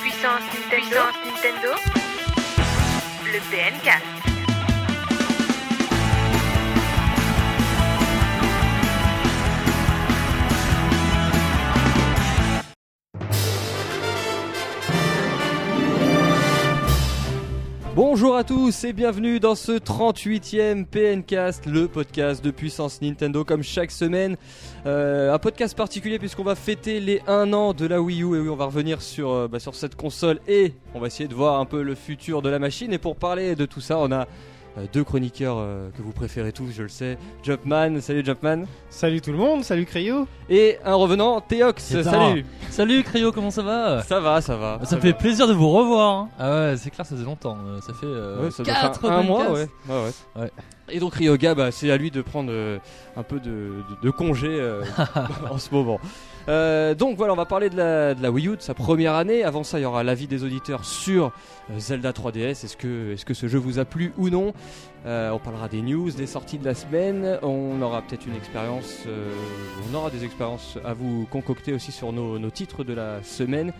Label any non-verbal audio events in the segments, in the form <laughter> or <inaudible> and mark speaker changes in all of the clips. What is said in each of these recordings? Speaker 1: Puissance Nintendo, Nintendo, le PNK.
Speaker 2: Bonjour à tous et bienvenue dans ce 38e PNcast, le podcast de puissance Nintendo comme chaque semaine. Euh, un podcast particulier puisqu'on va fêter les 1 an de la Wii U et oui, on va revenir sur, euh, bah, sur cette console et on va essayer de voir un peu le futur de la machine. Et pour parler de tout ça, on a euh, deux chroniqueurs euh, que vous préférez tous, je le sais. Jumpman, salut Jumpman.
Speaker 3: Salut tout le monde, salut Cryo.
Speaker 2: Et un revenant, Théox,
Speaker 4: Putain.
Speaker 2: salut.
Speaker 4: Salut Cryo, comment ça va
Speaker 2: Ça va, ça va.
Speaker 4: Ça me fait plaisir de vous revoir. hein. Ah ouais, c'est clair, ça faisait longtemps. euh, Ça fait euh,
Speaker 2: Ouais, ça doit
Speaker 4: quatre
Speaker 2: faire un mois, ouais.
Speaker 4: podcasts.
Speaker 2: Ouais, ouais.
Speaker 4: Ouais.
Speaker 2: Et donc Ryoga, bah, c'est à lui de prendre euh, un peu de, de- de congé
Speaker 4: <laughs>
Speaker 2: euh, en ce moment. Euh, donc voilà, on va parler de la, de la Wii U, de sa première année. Avant ça, il y aura l'avis des auditeurs sur euh, Zelda 3DS. Est-ce que, est-ce que ce jeu vous a plu ou non Euh, On parlera des news, des sorties de la semaine. On aura peut-être une expérience, euh, on aura des expériences à vous concocter aussi sur nos, nos titres de la semaine.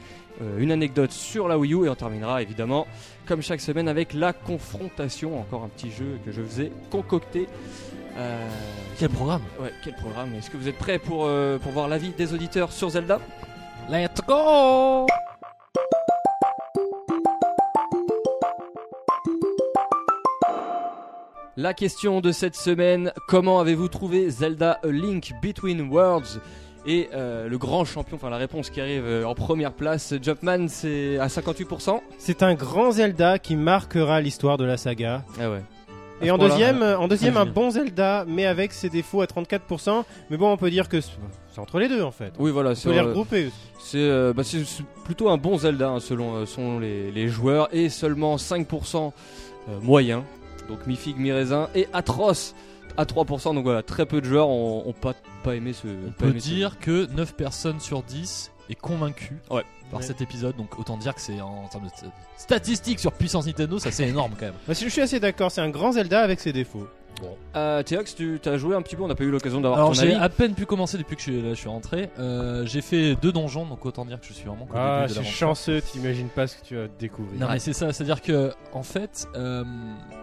Speaker 2: Euh, une anecdote sur la Wii U et on terminera évidemment comme chaque semaine avec la confrontation, encore un petit jeu que je faisais concocter. Euh,
Speaker 4: Quel programme
Speaker 2: ouais, quel programme Est-ce que vous êtes prêts pour, euh, pour voir l'avis des auditeurs sur Zelda
Speaker 4: Let's go
Speaker 2: La question de cette semaine, comment avez-vous trouvé Zelda A Link Between Worlds et euh, le grand champion, enfin la réponse qui arrive euh, en première place, Jumpman, c'est à 58%.
Speaker 3: C'est un grand Zelda qui marquera l'histoire de la saga.
Speaker 2: Ah ouais.
Speaker 3: Et en deuxième, euh, en deuxième,
Speaker 4: Ah,
Speaker 3: un
Speaker 4: je-
Speaker 3: bon Zelda, mais avec ses défauts à 34%. Mais bon, on peut dire que c'est c'est entre les deux en fait.
Speaker 2: Oui, voilà,
Speaker 3: On
Speaker 2: c'est
Speaker 3: peut les
Speaker 2: euh,
Speaker 3: regrouper.
Speaker 2: C'est euh, bah, c'est- c'est plutôt un bon Zelda hein, selon, euh, selon les, les joueurs et seulement 5% euh, moyen. Donc mi figue mi raisin et atroce à 3%. Donc voilà, très peu de joueurs ont, ont pas, pas aimé ce.
Speaker 4: On
Speaker 2: pas
Speaker 4: peut
Speaker 2: aimé ce-
Speaker 4: dire que 9 personnes sur 10 est convaincue
Speaker 2: Ouais.
Speaker 4: par
Speaker 3: Ouais.
Speaker 4: cet épisode. Donc autant dire que c'est en termes de st- statistiques sur puissance Nintendo, ça c'est énorme quand même.
Speaker 3: Bah, si je suis assez d'accord, c'est un grand Zelda avec ses défauts.
Speaker 2: Euh, Théox, tu as joué un petit peu, on n'a pas eu l'occasion d'avoir
Speaker 4: Alors
Speaker 2: ton
Speaker 4: j'ai
Speaker 2: avis.
Speaker 4: à peine pu commencer depuis que je suis, là, je suis rentré. Euh, j'ai fait deux donjons, donc autant dire que je suis vraiment qu'au
Speaker 3: Ah,
Speaker 4: début de
Speaker 3: c'est
Speaker 4: l'aventure.
Speaker 3: chanceux, t'imagines pas ce que tu vas découvrir.
Speaker 4: Non mais c'est ça, c'est-à-dire que en fait, euh,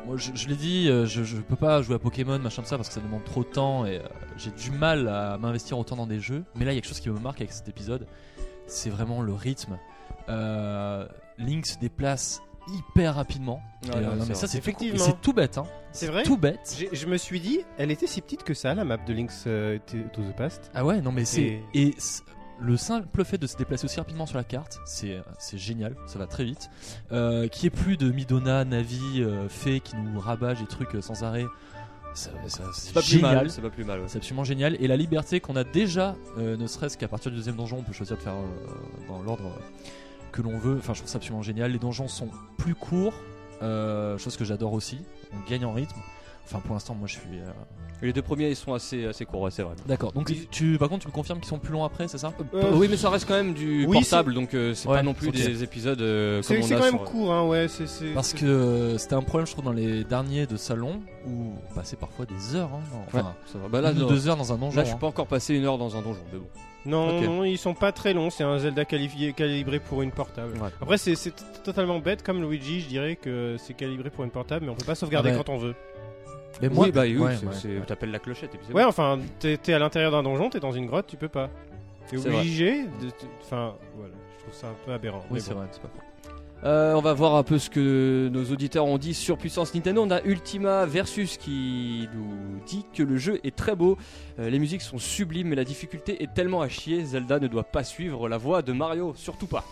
Speaker 4: moi je, je l'ai dit, euh, je, je peux pas jouer à Pokémon machin de ça parce que ça demande trop de temps et euh, j'ai du mal à m'investir autant dans des jeux. Mais là il y a quelque chose qui me marque avec cet épisode, c'est vraiment le rythme. Euh, Link se déplace hyper rapidement.
Speaker 2: Ouais,
Speaker 4: Et, euh,
Speaker 2: ouais,
Speaker 4: non, mais
Speaker 2: c'est vrai.
Speaker 4: ça c'est tout, con- et
Speaker 3: Effectivement.
Speaker 4: c'est tout bête, hein.
Speaker 3: C'est vrai
Speaker 4: Tout bête.
Speaker 3: J'ai- Je me suis dit, elle était si petite que ça, la map de Link's euh, T- to the Past.
Speaker 4: Ah ouais, non mais c'est et c- le simple fait de se déplacer aussi rapidement sur la carte, c'est c'est génial, ça va très vite. Euh, qu'il n'y ait plus de Midona, Navi, euh, Fée qui nous rabâche des trucs euh, sans arrêt, ça- ça-
Speaker 2: C'est
Speaker 4: c'est
Speaker 2: pas plus
Speaker 4: génial.
Speaker 2: mal. C'est pas plus mal. ouais.
Speaker 4: C'est absolument génial. Et la liberté qu'on a déjà, euh, ne serait-ce qu'à partir du deuxième donjon, on peut choisir de faire euh, dans l'ordre euh, que l'on veut. Enfin, je trouve ça absolument génial. Les donjons sont plus courts, euh, chose que j'adore aussi. On gagne en rythme. Enfin, pour l'instant, moi je suis. euh,
Speaker 2: Les deux premiers ils sont assez, assez courts, ouais, c'est vrai.
Speaker 4: D'accord. Donc,
Speaker 2: Ils-
Speaker 4: tu, par contre, tu me confirmes qu'ils sont plus longs après, c'est ça
Speaker 3: Euh,
Speaker 2: oui, mais ça reste quand même du
Speaker 3: oui,
Speaker 2: portable, donc euh, c'est
Speaker 4: Ouais,
Speaker 2: pas non plus
Speaker 4: ok.
Speaker 2: des épisodes euh, comme
Speaker 3: C'est
Speaker 2: on
Speaker 3: c'est
Speaker 2: a
Speaker 3: quand même
Speaker 2: sur-
Speaker 3: court, hein, ouais. c'est- c'est-
Speaker 4: Parce que euh, c'était un problème, je trouve, dans les derniers de salon où on passait parfois des heures. hein, genre,
Speaker 2: Ouais,
Speaker 4: enfin,
Speaker 2: ça va. Bah, là,
Speaker 4: une ou
Speaker 2: non.
Speaker 4: deux heures dans un donjon.
Speaker 2: Là, je suis
Speaker 4: hein.
Speaker 2: pas encore passé une heure dans un donjon, mais bon.
Speaker 3: Non,
Speaker 2: Ok.
Speaker 3: non, ils sont pas très longs. C'est un Zelda qualifié, calibré pour une portable.
Speaker 2: Ouais.
Speaker 3: Après, c'est c'est t- totalement bête. Comme Luigi, je dirais que c'est calibré pour une portable, mais on peut pas sauvegarder
Speaker 4: Ah ouais.
Speaker 3: quand on veut.
Speaker 4: Mais
Speaker 2: oui, bah oui,
Speaker 4: ouais,
Speaker 2: c'est-
Speaker 4: ouais.
Speaker 2: c'est- t'appelles la clochette, et puis c'est
Speaker 3: Ouais, enfin, t'es t'es à l'intérieur d'un donjon, t'es dans une grotte, tu peux pas. T'es
Speaker 2: C'est
Speaker 3: obligé. de- de- Enfin, voilà. Je trouve ça un peu aberrant.
Speaker 4: Oui,
Speaker 3: mais
Speaker 4: c'est
Speaker 3: bon.
Speaker 4: vrai, c'est pas faux.
Speaker 2: Euh, on va voir un peu ce que nos auditeurs ont dit sur Puissance Nintendo. On a Ultima Versus qui nous dit que le jeu est très beau, euh, les musiques sont sublimes, mais la difficulté est tellement à chier. Zelda ne doit pas suivre la voie de Mario, surtout pas.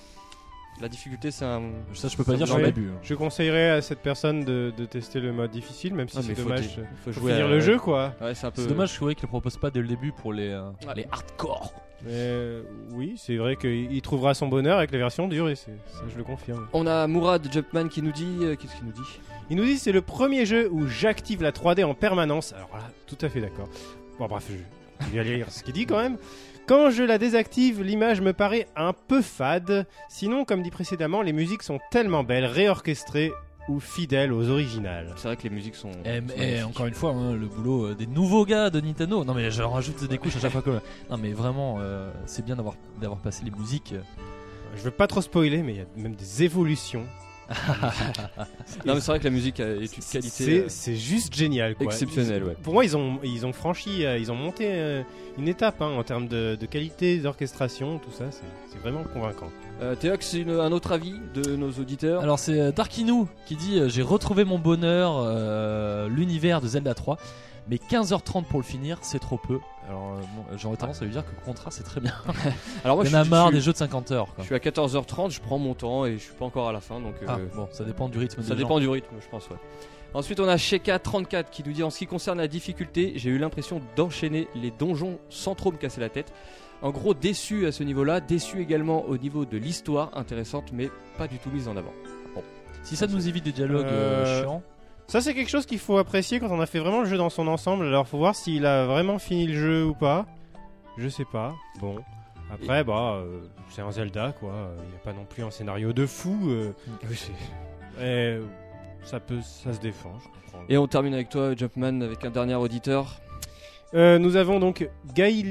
Speaker 2: La difficulté, c'est un.
Speaker 4: Ça, je peux pas
Speaker 2: Ça
Speaker 4: dire, je
Speaker 3: me
Speaker 4: suis au
Speaker 3: fait-
Speaker 4: début. hein.
Speaker 3: Je conseillerais à cette personne de, de tester le mode difficile, même si
Speaker 2: Ah, mais
Speaker 3: c'est
Speaker 2: faut
Speaker 3: dommage.
Speaker 2: dé-
Speaker 3: euh,
Speaker 2: faut
Speaker 3: Faut
Speaker 2: jouer
Speaker 3: finir
Speaker 2: à-
Speaker 3: le jeu, quoi.
Speaker 2: Ouais, c'est un peu.
Speaker 4: C'est dommage, je trouvais qu'ils le proposent pas dès le début pour les, euh,
Speaker 2: Ouais.
Speaker 4: les hardcore.
Speaker 3: Mais euh, oui, c'est vrai qu'il il trouvera son bonheur avec la version dure, et c'est- ça, je le confirme.
Speaker 2: On a Mourad Jumpman qui nous dit. euh, Qu'est-ce qu'il nous dit
Speaker 3: Il nous dit c'est le premier jeu où j'active la 3D en permanence. Alors là, tout à fait d'accord. Bon, bref, je je vais aller lire ce qu'il dit quand même. Quand je la désactive, l'image me paraît un peu fade. Sinon, comme dit précédemment, les musiques sont tellement belles, réorchestrées ou fidèles aux originales.
Speaker 2: C'est vrai que les musiques sont.
Speaker 4: Et,
Speaker 2: sont
Speaker 4: Eh, mais,
Speaker 2: magnifiques.
Speaker 4: encore une fois, hein, le boulot euh, des nouveaux gars de Nintendo. Non, mais je rajoute des couches à chaque fois que. Non, mais vraiment, euh, c'est bien d'avoir d'avoir passé les musiques. euh,
Speaker 3: je veux pas trop spoiler, mais il y a même des évolutions.
Speaker 2: Non, mais c'est vrai que la musique a- est une qualité. euh.
Speaker 3: C'est c'est juste génial. Quoi.
Speaker 2: Exceptionnel,
Speaker 3: Ils-
Speaker 2: ouais.
Speaker 3: Pour moi, ils ont, ils ont franchi, euh, ils ont monté euh, une étape hein, en termes de, de qualité, d'orchestration, tout ça. C'est c'est vraiment convaincant.
Speaker 2: euh, euh, Théox, c'est une- un autre avis de nos auditeurs
Speaker 4: Alors c'est euh, Darkinou qui dit euh, j'ai retrouvé mon bonheur, euh, l'univers de Zelda 3, mais 15h30 pour le finir, c'est trop peu. Alors euh, bon, j'aurais tendance à lui dire que le contrat c'est très bien.
Speaker 2: Alors moi,
Speaker 4: Il y
Speaker 2: je
Speaker 4: en a
Speaker 2: suis-
Speaker 4: marre
Speaker 2: je
Speaker 4: des
Speaker 2: suis-
Speaker 4: jeux de 50 heures. Quoi.
Speaker 2: Je suis à 14h30, je prends mon temps et je suis pas encore à la fin, donc euh,
Speaker 4: Ah, bon, ça dépend du
Speaker 2: ça
Speaker 4: rythme. des gens.
Speaker 2: dépend du rythme, je pense. ouais. Ensuite, on a Sheka34 qui nous dit en ce qui concerne la difficulté, j'ai eu l'impression d'enchaîner les donjons sans trop me casser la tête. En gros, déçu à ce niveau-là, déçu également au niveau de l'histoire, intéressante mais pas du tout mise en avant.
Speaker 4: Si ça nous évite des dialogues
Speaker 3: Euh,
Speaker 4: euh, chiants.
Speaker 3: Ça, c'est quelque chose qu'il faut apprécier quand on a fait vraiment le jeu dans son ensemble. Alors, faut voir s'il a vraiment fini le jeu ou pas. Je sais pas. Bon. Après, bah, euh, c'est un Zelda, quoi. Il n'y a pas non plus un scénario de fou. euh.
Speaker 4: Ah
Speaker 3: Et, euh, ça peut, ça se défend, je comprends.
Speaker 2: Et on termine avec toi, Jumpman, avec un dernier auditeur.
Speaker 3: Euh, nous avons donc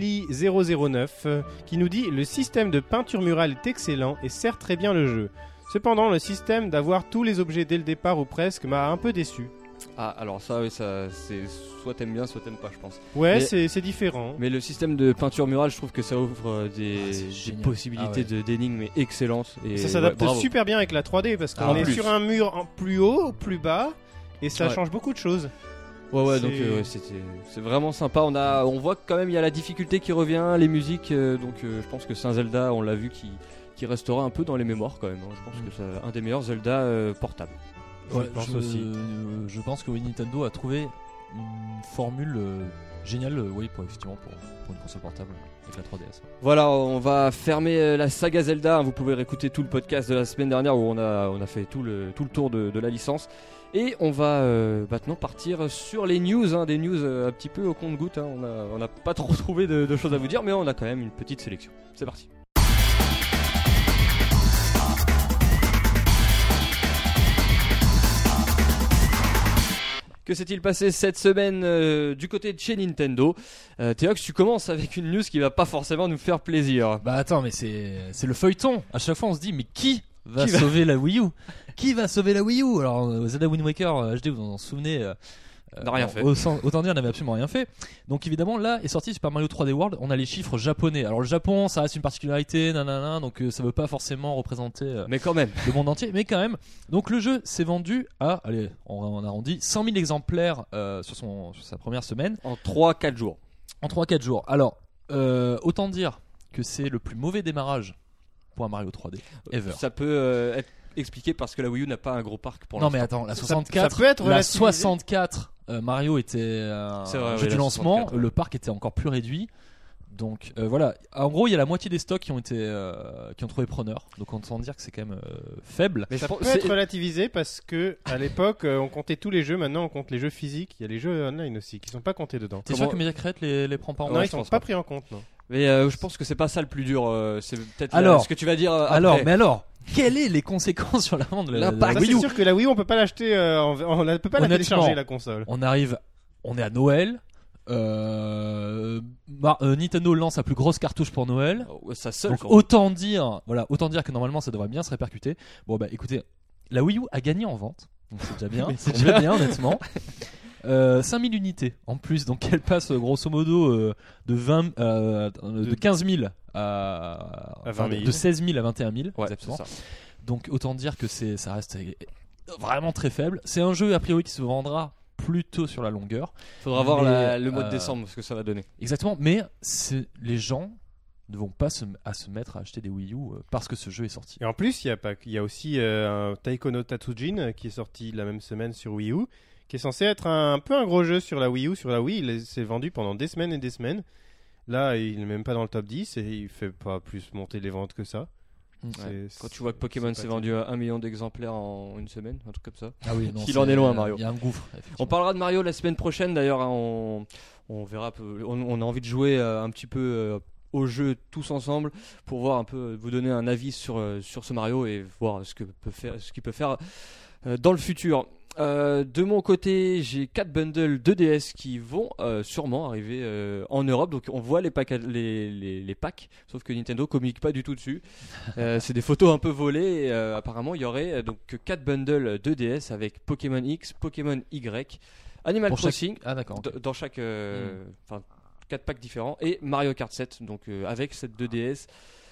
Speaker 3: Gaili009 euh, qui nous dit Le système de peinture murale est excellent et sert très bien le jeu. Cependant, le système d'avoir tous les objets dès le départ ou presque m'a un peu déçu.
Speaker 2: Ah, alors ça, oui, ça, c'est soit t'aimes bien, soit t'aimes pas, je pense.
Speaker 3: Ouais,
Speaker 2: Mais-
Speaker 3: c'est c'est différent.
Speaker 2: Mais le système de peinture murale, je trouve que ça ouvre euh,
Speaker 4: Ah,
Speaker 2: des,
Speaker 4: c'est
Speaker 2: des
Speaker 4: génial. Ah ouais.
Speaker 2: possibilités de d'énigmes mais excellentes. Et
Speaker 3: ça
Speaker 2: ouais,
Speaker 3: s'adapte
Speaker 2: bravo.
Speaker 3: super bien avec la 3D parce qu'on
Speaker 2: Ah, en
Speaker 3: est
Speaker 2: plus.
Speaker 3: sur un mur en plus haut, plus bas, et ça
Speaker 2: Ouais.
Speaker 3: change beaucoup de choses.
Speaker 2: Ouais ouais donc
Speaker 3: C'est-
Speaker 2: euh, ouais, c'était c'est vraiment sympa. On a on voit que quand même il y a la difficulté qui revient, les musiques euh, donc euh, je pense que c'est un Zelda, on l'a vu qui qui restera un peu dans les mémoires quand même. hein. Je pense
Speaker 4: Mm.
Speaker 2: que c'est un des meilleurs Zelda euh, portables.
Speaker 4: Ouais,
Speaker 3: je pense aussi.
Speaker 4: euh, je pense que oui, Nintendo a trouvé une formule euh, géniale, euh, oui, pour effectivement pour, pour une console portable avec la 3DS.
Speaker 2: Voilà, on va fermer euh, la saga Zelda. hein. Vous pouvez réécouter tout le podcast de la semaine dernière où on a on a fait tout le tout le tour de, de la licence et on va euh, maintenant partir sur les news, hein, des news euh, un petit peu au compte-goutte. hein. On a on n'a pas trop <laughs> trouvé de- de choses à vous dire, mais on a quand même une petite sélection. C'est parti. Que s'est-il passé cette semaine euh, du côté de chez Nintendo euh, Théox, tu commences avec une news qui va pas forcément nous faire plaisir.
Speaker 4: Bah attends, mais c'est c'est le feuilleton. À chaque fois, on se dit mais qui va sauver la Wii U <laughs> Qui va sauver la Wii U Alors euh, Zelda Wind Waker euh, HD, vous en souvenez euh,
Speaker 2: On n'a rien
Speaker 4: euh,
Speaker 2: fait.
Speaker 4: au sens- autant dire, on n'avait absolument rien fait. Donc évidemment, là est sorti Super Mario 3D World. On a les chiffres japonais. Alors le Japon, ça reste une particularité, nanana. Donc euh, ça veut pas forcément représenter euh,
Speaker 2: Mais quand même,
Speaker 4: le monde entier, mais quand même. Donc le jeu s'est vendu à, allez, on, on arrondit, 100 000 exemplaires euh, sur, son, sur sa première semaine
Speaker 2: en 3-4 jours.
Speaker 4: en 3-4 jours. Alors, euh, autant dire que c'est le plus mauvais démarrage pour un Mario 3D ever.
Speaker 2: Ça peut euh, être expliqué parce que la Wii U n'a pas un gros parc pour
Speaker 4: Non
Speaker 2: l'instant.
Speaker 4: mais attends, la
Speaker 3: Ça-
Speaker 4: 64,
Speaker 3: ça peut être
Speaker 4: la
Speaker 3: relativisé.
Speaker 4: 64 euh, Mario était euh,
Speaker 2: C'est vrai,
Speaker 4: un
Speaker 2: oui,
Speaker 4: jeu
Speaker 2: la
Speaker 4: du lancement,
Speaker 2: 64, ouais.
Speaker 4: le parc était encore plus réduit. Donc euh, voilà, en gros il y a la moitié des stocks qui ont été euh, qui ont trouvé preneur. Donc on dire que c'est quand même euh, faible.
Speaker 2: Mais je
Speaker 3: Ça
Speaker 2: pense-
Speaker 3: peut
Speaker 2: c'est-
Speaker 3: être relativisé parce que à l'époque euh, on comptait tous les jeux, maintenant on compte les jeux physiques, il y a les jeux online aussi qui sont pas comptés dedans.
Speaker 4: T'es
Speaker 2: Comment-
Speaker 4: sûr que Media Create les, les prend pas en
Speaker 2: Ouais,
Speaker 3: non, ils
Speaker 4: compte
Speaker 2: je
Speaker 3: sont
Speaker 2: pense
Speaker 3: pas
Speaker 2: pas.
Speaker 3: pris en compte, non.
Speaker 2: Mais euh, je pense que c'est pas ça le plus dur. euh, c'est peut-être
Speaker 4: Alors-
Speaker 2: la- ce que tu vas dire. euh, après.
Speaker 4: Alors, mais alors, quelles est les conséquences sur la vente de la, de la
Speaker 2: L'impact.
Speaker 3: Ça,
Speaker 4: Wii
Speaker 3: c'est
Speaker 4: U
Speaker 3: sûr que la Wii U, on peut pas l'acheter, euh, en- on la- peut pas la
Speaker 4: Honnêtement.
Speaker 3: télécharger la console.
Speaker 4: On arrive, on est à Noël. euh, Mar- euh, Nintendo lance sa plus grosse cartouche pour Noël.
Speaker 2: Oh, ça seul.
Speaker 4: Donc
Speaker 2: quoi.
Speaker 4: autant dire, voilà, autant dire que normalement ça devrait bien se répercuter. Bon bah écoutez, la Wii U a gagné en vente, donc c'est
Speaker 2: <laughs>
Speaker 4: déjà bien, c'est déjà bien honnêtement. Euh, 5000 unités en plus, donc elle passe euh, grosso modo euh, de 20, euh, de
Speaker 3: De-
Speaker 4: 15 000 à,
Speaker 3: À 20 000.
Speaker 4: de 16 000 à 21 000,
Speaker 2: Ouais,
Speaker 4: exactement.
Speaker 2: c'est ça.
Speaker 4: Donc autant dire que c'est, ça reste euh, vraiment très faible. C'est un jeu a priori qui se vendra plutôt sur la longueur.
Speaker 2: Faudra voir
Speaker 4: Mais,
Speaker 2: la- le mois de
Speaker 4: euh,
Speaker 2: décembre ce que ça va donner.
Speaker 4: Exactement, mais c'est- les gens ne vont pas se, à se mettre à acheter des Wii U euh, parce que ce jeu est sorti.
Speaker 3: Et en plus, il y a, pas, il y a aussi euh, un Taiko no Tatsujin euh, qui est sorti la même semaine sur Wii U, qui est censé être un, un peu un gros jeu sur la Wii U. Sur la Wii, il est- s'est vendu pendant des semaines et des semaines. Là, il n'est même pas dans le top 10 et il fait pas plus monter les ventes que ça.
Speaker 4: Mm.
Speaker 3: C'est-
Speaker 2: Ouais. Quand
Speaker 3: c'est-
Speaker 2: tu vois que Pokémon
Speaker 3: c'est
Speaker 2: s'est
Speaker 3: pas
Speaker 2: vendu à un million d'exemplaires en une semaine, un truc comme ça.
Speaker 4: Ah oui, non,
Speaker 2: Il
Speaker 4: c'est-
Speaker 2: en est loin, Mario.
Speaker 4: Il y a un gouffre. effectivement.
Speaker 2: On parlera de Mario la semaine prochaine d'ailleurs. hein, on, on verra. un peu- On, on a envie de jouer euh, un petit peu euh, au jeu tous ensemble pour voir un peu, euh, vous donner un avis sur, euh, sur ce Mario et voir ce que peut faire, ce qu'il peut faire euh, dans le futur. Euh, de mon côté, j'ai 4 bundles 2DS qui vont euh, sûrement arriver euh, en Europe. Donc on voit les packs, les, les- les packs sauf que Nintendo communique pas du tout
Speaker 4: <laughs>
Speaker 2: dessus. Euh, c'est des photos un peu volées. et, euh, apparemment, il y aurait euh, donc 4 bundles 2DS avec Pokémon X, Pokémon Y, Animal
Speaker 4: Pour chaque-
Speaker 2: Crossing,
Speaker 4: Ah d'accord. ok.
Speaker 2: d- dans chaque euh,
Speaker 3: Hmm.
Speaker 2: enfin quatre packs différents et Mario Kart 7 donc euh, avec cette 2DS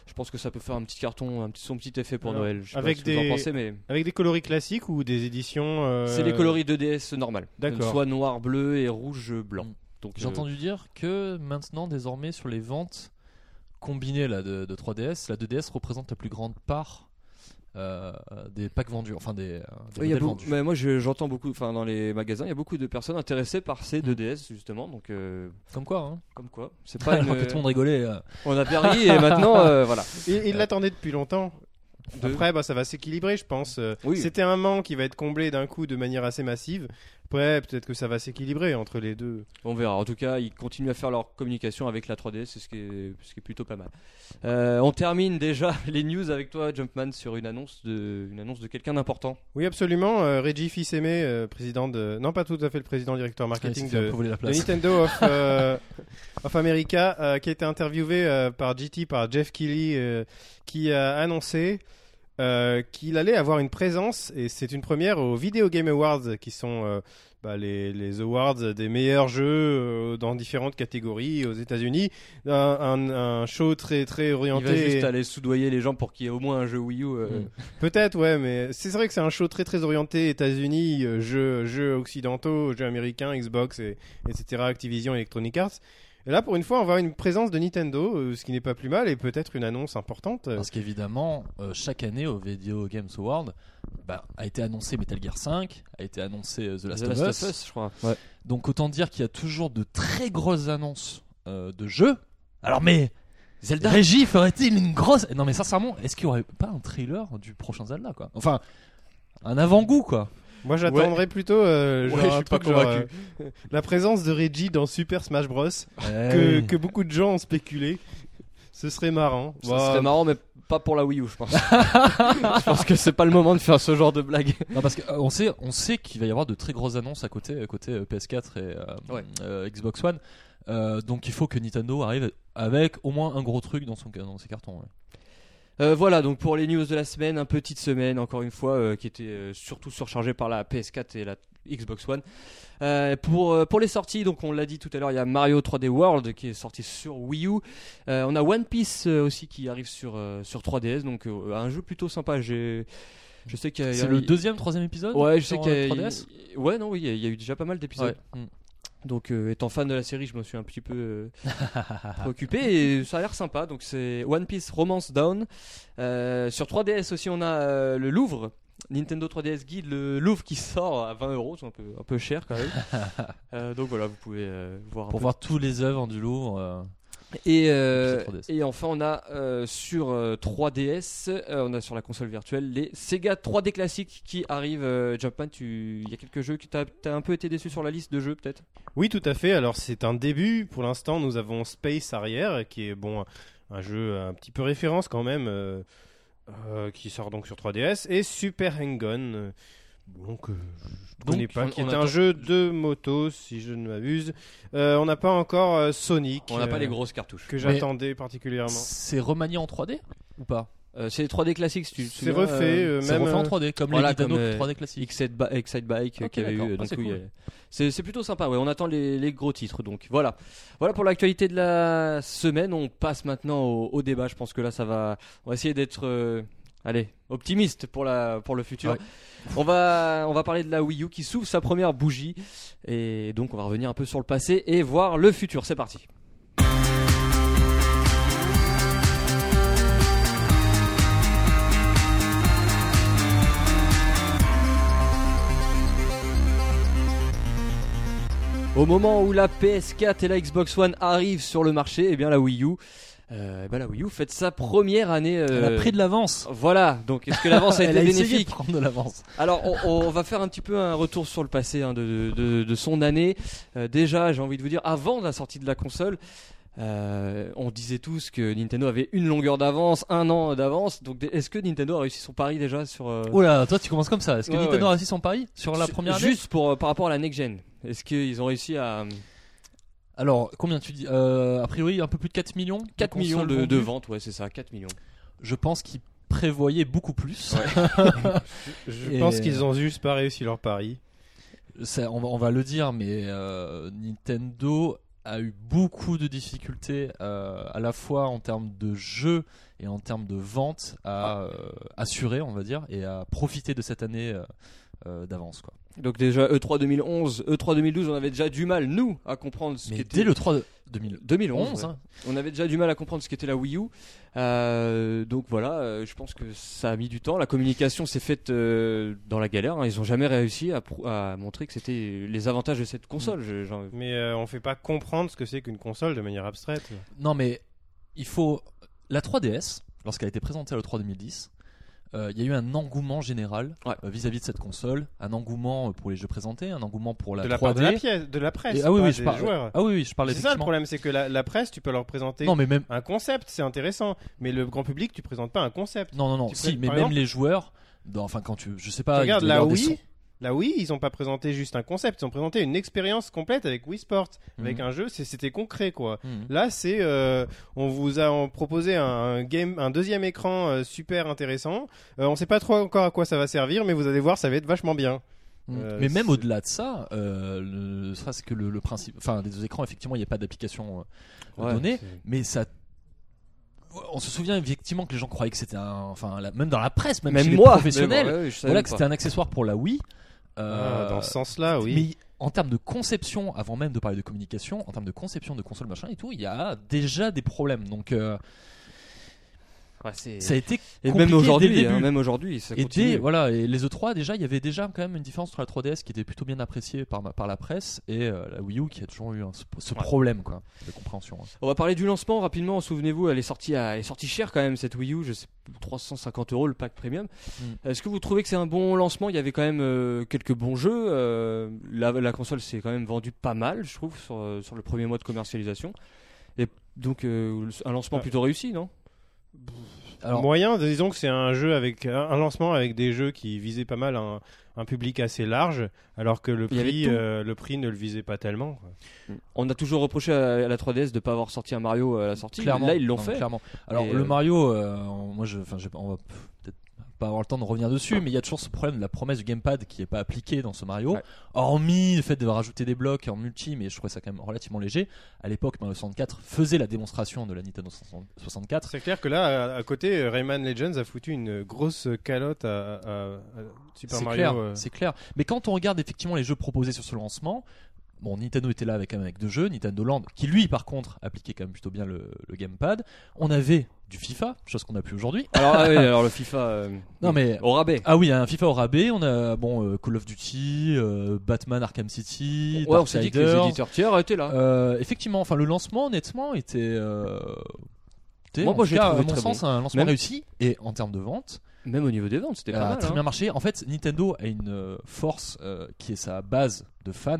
Speaker 2: je pense que ça peut faire un petit carton un petit son petit effet pour
Speaker 3: Alors,
Speaker 2: Noël je sais
Speaker 3: avec
Speaker 2: pas ce que vous
Speaker 3: des-
Speaker 2: en pensez mais
Speaker 3: Avec des coloris classiques ou des éditions. euh,
Speaker 2: c'est les coloris 2DS normales donc
Speaker 3: D'accord. Hmm.
Speaker 2: soit noir bleu et rouge blanc
Speaker 4: Mm.
Speaker 2: donc
Speaker 4: J'ai
Speaker 2: euh,
Speaker 4: entendu dire que maintenant, désormais, sur les ventes combinées là, de, de 3DS, la 2DS représente la plus grande part euh, des packs vendus, enfin des, euh, des
Speaker 2: oui, il y a
Speaker 4: modèles
Speaker 2: beaucoup-
Speaker 4: vendus.
Speaker 2: mais moi je- j'entends beaucoup enfin dans les magasins il y a beaucoup de personnes intéressées par ces
Speaker 4: Hmm.
Speaker 2: 2DS justement donc euh,
Speaker 4: Comme quoi, hein
Speaker 2: comme quoi c'est pas
Speaker 4: <laughs> Alors
Speaker 2: une-
Speaker 4: que tout le monde rigolait. euh.
Speaker 2: on a bien ri et maintenant euh, voilà
Speaker 3: Et- Ils l'attendaient depuis longtemps.
Speaker 2: De-
Speaker 3: Après, bah, ça va s'équilibrer, je pense. Euh,
Speaker 2: Oui.
Speaker 3: C'était un manque qui va être comblé d'un coup de manière assez massive. Après, peut-être que ça va s'équilibrer entre les deux.
Speaker 2: On verra. En tout cas, ils continuent à faire leur communication avec la 3D, c'est ce qui est, ce qui est plutôt pas mal. Euh, on termine déjà <laughs> les news avec toi, Jumpman, sur une annonce de, une annonce de quelqu'un d'important.
Speaker 3: Oui, absolument. Euh, Reggie Fils-Aimé, euh, président de. Non, pas tout à fait le président directeur
Speaker 4: Ah, il s'est
Speaker 3: marketing
Speaker 4: fait un
Speaker 3: de,
Speaker 4: peu voler la
Speaker 3: de
Speaker 4: place.
Speaker 3: Nintendo of, euh, of America, euh, qui a été interviewé euh, par GT, par Jeff Keighley, euh, qui a annoncé euh, qu'il allait avoir une présence, et c'est une première, aux Video Game Awards, qui sont euh, bah, les, les awards des meilleurs jeux euh, dans différentes catégories aux États-Unis. Un, un- un show très, très
Speaker 2: Il va
Speaker 3: orienté.
Speaker 2: juste aller soudoyer les gens pour qu'il y ait au moins un jeu Wii U. euh,
Speaker 4: Mm.
Speaker 3: Peut-être, ouais, mais c'est vrai que c'est un show très très orienté États-Unis, euh, jeux, jeux occidentaux, jeux américains, Xbox, et, etc., Activision, Electronic Arts. Et là, pour une fois, on va avoir une présence de Nintendo, euh, ce qui n'est pas plus mal, et peut-être une annonce importante.
Speaker 4: Parce qu'évidemment, euh, chaque année au Video Games Award, bah, a été annoncé Metal Gear 5, a été annoncé euh, The Last,
Speaker 2: The
Speaker 4: of,
Speaker 2: Last of
Speaker 4: Us.
Speaker 2: Us, je crois.
Speaker 4: Donc autant dire qu'il y a toujours de très grosses annonces euh, de jeux. Alors mais Zelda Régie ferait-il une grosse Non mais sincèrement, est-ce qu'il y aurait pas un trailer du prochain Zelda quoi Enfin un avant-goût quoi.
Speaker 3: Moi, j'attendrais plutôt euh, genre
Speaker 2: Ouais, je
Speaker 3: un
Speaker 2: suis pas
Speaker 3: truc genre,
Speaker 2: convaincu.
Speaker 3: euh, <laughs> la présence de Reggie dans Super Smash Bros.
Speaker 2: Ah
Speaker 4: Euh,
Speaker 3: Que, que beaucoup de gens ont spéculé. Ce serait marrant.
Speaker 2: Ça
Speaker 3: Bah,
Speaker 2: serait marrant, mais pas pour la Wii U, je pense. je pense que c'est pas le moment de faire ce genre de blague.
Speaker 4: Non, parce qu'on sait on sait qu'il va y avoir de très grosses annonces à côté euh, côté euh, PS4 et euh,
Speaker 2: Ouais.
Speaker 4: euh, Xbox One. Euh, donc il faut que Nintendo arrive avec au moins un gros truc dans son dans ses cartons. ouais.
Speaker 2: Euh, voilà, donc pour les news de la semaine, un petite semaine encore une fois euh, qui était euh, surtout surchargée par la PS4 et la Xbox One. Euh, pour, euh, pour les sorties, donc on l'a dit tout à l'heure, il y a Mario 3D World qui est sorti sur Wii U. Euh, on a One Piece euh, aussi qui arrive sur, euh, sur 3DS, donc euh, un jeu plutôt sympa. J'ai- Je sais qu'il y a.
Speaker 4: C'est le deuxième troisième épisode.
Speaker 2: Ouais, je sais
Speaker 4: sur,
Speaker 2: qu'il y
Speaker 4: euh,
Speaker 2: a.
Speaker 4: 3DS.
Speaker 2: Ouais, non, oui, il y a- il y a eu déjà pas mal d'épisodes.
Speaker 4: Ouais. Mm.
Speaker 2: Donc, euh, étant fan de la série, je me suis un petit peu euh,
Speaker 4: <laughs>
Speaker 2: préoccupé et ça a l'air sympa. Donc, c'est One Piece Romance Down. Euh, sur 3DS aussi, on a euh, le Louvre. Nintendo 3DS Guide, le Louvre qui sort à 20 euros, c'est un peu, un peu cher quand même.
Speaker 4: <laughs>
Speaker 2: Euh, donc voilà, vous pouvez euh, voir un
Speaker 4: Pour
Speaker 2: peu.
Speaker 4: voir tous les œuvres du Louvre. euh,
Speaker 2: Et, euh,
Speaker 4: Puis c'est 3DS.
Speaker 2: et enfin, on a euh, sur euh, 3DS, euh, on a sur la console virtuelle les Sega 3D classiques qui arrivent. Euh, Jumpman, tu- il y a quelques jeux que t'as as un peu été déçu sur la liste de jeux peut-être
Speaker 3: Oui, tout à fait. Alors, c'est un début. Pour l'instant, nous avons Space Arrière, qui est bon, un jeu un petit peu référence quand même, euh, euh, qui sort donc sur 3DS, et Super Hang-On. euh, Donc, euh, je ne
Speaker 4: Donc,
Speaker 3: connais pas,
Speaker 2: on-
Speaker 3: qui
Speaker 2: on
Speaker 3: est
Speaker 2: attend-
Speaker 3: un jeu de moto, si je ne m'abuse. Euh, on n'a pas encore euh, Sonic.
Speaker 2: On n'a pas
Speaker 3: euh,
Speaker 2: les grosses cartouches.
Speaker 3: Que j'attendais particulièrement.
Speaker 4: C'est remanié en 3D ou pas
Speaker 2: Euh, c'est les 3D classiques, si tu te
Speaker 3: C'est
Speaker 2: souviens,
Speaker 3: refait,
Speaker 2: euh,
Speaker 3: euh,
Speaker 4: C'est
Speaker 3: même.
Speaker 4: refait en
Speaker 3: euh,
Speaker 4: 3D comme
Speaker 2: voilà,
Speaker 4: les Nintendo
Speaker 2: comme, euh,
Speaker 4: 3D classiques.
Speaker 2: Excite Bi- Excite Bike euh,
Speaker 4: Ok,
Speaker 2: qu'il y avait eu.
Speaker 4: d'accord.
Speaker 2: euh,
Speaker 4: Ah,
Speaker 2: d'un
Speaker 4: c'est
Speaker 2: coup, il y a-
Speaker 4: cool.
Speaker 2: c'est c'est plutôt sympa, ouais. on attend les, les gros titres. Donc voilà. Voilà pour l'actualité de la semaine. On passe maintenant au, au débat. Je pense que là, ça va. On va essayer d'être. euh, Allez, optimiste pour, la, pour le futur.
Speaker 4: Ouais.
Speaker 2: On, va, on va parler de la Wii U qui s'ouvre sa première bougie. Et donc, on va revenir un peu sur le passé et voir le futur. C'est parti. Au moment où la PS4 et la Xbox One arrivent sur le marché, et bien la Wii U, euh, eh ben la Wii U fête sa première année.
Speaker 4: Elle
Speaker 2: euh,
Speaker 4: a pris de l'avance.
Speaker 2: Voilà, donc est-ce que l'avance a
Speaker 4: <laughs> Elle
Speaker 2: été
Speaker 4: essayé
Speaker 2: bénéfique
Speaker 4: de prendre de l'avance.
Speaker 2: Alors on, on va faire un petit peu un retour sur le passé hein, de, de- de- de son année. Euh, déjà, j'ai envie de vous dire, avant la sortie de la console, Euh, on disait tous que Nintendo avait une longueur d'avance, un an d'avance. Donc, est-ce que Nintendo a réussi son pari déjà sur euh,
Speaker 4: Oh là, toi tu commences comme ça. Est-ce que
Speaker 2: Ouais,
Speaker 4: Nintendo
Speaker 2: ouais.
Speaker 4: a réussi son pari sur la
Speaker 2: su-
Speaker 4: première année
Speaker 2: Juste pour, euh, par rapport à la next gen. Est-ce qu'ils ont réussi à euh,
Speaker 4: Alors, combien tu dis Euh, A priori, un peu plus de 4 millions
Speaker 2: 4
Speaker 4: consoles
Speaker 2: millions de, de
Speaker 4: vendues.
Speaker 2: ventes Ouais, c'est ça, 4 millions.
Speaker 4: Je pense qu'ils prévoyaient beaucoup plus.
Speaker 3: Je
Speaker 4: Et- euh,
Speaker 3: pense qu'ils ont juste pas réussi leur pari.
Speaker 4: <laughs> Ça, on, va, on va le dire, mais euh, Nintendo a eu beaucoup de difficultés euh, à la fois en termes de jeux et en termes de ventes
Speaker 2: Ah.
Speaker 4: à euh, assurer, on va dire, et à profiter de cette année euh, euh, d'avance. quoi.
Speaker 2: Donc déjà E E3 2011, E3 2012, on avait déjà du mal nous à comprendre ce
Speaker 4: Mais
Speaker 2: qu'était
Speaker 4: dès le 3 de 2011,
Speaker 2: 2011. ouais.
Speaker 4: hein,
Speaker 2: On avait déjà du mal à comprendre ce qu'était la Wii U. Euh, donc voilà, euh, je pense que ça a mis du temps. La communication s'est faite euh, dans la galère. hein. Ils n'ont jamais réussi à, prou- à montrer que c'était les avantages de cette console. Je- j'en-
Speaker 3: Mais euh, on fait pas comprendre ce que c'est qu'une console de manière abstraite.
Speaker 4: Non, mais il faut. La 3DS, lorsqu'elle a été présentée à l'E3 2010, euh, il y a eu un engouement général
Speaker 2: Ouais.
Speaker 4: euh, vis-à-vis de cette console, un engouement euh, pour les jeux présentés, un engouement pour la
Speaker 2: Bah,
Speaker 3: de la
Speaker 4: 3D.
Speaker 3: part de la pièce, de la presse,
Speaker 4: Et- ah oui,
Speaker 3: pas
Speaker 4: oui,
Speaker 3: des
Speaker 4: je parle.
Speaker 3: joueurs.
Speaker 4: Ah oui, oui, je parlais
Speaker 3: C'est ça le problème, c'est que la, la presse, tu peux leur présenter
Speaker 4: Non, mais même.
Speaker 3: un concept, c'est intéressant, mais le grand public, tu présentes pas un concept.
Speaker 4: Non, non, non.
Speaker 3: Tu
Speaker 4: Si,
Speaker 3: prends-
Speaker 4: mais
Speaker 3: par
Speaker 4: même
Speaker 3: exemple-
Speaker 4: les joueurs. dans- enfin, quand tu. Je sais pas.
Speaker 3: Tu
Speaker 4: il
Speaker 3: regardes
Speaker 4: doit y
Speaker 3: la
Speaker 4: avoir des
Speaker 3: Wii, la Wii, ils ont pas présenté juste un concept, ils ont présenté une expérience complète avec Wii Sports, avec
Speaker 4: Mhm.
Speaker 3: un jeu, c'est- c'était concret quoi.
Speaker 2: Hmm.
Speaker 4: sons. Mhm.
Speaker 3: Là, c'est euh, on vous a en proposé un, un game, un deuxième écran euh, super intéressant. Euh, on sait pas trop encore à quoi ça va servir, mais vous allez voir, ça va être vachement bien.
Speaker 4: Mm.
Speaker 3: Euh,
Speaker 4: mais même
Speaker 3: c'est-
Speaker 4: au-delà de ça, euh, le, ne serait-ce que le, le principe, enfin les deux écrans, effectivement, il n'y a pas d'application euh,
Speaker 2: Ouais,
Speaker 4: donnée, mais ça, on se souvient effectivement que les gens croyaient que c'était un, enfin la- même dans la presse, même, chez les professionnels,
Speaker 2: même, ouais, ouais, je savais
Speaker 4: voilà
Speaker 2: même
Speaker 4: que
Speaker 2: pas.
Speaker 4: c'était un accessoire pour la Wii.
Speaker 3: Ah,
Speaker 4: Euh,
Speaker 3: dans ce sens-là, oui.
Speaker 4: Mais en termes de conception, avant même de parler de communication, en termes de conception de console machin et tout, il y a déjà des problèmes. Donc euh,
Speaker 2: Ouais, c'est-
Speaker 4: ça a été
Speaker 2: Et
Speaker 4: compliqué
Speaker 2: même
Speaker 4: dès le
Speaker 2: aujourd'hui, hein,
Speaker 4: début.
Speaker 2: même aujourd'hui, ça
Speaker 4: Et
Speaker 2: continue.
Speaker 4: dès- voilà, et les E3 déjà, il y avait déjà quand même une différence entre la 3DS qui était plutôt bien appréciée par, ma- par la presse et euh, la Wii U qui a toujours eu un- ce, ce
Speaker 2: Ouais.
Speaker 4: problème quoi, de compréhension. hein.
Speaker 2: On va parler du lancement rapidement. Souvenez-vous, elle est sortie, à- elle est sortie chère quand même cette Wii U. Je sais, 350 euros le pack premium.
Speaker 4: Mm.
Speaker 2: Est-ce que vous trouvez que c'est un bon lancement Il y avait quand même euh, quelques bons jeux. euh, la, la console s'est quand même vendue pas mal, je trouve, sur, euh, sur le premier mois de commercialisation. Et donc euh, un lancement
Speaker 3: Ah.
Speaker 2: plutôt réussi, non
Speaker 4: Alors,
Speaker 3: Moyen, disons que c'est un jeu avec un lancement avec des jeux qui visaient pas mal un, un public assez large, alors que le
Speaker 2: Il y avait
Speaker 3: prix,
Speaker 2: tout.
Speaker 3: euh, le prix ne le visait pas tellement. quoi.
Speaker 2: On a toujours reproché à, à la 3DS de pas avoir sorti un Mario à la sortie.
Speaker 4: clairement,
Speaker 2: Là, ils l'ont
Speaker 4: non,
Speaker 2: fait.
Speaker 4: Clairement. Alors
Speaker 2: Et,
Speaker 4: le
Speaker 2: euh,
Speaker 4: Mario, euh, moi, je, enfin, j'ai- on va peut-être pas avoir le temps de revenir dessus, mais il y a toujours ce problème de la promesse du gamepad qui est pas appliquée dans ce Mario,
Speaker 2: Ouais.
Speaker 4: hormis le fait de rajouter des blocs en multi, mais je trouvais ça quand même relativement léger. À l'époque, Mario 64 faisait la démonstration de la Nintendo 64.
Speaker 3: C'est clair que là, à, à côté, euh, Rayman Legends a foutu une grosse calotte à, à- à Super
Speaker 4: C'est
Speaker 3: Mario.
Speaker 4: clair,
Speaker 3: euh,
Speaker 4: c'est clair. Mais quand on regarde effectivement les jeux proposés sur ce lancement, bon, Nintendo était là avec, quand même avec deux jeux, Nintendo Land, qui lui par contre appliquait quand même plutôt bien le, le gamepad. On avait du FIFA, chose qu'on n'a plus aujourd'hui.
Speaker 2: Alors, ah oui, alors le FIFA. euh,
Speaker 4: <laughs> Non mais
Speaker 2: Au rabais.
Speaker 4: ah oui, un FIFA au rabais, on a bon euh, Call of Duty, euh, Batman Arkham City,
Speaker 2: Ouais, on s'est dit que les
Speaker 4: Darksiders.
Speaker 2: éditeurs tiers étaient là.
Speaker 4: Euh, effectivement, enfin le lancement honnêtement était euh, était,
Speaker 2: Moi,
Speaker 4: en
Speaker 2: moi,
Speaker 4: tout
Speaker 2: j'ai
Speaker 4: cas,
Speaker 2: trouvé
Speaker 4: à mon
Speaker 2: très
Speaker 4: sens un lancement
Speaker 2: Même-
Speaker 4: réussi et en termes de vente
Speaker 2: Même au niveau des ventes, c'était
Speaker 4: a
Speaker 2: pas mal.
Speaker 4: Euh, très
Speaker 2: hein.
Speaker 4: bien marché. En fait, Nintendo a une euh, force euh, qui est sa base de fans.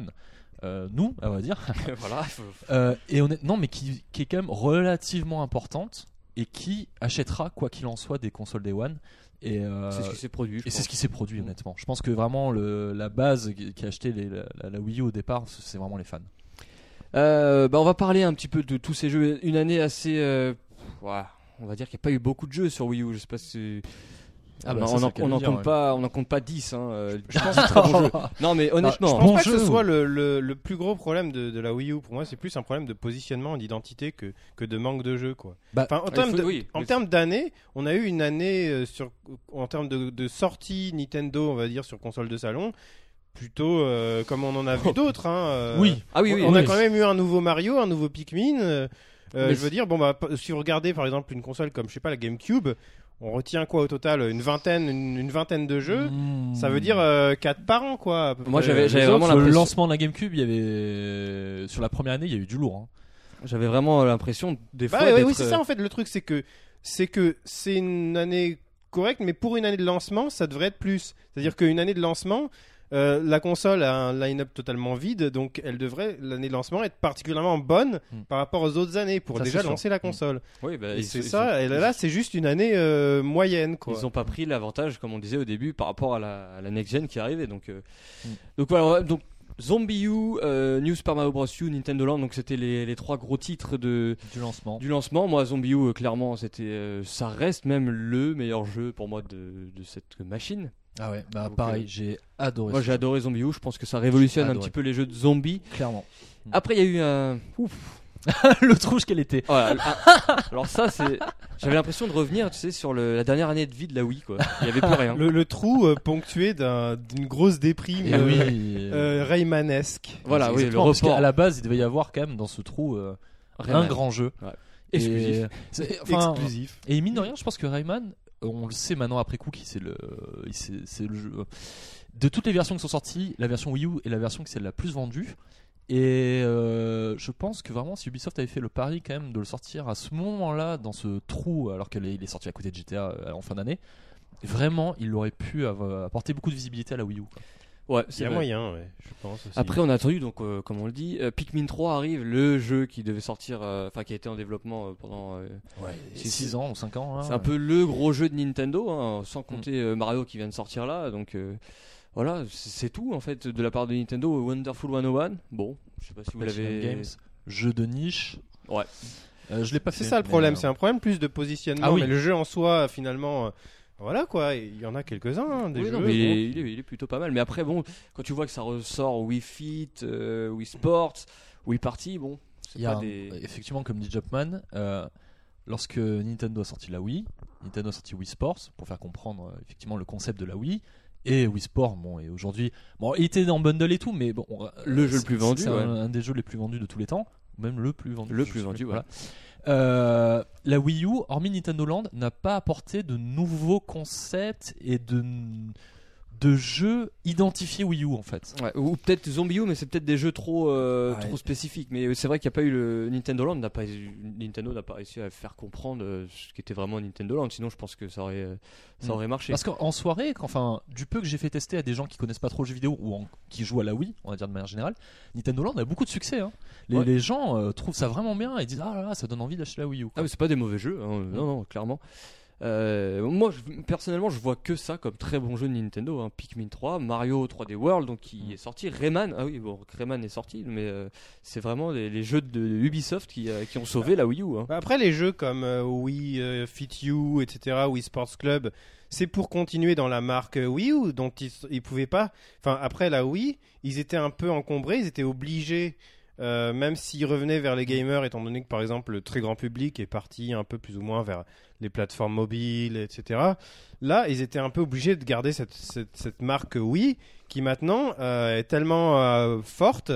Speaker 4: euh, nous, à vrai dire,
Speaker 2: <laughs> voilà. faut-
Speaker 4: Euh, et honnête- non, mais qui, qui est quand même relativement importante et qui achètera quoi qu'il en soit des consoles Day One. Et, euh,
Speaker 2: C'est ce qui s'est produit. je
Speaker 4: et c'est
Speaker 2: pense.
Speaker 4: ce qui s'est produit,
Speaker 2: Mm.
Speaker 4: honnêtement. Je pense que vraiment le- la base qui qui a acheté les- la, la- la Wii U au départ, c'est vraiment les fans.
Speaker 2: Euh, bah, on va parler un petit peu de tous ces jeux. Une année assez. euh, ouais, on va dire qu'il n'y a pas eu beaucoup de jeux sur Wii U. Je sais pas si.
Speaker 4: Ah
Speaker 2: on
Speaker 4: bah, ça,
Speaker 2: en-
Speaker 4: c'est le cas
Speaker 2: on
Speaker 4: de
Speaker 2: n'en
Speaker 4: dire,
Speaker 2: compte,
Speaker 4: ouais.
Speaker 2: pas- on en compte pas 10. hein, euh, <laughs> 10 <laughs> très bons jeux. Non, mais
Speaker 3: Je
Speaker 2: honnêtement.
Speaker 3: pense
Speaker 4: Bon
Speaker 3: pas que
Speaker 4: jeu.
Speaker 3: ce soit le, le- le plus gros problème de, de la Wii U. Pour moi, c'est plus un problème de positionnement, d'identité que, que de manque de jeu. Quoi.
Speaker 4: Bah,
Speaker 3: Enfin, en
Speaker 2: Ah, il
Speaker 3: termes
Speaker 2: faut-
Speaker 3: de-
Speaker 2: oui,
Speaker 3: en
Speaker 2: mais-
Speaker 3: termes d'années, on a eu une année euh, sur, en termes de, de sortie Nintendo, on va dire, sur console de salon, plutôt euh, comme on en a vu d'autres. hein, euh,
Speaker 4: Oh. Oui,
Speaker 2: Ah oui,
Speaker 3: on-
Speaker 2: oui.
Speaker 3: on a
Speaker 4: oui.
Speaker 3: quand même eu un nouveau Mario, un nouveau Pikmin. euh, euh,
Speaker 2: Mais
Speaker 3: je veux dire, bon, bah, p- si vous regardez par exemple une console comme, je sais pas, la GameCube, on retient quoi au total Une vingtaine, une, une vingtaine de jeux
Speaker 4: Mm.
Speaker 3: Ça veut dire 4 par an, quoi. à peu
Speaker 2: Moi,
Speaker 3: près.
Speaker 2: j'avais-
Speaker 3: Les
Speaker 2: j'avais
Speaker 3: autres,
Speaker 2: vraiment
Speaker 4: Sur le
Speaker 2: l'impression-
Speaker 4: lancement de la GameCube, il y avait sur la première année, il y a eu du lourd. hein.
Speaker 2: J'avais vraiment l'impression des
Speaker 3: Bah
Speaker 2: fois.
Speaker 3: ouais,
Speaker 2: d'être,
Speaker 3: oui, c'est
Speaker 2: euh,
Speaker 3: ça en fait le truc, c'est que c'est que c'est une année correcte, mais pour une année de lancement, ça devrait être plus. C'est-à-dire qu'une année de lancement, Euh, la console a un line-up totalement vide, donc elle devrait, l'année de lancement, être particulièrement bonne
Speaker 2: Hmm.
Speaker 4: Mm.
Speaker 3: par rapport aux autres années pour
Speaker 4: Ça,
Speaker 3: déjà
Speaker 4: c'est sûr.
Speaker 3: lancer la console.
Speaker 2: Oui, bah,
Speaker 3: Et
Speaker 2: ils-
Speaker 3: c'est
Speaker 2: ils
Speaker 3: ça,
Speaker 2: ont-
Speaker 3: et là, là, c'est juste une année euh, moyenne, quoi.
Speaker 2: Ils n'ont pas pris l'avantage, comme on disait au début, par rapport à la, à la next gen qui arrivait. Donc, euh,
Speaker 4: Mm.
Speaker 2: donc voilà, on va- donc Zombie U, euh, New Super Mario Bros. U, Nintendo Land, donc c'était les, les trois gros titres de,
Speaker 4: du lancement.
Speaker 2: du lancement. Moi, Zombie U, euh, clairement, c'était, euh, ça reste même le meilleur jeu pour moi de, de cette machine.
Speaker 4: Ah ouais, bah
Speaker 2: Donc,
Speaker 4: pareil,
Speaker 2: euh,
Speaker 4: j'ai adoré.
Speaker 2: moi,
Speaker 4: ce
Speaker 2: j'ai
Speaker 4: jeu,
Speaker 2: adoré Zombie U. Je pense que ça révolutionne un
Speaker 4: Adoré.
Speaker 2: petit peu les jeux de zombies.
Speaker 4: clairement. <laughs>
Speaker 2: Après, il y a eu un. Ouf.
Speaker 4: L'autre rouge qu'elle était.
Speaker 2: Voilà, le- ah. alors ça, c'est. J'avais l'impression de revenir, tu sais, sur le- la dernière année de vie de la Wii, quoi. Il y avait plus rien.
Speaker 3: Le, le trou euh, ponctué d'un- d'une grosse déprime
Speaker 2: Eh
Speaker 4: Et
Speaker 3: euh,
Speaker 4: oui.
Speaker 3: <laughs> euh, Raymanesque.
Speaker 2: Voilà, oui, le
Speaker 4: Exactement, parce qu'à
Speaker 2: report.
Speaker 4: la base, il devait y avoir quand même dans ce trou euh, un
Speaker 2: Rayman.
Speaker 4: grand jeu.
Speaker 2: Ouais.
Speaker 4: Et-
Speaker 2: Exclusif.
Speaker 4: c'est- enfin,
Speaker 3: exclusif.
Speaker 4: Et mine de rien, je pense que Rayman, euh, on le sait maintenant après coup, qui c'est le, il sait- c'est le jeu. De toutes les versions qui sont sorties, la version Wii U est la version qui c'est la plus vendue. Et euh, je pense que vraiment, si Ubisoft avait fait le pari quand même de le sortir à ce moment-là, dans ce trou, alors qu'il est il est sorti à côté de GTA euh, en fin d'année, vraiment, il aurait pu avoir- apporter beaucoup de visibilité à la Wii U. quoi.
Speaker 2: Ouais,
Speaker 3: Il y
Speaker 2: c'est
Speaker 3: a
Speaker 2: vrai.
Speaker 3: moyen, ouais, je pense aussi.
Speaker 2: Après, on a attendu, donc, euh, comme on le dit, euh, Pikmin 3 arrive, le jeu qui devait sortir, euh, enfin, qui a été en développement euh, pendant. euh, c'est-
Speaker 4: 6 ans ou 5 ans. hein.
Speaker 2: c'est un peu le gros jeu de Nintendo, hein,
Speaker 4: Mm.
Speaker 2: sans compter euh, Mario qui vient de sortir là, donc. euh, voilà, c'est c'est tout en fait de la part de Nintendo. Wonderful 101, bon, je sais pas si vous
Speaker 4: Platinum
Speaker 2: l'avez.
Speaker 4: Games, jeu de niche.
Speaker 2: Ouais.
Speaker 4: Euh, je l'ai pas fait.
Speaker 3: Bah, C'est ça le
Speaker 4: mais,
Speaker 3: problème,
Speaker 4: euh,
Speaker 3: c'est un problème plus de positionnement,
Speaker 4: Ah oui.
Speaker 3: mais le jeu en soi, finalement, euh, voilà quoi, il y en a quelques-uns, hein, des
Speaker 2: Oui,
Speaker 3: jeux.
Speaker 2: non, mais il,
Speaker 3: bon.
Speaker 2: est, il est- il est plutôt pas mal. Mais après, bon, quand tu vois que ça ressort Wii Fit, euh, Wii Sports, Wii Party, bon, c'est
Speaker 4: Il y a
Speaker 2: pas
Speaker 4: un-
Speaker 2: des.
Speaker 4: Effectivement, comme dit Jobman, euh, lorsque Nintendo a sorti la Wii, Nintendo a sorti Wii Sports pour faire comprendre euh, effectivement le concept de la Wii. Et Wii Sports, bon, et aujourd'hui, bon, il était en bundle et tout, mais bon, on-
Speaker 2: Le jeu le
Speaker 4: c'est-
Speaker 2: plus vendu,
Speaker 4: c'est un,
Speaker 2: ouais.
Speaker 4: un des jeux les plus vendus de tous les temps, ou même le plus vendu.
Speaker 2: Le
Speaker 4: je
Speaker 2: plus
Speaker 4: sais
Speaker 2: vendu,
Speaker 4: plus,
Speaker 2: voilà.
Speaker 4: Euh, la Wii U, hormis Nintendo Land, n'a pas apporté de nouveaux concepts et de de jeux identifiés Wii U en fait.
Speaker 2: Ouais, ou peut-être Zombie U, mais c'est peut-être des jeux trop, euh,
Speaker 4: Ouais.
Speaker 2: trop spécifiques. Mais c'est vrai qu'il n'y a pas eu le Nintendo Land. N'a pas, Nintendo n'a pas réussi à faire comprendre euh, ce qu'était vraiment Nintendo Land. Sinon, je pense que ça aurait, euh, ça
Speaker 4: Mm.
Speaker 2: aurait marché.
Speaker 4: Parce qu'en en soirée, quand- enfin, du peu que j'ai fait tester à des gens qui connaissent pas trop le jeu vidéo ou en- qui jouent à la Wii, on va dire de manière générale, Nintendo Land a beaucoup de succès. hein. Les,
Speaker 2: Ouais.
Speaker 4: les gens euh, trouvent ça vraiment bien et disent ah là là, ça donne envie d'acheter la Wii U.
Speaker 2: Ah,
Speaker 4: quoi.
Speaker 2: mais c'est pas des mauvais jeux, hein, non, non, clairement. Euh, moi, je- personnellement, je vois que ça comme très bon jeu de Nintendo. hein. Pikmin 3, Mario 3D World, donc qui
Speaker 4: Mm.
Speaker 2: est sorti. Rayman, ah oui, bon, Rayman est sorti, mais euh, c'est vraiment les, les jeux de Ubisoft qui, euh, qui ont sauvé la Wii U. hein.
Speaker 3: Bah, Après, les jeux comme euh, Wii euh, Fit You, etc., Wii Sports Club, c'est pour continuer dans la marque euh, Wii U, dont ils, ils pouvaient pas. Enfin, après la Wii, ils étaient un peu encombrés, ils étaient obligés, euh, même s'ils revenaient
Speaker 4: Mm.
Speaker 3: vers les gamers, étant donné que par exemple le très grand public est parti un peu plus ou moins vers les plateformes mobiles, etc. Là, ils étaient un peu obligés de garder cette, cette, cette marque euh, Wii, qui maintenant euh, est tellement euh, forte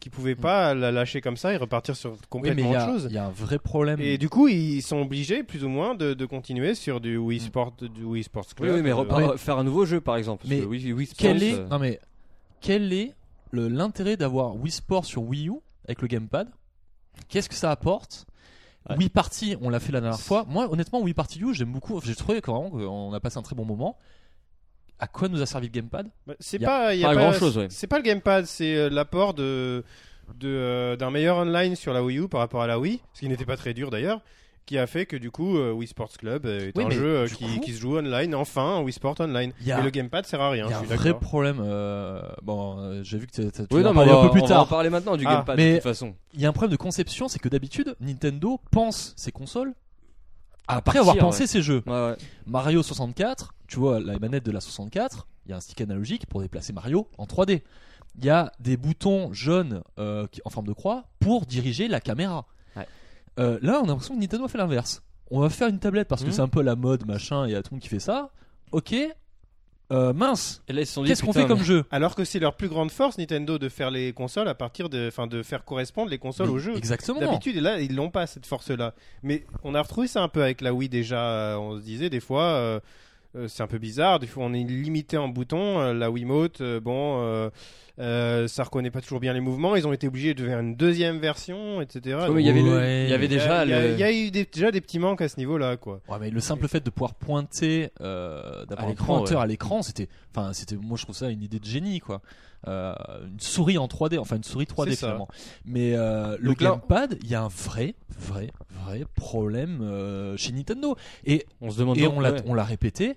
Speaker 3: qu'ils pouvaient pas la lâcher comme ça et repartir sur
Speaker 4: Mm. Oui, mais
Speaker 3: complètement
Speaker 4: il y,
Speaker 3: autre
Speaker 4: a-
Speaker 3: chose.
Speaker 4: il y a un vrai problème.
Speaker 3: Et du coup, ils sont obligés, plus ou moins, de, de continuer sur du
Speaker 4: Mm.
Speaker 3: Wii Sport, du Wii Sports
Speaker 2: Oui,
Speaker 3: Club.
Speaker 2: oui, mais
Speaker 3: euh,
Speaker 2: repar-
Speaker 4: ouais.
Speaker 2: faire un nouveau jeu, par exemple. parce
Speaker 4: Mais
Speaker 2: que Wii- Wii Sports,
Speaker 4: quel est,
Speaker 2: euh,
Speaker 4: non mais quel est le- l'intérêt d'avoir Wii Sport sur Wii U avec le gamepad Qu'est-ce que ça apporte
Speaker 2: Ouais.
Speaker 4: Wii Party, on l'a fait la dernière fois. Moi, honnêtement, Wii Party U, j'aime beaucoup. J'ai trouvé que, vraiment qu'on a passé un très bon moment. À quoi nous a servi le gamepad
Speaker 3: bah, c'est
Speaker 4: y a
Speaker 3: pas, y a
Speaker 2: pas grand-chose, ouais.
Speaker 3: C'est pas le gamepad, c'est euh, l'apport de de, euh, d'un meilleur online sur la Wii U par rapport à la Wii, ce qui n'était pas très dur d'ailleurs, qui a fait que du coup euh, Wii Sports Club euh, est
Speaker 4: Oui,
Speaker 3: un
Speaker 4: mais
Speaker 3: jeu euh,
Speaker 4: du
Speaker 3: qui,
Speaker 4: coup-
Speaker 3: qui se joue online, enfin Wii Sport Online.
Speaker 4: Y a-
Speaker 3: Mais le gamepad sert à rien.
Speaker 4: Il y a
Speaker 3: hein, je
Speaker 4: un
Speaker 3: suis
Speaker 4: vrai
Speaker 3: d'accord.
Speaker 4: problème. euh, bon, euh, j'ai vu que t'as- t'as- tu
Speaker 2: Oui,
Speaker 4: vas
Speaker 2: non,
Speaker 4: en
Speaker 2: mais on
Speaker 4: parler
Speaker 2: va,
Speaker 4: un peu plus
Speaker 2: on va en
Speaker 4: tard.
Speaker 2: parler maintenant du
Speaker 3: Ah,
Speaker 2: Gamepad,
Speaker 4: mais-
Speaker 2: de toute façon.
Speaker 4: Il y a un problème de conception, c'est que d'habitude, Nintendo pense ses consoles après
Speaker 2: partir,
Speaker 4: avoir
Speaker 2: ouais.
Speaker 4: pensé ses jeux.
Speaker 2: Ouais, ouais.
Speaker 4: Mario 64, tu vois la manette de la 64, il y a un stick analogique pour déplacer Mario en 3D. Il y a des boutons jaunes euh, qui- en forme de croix pour diriger la caméra.
Speaker 2: Ouais.
Speaker 4: Euh, là, on a l'impression que Nintendo a fait l'inverse. On va faire une tablette parce que
Speaker 2: Mhm.
Speaker 4: c'est un peu la mode, machin, et il y a tout le monde qui fait ça. Ok, euh, mince,
Speaker 2: Et là, ils se sont dit,
Speaker 4: qu'est-ce qu'on
Speaker 2: putain,
Speaker 4: fait comme
Speaker 2: mais-
Speaker 4: jeu
Speaker 3: Alors que c'est leur plus grande force Nintendo de faire les consoles à partir de, enfin de faire correspondre les consoles
Speaker 4: Mais
Speaker 3: au jeu.
Speaker 4: Exactement.
Speaker 3: D'habitude, et là, ils l'ont pas cette force-là. Mais on a retrouvé ça un peu avec la Wii déjà. Euh, On se disait des fois, euh, euh, c'est un peu bizarre. Des fois, on est limité en boutons. Euh, La Wiimote, euh, bon, euh, Euh, ça reconnaît pas toujours bien les mouvements. Ils ont été obligés de faire une deuxième version, etc.
Speaker 2: Ouais, mais il y avait, le-
Speaker 4: Ouais.
Speaker 2: il y avait
Speaker 3: Il y a-
Speaker 2: déjà
Speaker 3: il y a,
Speaker 2: le-
Speaker 3: il y a eu des- déjà des petits manques à ce niveau-là, quoi.
Speaker 4: Ouais, mais le simple fait de pouvoir pointer, euh,
Speaker 2: À
Speaker 4: d'avoir un
Speaker 2: l'écran,
Speaker 4: pointeur
Speaker 2: ouais.
Speaker 4: à l'écran, c'était, enfin, c'était, moi je trouve ça une idée de génie, quoi. Euh, une souris en 3D, enfin une souris 3D
Speaker 3: C'est ça.
Speaker 4: finalement. Mais euh, le
Speaker 2: Donc là-
Speaker 4: gamepad, il y a un vrai, vrai, vrai problème euh, chez Nintendo. Et,
Speaker 2: On se demande.
Speaker 4: et
Speaker 2: donc,
Speaker 4: on l'a,
Speaker 2: ouais.
Speaker 4: on l'a répété.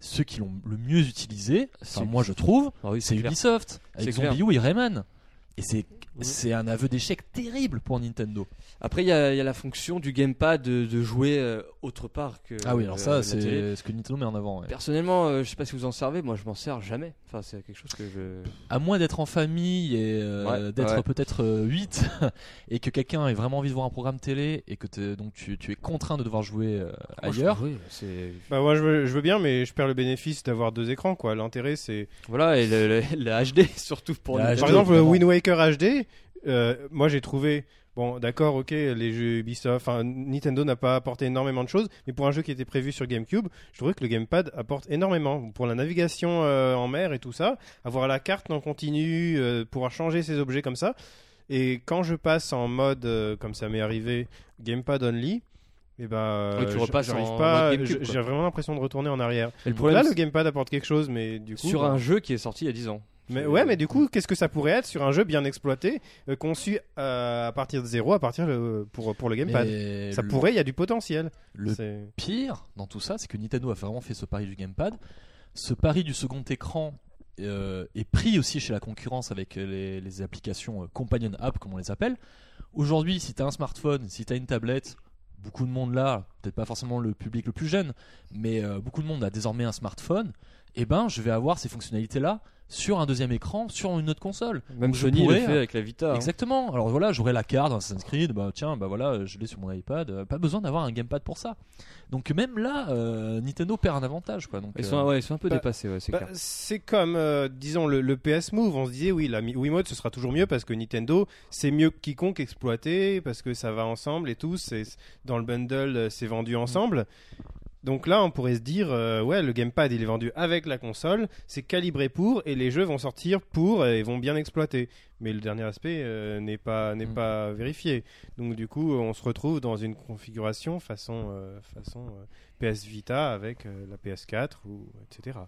Speaker 4: Ceux qui l'ont le mieux utilisé,
Speaker 2: C'est-
Speaker 4: enfin moi je trouve,
Speaker 2: Ah oui,
Speaker 4: c'est
Speaker 2: clair.
Speaker 4: Ubisoft avec
Speaker 2: C'est clair.
Speaker 4: Zombie U et Rayman. Et c'est, c'est un aveu d'échec terrible pour Nintendo.
Speaker 2: Après, il y, a il y a la fonction du gamepad de, de jouer euh, autre part que.
Speaker 4: Ah oui, alors
Speaker 2: euh,
Speaker 4: ça,
Speaker 2: la télé.
Speaker 4: c'est ce que Nintendo met en avant. ouais.
Speaker 2: Personnellement, euh, je sais pas si vous en servez, moi je m'en sers jamais. Enfin, c'est quelque chose que je.
Speaker 4: À moins d'être en famille et euh,
Speaker 2: Ouais,
Speaker 4: d'être
Speaker 2: ouais.
Speaker 4: peut-être 8 <laughs> et que quelqu'un ait vraiment envie de voir un programme télé et que t'es- donc tu, tu es contraint de devoir jouer euh, ailleurs.
Speaker 2: Oui, c'est.
Speaker 3: Bah moi je veux, je veux bien, mais je perds le bénéfice d'avoir deux écrans, quoi. L'intérêt c'est,
Speaker 2: Voilà, et le, le- la HD <laughs> surtout pour
Speaker 4: La
Speaker 2: Nintendo.
Speaker 3: par exemple,
Speaker 4: évidemment.
Speaker 3: Wind Waker HD. euh, moi j'ai trouvé, bon d'accord, ok, les jeux Ubisoft, enfin Nintendo n'a pas apporté énormément de choses, mais pour un jeu qui était prévu sur GameCube, je trouvais que le gamepad apporte énormément pour la navigation euh, en mer et tout ça, avoir la carte en continu, euh, pouvoir changer ses objets comme ça. Et quand je passe en mode, euh, comme ça m'est arrivé, gamepad only. Et ben,
Speaker 2: Oui, Ah, tu
Speaker 3: euh,
Speaker 2: repasses
Speaker 3: j'arrive
Speaker 2: en
Speaker 3: pas.
Speaker 2: mode GameCube,
Speaker 3: j'ai-
Speaker 2: quoi.
Speaker 3: J'ai vraiment l'impression de retourner en arrière.
Speaker 2: Et le
Speaker 3: Donc
Speaker 2: problème,
Speaker 3: là, le gamepad apporte quelque chose, mais du coup.
Speaker 2: sur
Speaker 3: bah,
Speaker 2: un jeu qui est sorti il y a 10 ans.
Speaker 3: Mais
Speaker 2: C'est-
Speaker 3: ouais, mais du coup, qu'est-ce que ça pourrait être sur un jeu bien exploité, euh, conçu euh, à partir de zéro, à partir de- pour, pour le gamepad
Speaker 4: Mais
Speaker 3: Ça
Speaker 4: le,
Speaker 3: pourrait, il y a du potentiel.
Speaker 4: le
Speaker 3: C'est-
Speaker 4: pire dans tout ça, c'est que Nintendo a vraiment fait ce pari du gamepad. Ce pari du second écran euh, est pris aussi chez la concurrence avec les, les applications euh, companion app, comme on les appelle. Aujourd'hui, si tu as un smartphone, si tu as une tablette, beaucoup de monde là, peut-être pas forcément le public le plus jeune, mais euh, beaucoup de monde a désormais un smartphone, eh ben je vais avoir ces fonctionnalités-là sur un deuxième écran, sur une autre console.
Speaker 2: Même
Speaker 4: je
Speaker 2: Sony le
Speaker 4: pourrais,
Speaker 2: fait
Speaker 4: euh,
Speaker 2: avec la Vita. hein.
Speaker 4: Exactement. Alors voilà, j'aurai la carte Assassin's Creed, bah tiens, bah voilà, je l'ai sur mon iPad, euh, pas besoin d'avoir un gamepad pour ça. Donc même là, euh, Nintendo perd un avantage quoi. Donc
Speaker 2: Ils
Speaker 4: euh,
Speaker 2: sont, ouais, ils sont un peu
Speaker 3: Bah,
Speaker 2: dépassés, ouais, c'est
Speaker 3: Bah,
Speaker 2: clair.
Speaker 3: C'est comme, euh, disons, le, le PS Move. On se disait, oui, la Mi- Wiimote, ce sera toujours mieux parce que Nintendo, c'est mieux que quiconque exploité, parce que ça va ensemble et tout. c'est- Dans le bundle, euh, c'est vendu ensemble. Donc là, on pourrait se dire, euh, ouais, le gamepad, il est vendu avec la console, c'est calibré pour, et les jeux vont sortir pour et vont bien exploiter. Mais le dernier aspect euh, n'est pas, n'est
Speaker 4: Mm.
Speaker 3: pas vérifié. Donc du coup, on se retrouve dans une configuration façon, euh, façon euh, PS Vita avec euh, la PS4, ou, etc.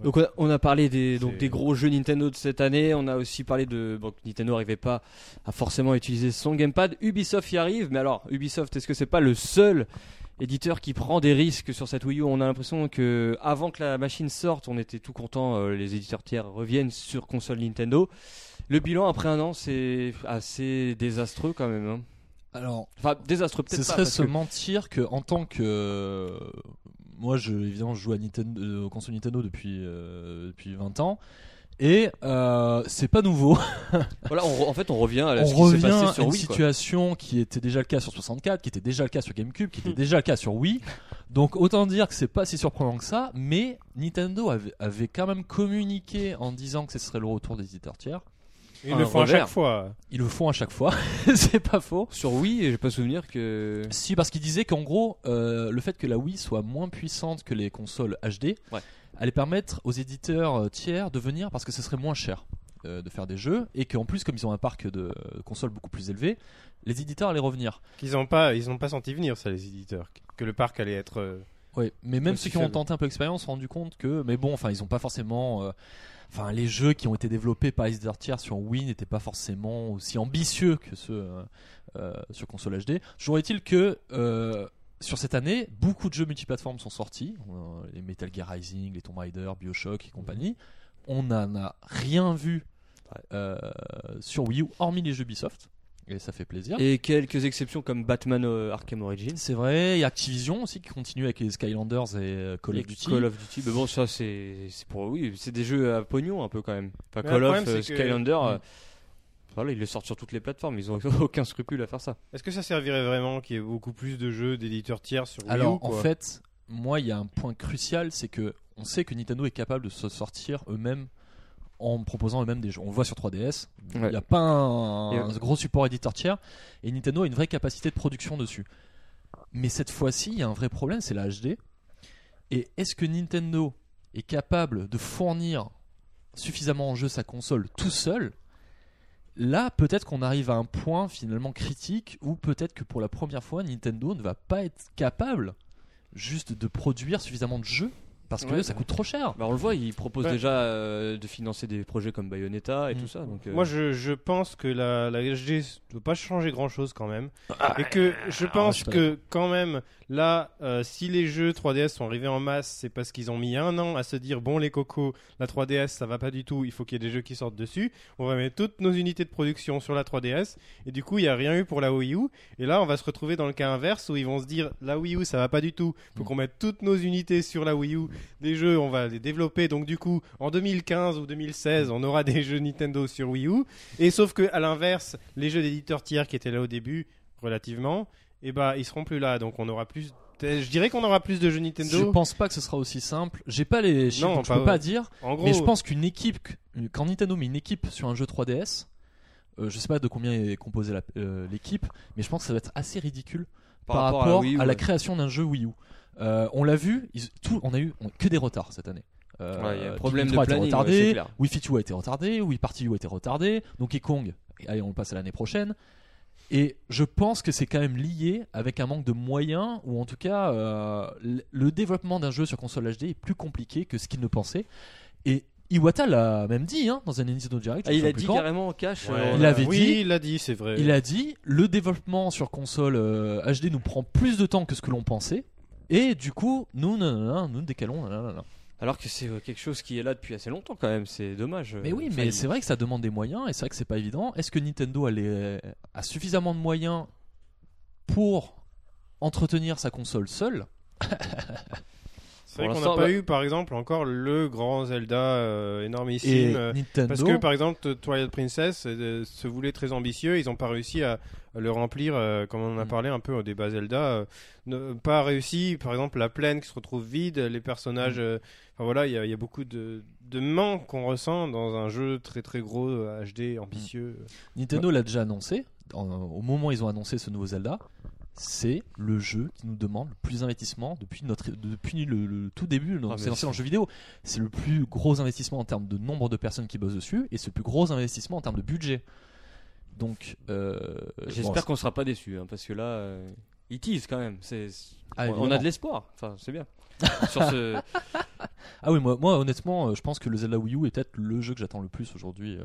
Speaker 2: Donc on a, on a parlé des, donc
Speaker 3: C'est-
Speaker 2: des gros jeux Nintendo de cette année, on a aussi parlé de... Bon, que Nintendo n'arrivait pas à forcément utiliser son gamepad, Ubisoft y arrive, mais alors Ubisoft, est-ce que c'est pas le seul éditeur qui prend des risques sur cette Wii U On a l'impression que avant que la machine sorte, on était tout content, euh, les éditeurs tiers reviennent sur console Nintendo. Le bilan après un an, c'est assez désastreux quand même. hein.
Speaker 4: alors
Speaker 2: Enfin, désastreux peut-être
Speaker 4: ce
Speaker 2: pas,
Speaker 4: serait
Speaker 2: parce
Speaker 4: se
Speaker 2: que-
Speaker 4: mentir que en tant que euh, moi, je, évidemment, je joue à Nintendo, euh, aux consoles Nintendo depuis euh, depuis 20 ans. Et euh, c'est pas nouveau.
Speaker 2: Voilà, on re- en fait, on revient à la-
Speaker 4: On
Speaker 2: ce qui s'est
Speaker 4: revient
Speaker 2: passé
Speaker 4: à
Speaker 2: sur
Speaker 4: une
Speaker 2: Wii. quoi.
Speaker 4: situation qui était déjà le cas sur 64, qui était déjà le cas sur GameCube, qui était
Speaker 2: Hmm.
Speaker 4: déjà le cas sur Wii. Donc autant dire que c'est pas si surprenant que ça, mais Nintendo avait, avait quand même communiqué en disant que ce serait le retour des éditeurs tiers.
Speaker 3: Ils
Speaker 2: Un
Speaker 3: le font à
Speaker 2: revers.
Speaker 3: chaque fois.
Speaker 4: Ils le font à chaque fois, <laughs> c'est pas faux.
Speaker 2: Sur Wii, j'ai pas souvenir que.
Speaker 4: Si, parce qu'ils disaient qu'en gros, euh, le fait que la Wii soit moins puissante que les consoles HD
Speaker 2: Ouais.
Speaker 4: allait permettre aux éditeurs euh, tiers de venir parce que ce serait moins cher euh, de faire des jeux et qu'en plus, comme ils ont un parc de euh, consoles beaucoup plus élevé, les éditeurs allaient revenir.
Speaker 3: Qu'ils n'ont pas, ils ont pas senti venir ça, les éditeurs. Que le parc allait être. euh,
Speaker 4: Ouais, mais même
Speaker 3: Aussi
Speaker 4: ceux qui ont
Speaker 3: faible.
Speaker 4: tenté un peu l'expérience se sont rendu compte que, mais bon, enfin, ils ont pas forcément, euh, enfin, les jeux qui ont été développés par les éditeurs tiers sur Wii n'étaient pas forcément aussi ambitieux que ceux euh, euh, sur console HD. Toujours est-il que euh, sur cette année, beaucoup de jeux multiplateformes sont sortis, Euh, les Metal Gear Rising, les Tomb Raider, BioShock et compagnie. On n'en a rien vu euh, sur Wii U, hormis les jeux Ubisoft, et ça fait plaisir.
Speaker 2: Et quelques exceptions comme Batman euh, Arkham Origins.
Speaker 4: C'est vrai, il y a Activision aussi qui continue avec les Skylanders et euh, Call of
Speaker 2: Et
Speaker 4: Duty.
Speaker 2: Call of Duty, mais bon, ça c'est c'est pour. Oui, c'est des jeux à pognon un peu quand même. Enfin,
Speaker 3: Mais
Speaker 2: Call
Speaker 3: le
Speaker 2: of,
Speaker 3: problème,
Speaker 2: euh,
Speaker 3: c'est que-
Speaker 2: Skylander. euh,
Speaker 4: Mm.
Speaker 2: Voilà, ils le sortent sur toutes les plateformes, ils ont <laughs> aucun scrupule à faire ça.
Speaker 3: Est-ce que ça servirait vraiment qu'il y ait beaucoup plus de jeux d'éditeurs tiers sur Wii
Speaker 4: Alors
Speaker 3: U, quoi
Speaker 4: en fait, moi il y a un point crucial, c'est que on sait que Nintendo est capable de se sortir eux-mêmes en proposant eux-mêmes des jeux. On le voit sur 3DS, il
Speaker 2: Ouais.
Speaker 4: n'y a pas un,
Speaker 2: Et-
Speaker 4: un gros support éditeur tiers et Nintendo a une vraie capacité de production dessus. Mais cette fois-ci, il y a un vrai problème, c'est la HD. Et est-ce que Nintendo est capable de fournir suffisamment en jeu sa console tout seul, là peut-être qu'on arrive à un point finalement critique où peut-être que pour la première fois Nintendo ne va pas être capable juste de produire suffisamment de jeux parce que
Speaker 2: Ouais,
Speaker 4: ça
Speaker 2: bah.
Speaker 4: coûte trop cher.
Speaker 2: Bah, on le voit, ils proposent
Speaker 3: Ouais.
Speaker 2: déjà euh, de financer des projets comme Bayonetta et
Speaker 4: Mm.
Speaker 2: tout ça. Donc, euh,
Speaker 3: Moi, je, je pense que la, la HD ne peut pas changer grand-chose quand même. et que je pense
Speaker 4: je suis pas
Speaker 3: que quand même, là, euh, si les jeux 3DS sont arrivés en masse, c'est parce qu'ils ont mis un an à se dire, bon les cocos, la 3DS, ça va pas du tout, il faut qu'il y ait des jeux qui sortent dessus. On va mettre toutes nos unités de production sur la 3DS. Et du coup, il n'y a rien eu pour la Wii U. Et là, on va se retrouver dans le cas inverse où ils vont se dire, la Wii U, ça va pas du tout. Faut
Speaker 4: Mm.
Speaker 3: qu'on mette toutes nos unités sur la Wii U. Les jeux, on va les développer. Donc du coup, en 2015 ou 2016, on aura des jeux Nintendo sur Wii U. Et sauf que à l'inverse, les jeux d'éditeurs tiers qui étaient là au début, relativement, et bah ils seront plus là. Donc on aura plus. Je dirais qu'on aura plus de jeux Nintendo.
Speaker 4: Je pense pas que ce sera aussi simple. J'ai pas les chiffres,
Speaker 3: Non,
Speaker 4: donc je
Speaker 3: pas-
Speaker 4: peux pas dire.
Speaker 3: En gros,
Speaker 4: Mais je pense qu'une équipe, quand Nintendo met une équipe sur un jeu 3DS, euh, je sais pas de combien est composée la- euh, l'équipe, mais je pense que ça va être assez ridicule par, rapport, à,
Speaker 2: Wii U,
Speaker 4: la
Speaker 2: ouais.
Speaker 4: création d'un jeu Wii U. Euh, on l'a vu, ils- tout, on a eu on- que des retards cette année. Euh,
Speaker 2: Ouais, il y a un problème
Speaker 4: Pikmin
Speaker 2: de
Speaker 4: 3 a été
Speaker 2: planning, ouais,
Speaker 4: retardé,
Speaker 2: c'est clair.
Speaker 4: Wii Fit U a été retardé, Wii Party U a été retardé, Donkey Kong, allez, on le passe à l'année prochaine. Et je pense que c'est quand même lié avec un manque de moyens, ou en tout cas, euh, l- le développement d'un jeu sur console HD est plus compliqué que ce qu'il ne pensait. Et Iwata l'a même dit hein, dans un Nintendo Direct. je
Speaker 2: Ah,
Speaker 4: me
Speaker 2: il a
Speaker 4: souviens plus
Speaker 2: dit
Speaker 4: quand.
Speaker 2: carrément en cash.
Speaker 3: Ouais.
Speaker 2: euh,
Speaker 4: il avait
Speaker 3: oui,
Speaker 4: dit-
Speaker 3: il l'a dit, c'est vrai.
Speaker 4: Il a dit le développement sur console euh, HD nous prend plus de temps que ce que l'on pensait. Et du coup, nous, nanana, nous décalons. nanana.
Speaker 2: Alors que c'est euh, quelque chose qui est là depuis assez longtemps quand même, c'est dommage. euh,
Speaker 4: Mais oui, mais c'est vrai que ça demande des moyens et c'est vrai que c'est pas évident. Est-ce que Nintendo a, les- a suffisamment de moyens pour entretenir sa console seule
Speaker 3: C'est
Speaker 2: Pour
Speaker 3: vrai qu'on n'a
Speaker 2: l'instant,
Speaker 3: pas
Speaker 2: bah-
Speaker 3: eu, par exemple, encore le grand Zelda euh, énormissime.
Speaker 4: Et
Speaker 3: euh,
Speaker 4: Nintendo.
Speaker 3: Parce que par exemple, Twilight Princess euh, se voulait très ambitieux, ils n'ont pas réussi à le remplir, euh, comme on en a
Speaker 4: Mm.
Speaker 3: parlé un peu au débat Zelda, euh, ne- pas réussi, par exemple la plaine qui se retrouve vide, les
Speaker 4: Mm.
Speaker 3: personnages, euh, enfin voilà, il y, a- il y a beaucoup de, de manques qu'on ressent dans un jeu très très gros euh, HD ambitieux.
Speaker 4: Mm. Nintendo l'a déjà annoncé, en- au moment où ils ont annoncé ce nouveau Zelda, c'est le jeu qui nous demande le plus d'investissement depuis, notre, depuis le, le tout début,
Speaker 2: Ah,
Speaker 4: on
Speaker 2: mais
Speaker 4: s'est lancé dans le
Speaker 2: c'est-
Speaker 4: jeu vidéo. C'est le plus gros investissement en termes de nombre de personnes qui bossent dessus et c'est le plus gros investissement en termes de budget. Donc, euh,
Speaker 2: J'espère
Speaker 4: bon,
Speaker 2: qu'on sera pas déçu parce que là, euh, ils teasent quand même. C'est
Speaker 4: Ah,
Speaker 2: on- on
Speaker 4: évidemment.
Speaker 2: a de l'espoir. Enfin, c'est bien. <laughs> Sur ce,
Speaker 4: Ah oui, moi, moi honnêtement, euh, je pense que le Zelda Wii U est peut-être le jeu que j'attends le plus aujourd'hui. euh,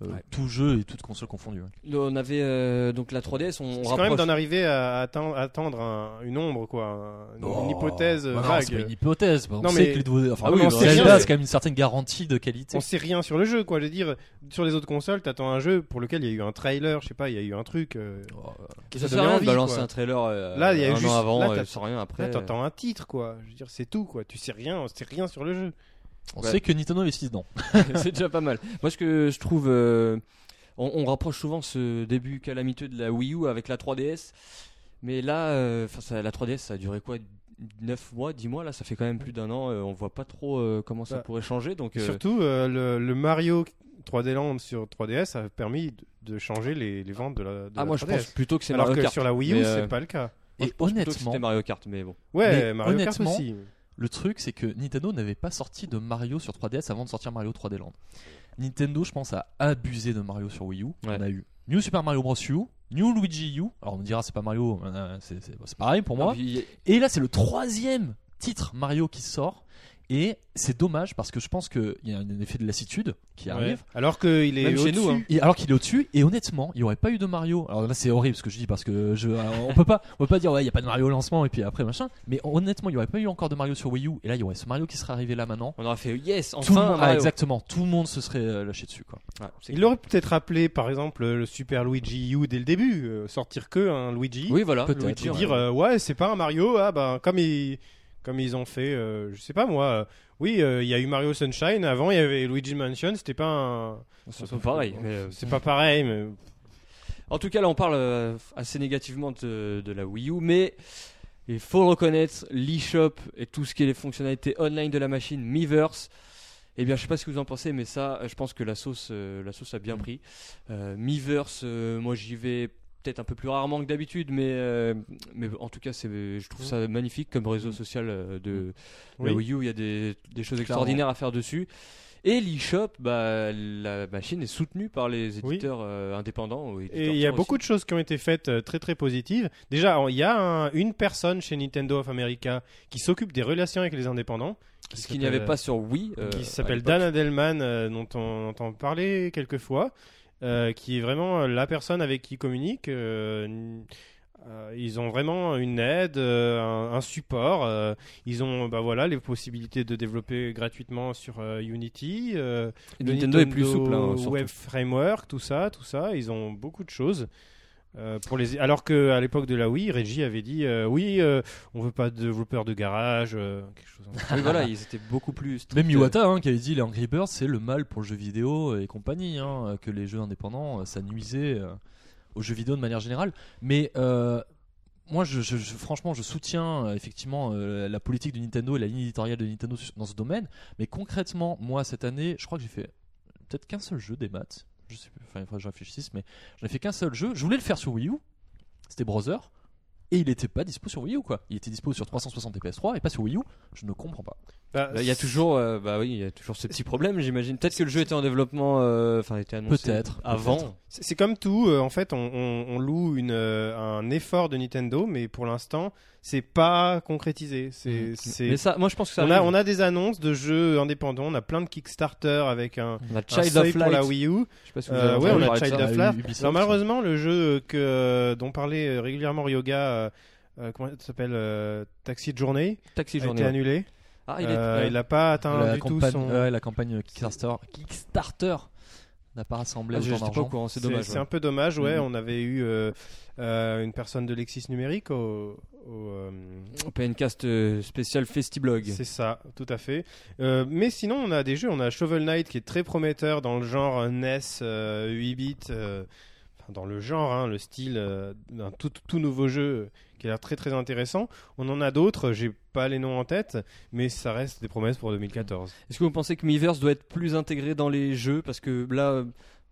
Speaker 4: euh,
Speaker 2: Ouais.
Speaker 4: Tout jeu et toute console confondue. ouais.
Speaker 2: on avait euh, donc la 3DS. On, on
Speaker 3: C'est quand même
Speaker 2: rapproche.
Speaker 3: d'en arriver à atten- attendre un- une ombre, quoi, un- une,
Speaker 4: Oh.
Speaker 3: hypothèse euh,
Speaker 4: Bah non,
Speaker 3: vague.
Speaker 4: c'est pas une hypothèse. bah, on
Speaker 3: Non,
Speaker 4: sait
Speaker 3: mais-
Speaker 4: que les deux- enfin,
Speaker 2: Ah oui,
Speaker 4: oui,
Speaker 2: on sait
Speaker 4: Zelda,
Speaker 2: bien,
Speaker 4: c'est quand même une certaine garantie de qualité.
Speaker 3: on sait rien sur le jeu, quoi. Je veux dire, sur les autres consoles, t'attends un jeu pour lequel il y a eu un trailer, je sais pas, il y a eu un truc. euh,
Speaker 4: Oh,
Speaker 2: Ça
Speaker 3: ça
Speaker 2: sert
Speaker 3: donne
Speaker 2: à rien de
Speaker 3: envie,
Speaker 2: balancer
Speaker 3: quoi.
Speaker 2: un trailer euh,
Speaker 3: Là, il y a
Speaker 2: un
Speaker 3: juste-
Speaker 2: an avant
Speaker 3: là,
Speaker 2: euh,
Speaker 3: t'as-
Speaker 2: sans rien après.
Speaker 3: Là, t'entends un titre, quoi. Je veux dire, c'est tout, quoi. Tu sais rien, on sait rien sur le jeu.
Speaker 4: On
Speaker 2: Ouais.
Speaker 4: sait que Nintendo investit dedans.
Speaker 2: <laughs> c'est déjà pas mal. Moi, ce que je trouve, euh, on, on rapproche souvent ce début calamiteux de la Wii U avec la 3DS. Mais là, euh, 'fin, ça- la 3DS, ça a duré quoi 9 mois, 10 mois Là, ça fait quand même plus d'un an. euh, on voit pas trop euh, comment ça
Speaker 3: Bah,
Speaker 2: pourrait changer. Donc,
Speaker 3: Et
Speaker 2: euh,
Speaker 3: surtout, euh, le, le Mario 3D Land sur 3DS a permis de, de changer les, les ventes de la, de
Speaker 2: ah,
Speaker 3: la
Speaker 2: moi,
Speaker 3: 3DS.
Speaker 2: je pense plutôt que c'est
Speaker 3: Alors
Speaker 2: Mario
Speaker 3: que
Speaker 2: Kart.
Speaker 3: sur la Wii U,
Speaker 2: Mais, euh,
Speaker 3: c'est pas le cas.
Speaker 2: Moi, je pense
Speaker 4: Et
Speaker 2: plutôt que
Speaker 4: honnêtement,
Speaker 2: C'était Mario Kart, mais bon.
Speaker 3: Ouais,
Speaker 4: mais
Speaker 3: Mario Kart
Speaker 4: honnêtement,
Speaker 3: aussi.
Speaker 4: le truc, c'est que Nintendo n'avait pas sorti de Mario sur 3DS avant de sortir Mario 3D Land. Nintendo, je pense, a abusé de Mario sur Wii U.
Speaker 2: Ouais.
Speaker 4: On a eu New Super Mario Bros. U, New Luigi U. Alors on me dira, c'est pas Mario, euh, c'est c'est- c'est pareil pour moi.
Speaker 2: Ah, puis,
Speaker 4: Et là, c'est le troisième titre Mario qui sort. Et c'est dommage parce que je pense qu'il y a un effet de lassitude qui
Speaker 3: Ouais.
Speaker 4: arrive.
Speaker 3: Alors qu'il est
Speaker 2: Même chez
Speaker 3: au-dessus.
Speaker 2: nous, hein.
Speaker 4: Et alors qu'il est au-dessus, et honnêtement, il n'y aurait pas eu de Mario. Alors là, c'est horrible ce que je dis parce que je, alors, on peut pas, on peut pas dire ouais, il y a pas de Mario au lancement et puis après machin. Mais honnêtement, il n'y aurait pas eu encore de Mario sur Wii U. Et là, il y aurait ce Mario qui serait arrivé là maintenant.
Speaker 2: on aurait fait yes,
Speaker 4: tout le
Speaker 2: enfin
Speaker 4: monde, ah,
Speaker 2: Mario.
Speaker 4: exactement, tout le monde se serait euh, lâché dessus quoi.
Speaker 2: Ouais, c'est-
Speaker 3: Il aurait peut-être appelé, par exemple, le Super Luigi U dès le début, euh, sortir que un Luigi.
Speaker 2: Oui, voilà.
Speaker 4: Peut-être,
Speaker 2: Luigi,
Speaker 3: Et
Speaker 4: ouais.
Speaker 2: on-
Speaker 3: dire euh, ouais c'est pas un Mario ah ben comme ils comme ils ont fait euh, je sais pas moi euh, oui euh, il y a eu Mario Sunshine avant il y avait Luigi Mansion c'était pas un
Speaker 2: c'est pas pareil. mais, euh,
Speaker 3: c'est pas pareil mais
Speaker 2: En tout cas, là, on parle euh, assez négativement de, de la Wii U, mais il faut le reconnaître, l'eShop et tout ce qui est les fonctionnalités online de la machine, Miiverse, eh bien, je sais pas ce que vous en pensez, mais ça, je pense que la sauce, euh, la sauce a bien pris. Euh, Miiverse, euh, moi, j'y vais peut-être un peu plus rarement que d'habitude, mais, euh, mais en tout cas, c'est, je trouve ça magnifique comme réseau social euh, de, la
Speaker 3: oui.
Speaker 2: Wii U, il y a des, des choses
Speaker 4: Clairement.
Speaker 2: extraordinaires à faire dessus. Et l'eShop, bah, la machine est soutenue par les éditeurs euh, indépendants. ou
Speaker 3: Et
Speaker 2: éditeurs
Speaker 3: il y a
Speaker 2: tiers
Speaker 3: beaucoup
Speaker 2: aussi.
Speaker 3: de choses qui ont été faites euh, très très positives. Déjà, en- il y a un- une personne chez Nintendo of America qui s'occupe des relations avec les indépendants. qui
Speaker 2: Ce qu'il n'y avait
Speaker 3: s'appelle-
Speaker 2: pas sur Wii. euh,
Speaker 3: qui
Speaker 2: à
Speaker 3: s'appelle
Speaker 2: l'époque.
Speaker 3: Dan Adelman, euh, dont on entend parler quelquefois, euh, qui est vraiment euh, la personne avec qui ils communiquent. euh, n- euh, ils ont vraiment une aide, euh, un, un support. euh, ils ont bah voilà les possibilités de développer gratuitement sur euh, Unity. euh,
Speaker 2: Et
Speaker 3: le
Speaker 2: Nintendo, est plus souple. hein, surtout.
Speaker 3: Web Framework, tout ça, tout ça, ils ont beaucoup de choses. euh, pour les... Alors qu'à l'époque de la Wii, Reggie avait dit euh, oui, euh, on veut pas de développeurs de garage, euh, quelque chose. en-
Speaker 2: Oui,
Speaker 3: <laughs>
Speaker 2: voilà, ils étaient beaucoup plus.
Speaker 4: Même
Speaker 2: stricts.
Speaker 4: Iwata hein, qui avait dit les Angry Birds c'est le mal pour le jeu vidéo et compagnie, hein, que les jeux indépendants euh, ça nuisait euh, aux jeux vidéo de manière générale. Mais euh, moi je, je- je- franchement je soutiens euh, effectivement euh, la politique de Nintendo et la ligne éditoriale de Nintendo sur- dans ce domaine. Mais concrètement, moi cette année, je crois que j'ai fait peut-être qu'un seul jeu des maths. Je sais plus, enfin il faudrait que je réfléchisse, mais j'en ai fait qu'un seul jeu. Je voulais le faire sur Wii U, c'était Brother. Et il était pas dispo sur Wii U quoi. Il était dispo sur 360 et PS3 et pas sur Wii U. Je ne comprends pas.
Speaker 3: Bah,
Speaker 2: Bah, Il y a toujours, euh, bah oui, il y a toujours ce petit problème, j'imagine. Peut-être que le jeu était en développement, euh, enfin, était annoncé
Speaker 4: Peut-être,
Speaker 2: avant.
Speaker 4: peut-être.
Speaker 3: C'est c'est comme tout, euh, en fait, on, on- on loue une, euh, un effort de Nintendo, mais pour l'instant, c'est pas concrétisé. C'est,
Speaker 2: Mm.
Speaker 3: c'est-
Speaker 2: Mais ça, moi, je pense que ça.
Speaker 3: On a,
Speaker 2: arrive.
Speaker 3: on a des annonces de jeux indépendants, on a plein de Kickstarter avec un,
Speaker 2: On a
Speaker 3: un
Speaker 2: Child
Speaker 3: seuil
Speaker 2: of
Speaker 3: pour la
Speaker 2: Light.
Speaker 3: Wii U.
Speaker 2: Je sais pas si vous avez
Speaker 3: Euh, ouais,
Speaker 2: entendu
Speaker 3: on a
Speaker 2: parler de
Speaker 3: Child
Speaker 2: ça.
Speaker 3: of
Speaker 4: Ah,
Speaker 3: Light.
Speaker 4: Ubisoft,
Speaker 3: Alors malheureusement, le jeu que euh, dont parlait euh, régulièrement Ryoga, euh, euh, comment ça s'appelle, euh, Taxi Journey,
Speaker 2: Taxi
Speaker 3: a
Speaker 2: Journée.
Speaker 3: été
Speaker 2: ouais.
Speaker 3: annulé.
Speaker 2: Ah,
Speaker 3: Euh,
Speaker 2: il
Speaker 3: Il
Speaker 2: est. ouais.
Speaker 3: n'a pas atteint
Speaker 4: la
Speaker 3: du tout
Speaker 4: campagne,
Speaker 3: son.
Speaker 4: ouais, la campagne Kickstarter, Kickstarter n'a pas rassemblé
Speaker 2: Ah,
Speaker 4: autant
Speaker 2: J'étais pas
Speaker 4: d'argent.
Speaker 2: au courant, c'est dommage.
Speaker 3: C'est
Speaker 2: ouais.
Speaker 3: un peu dommage, ouais.
Speaker 2: Mhm.
Speaker 3: On avait eu euh, euh, une personne de Lexis Numérique au, au, euh,
Speaker 2: PNcast euh, spécial Festiblog.
Speaker 3: C'est ça, tout à fait. Euh, mais sinon, on a des jeux. On a Shovel Knight qui est très prometteur dans le genre euh, NES euh, 8 bits. euh, enfin, dans le genre, hein, le style euh, d'un tout, tout nouveau jeu euh, qui a l'air très très intéressant. On en a d'autres, j'ai pas les noms en tête, mais ça reste des promesses pour 2014.
Speaker 2: Est-ce que vous pensez que Miiverse doit être plus intégré dans les jeux Parce que là, euh,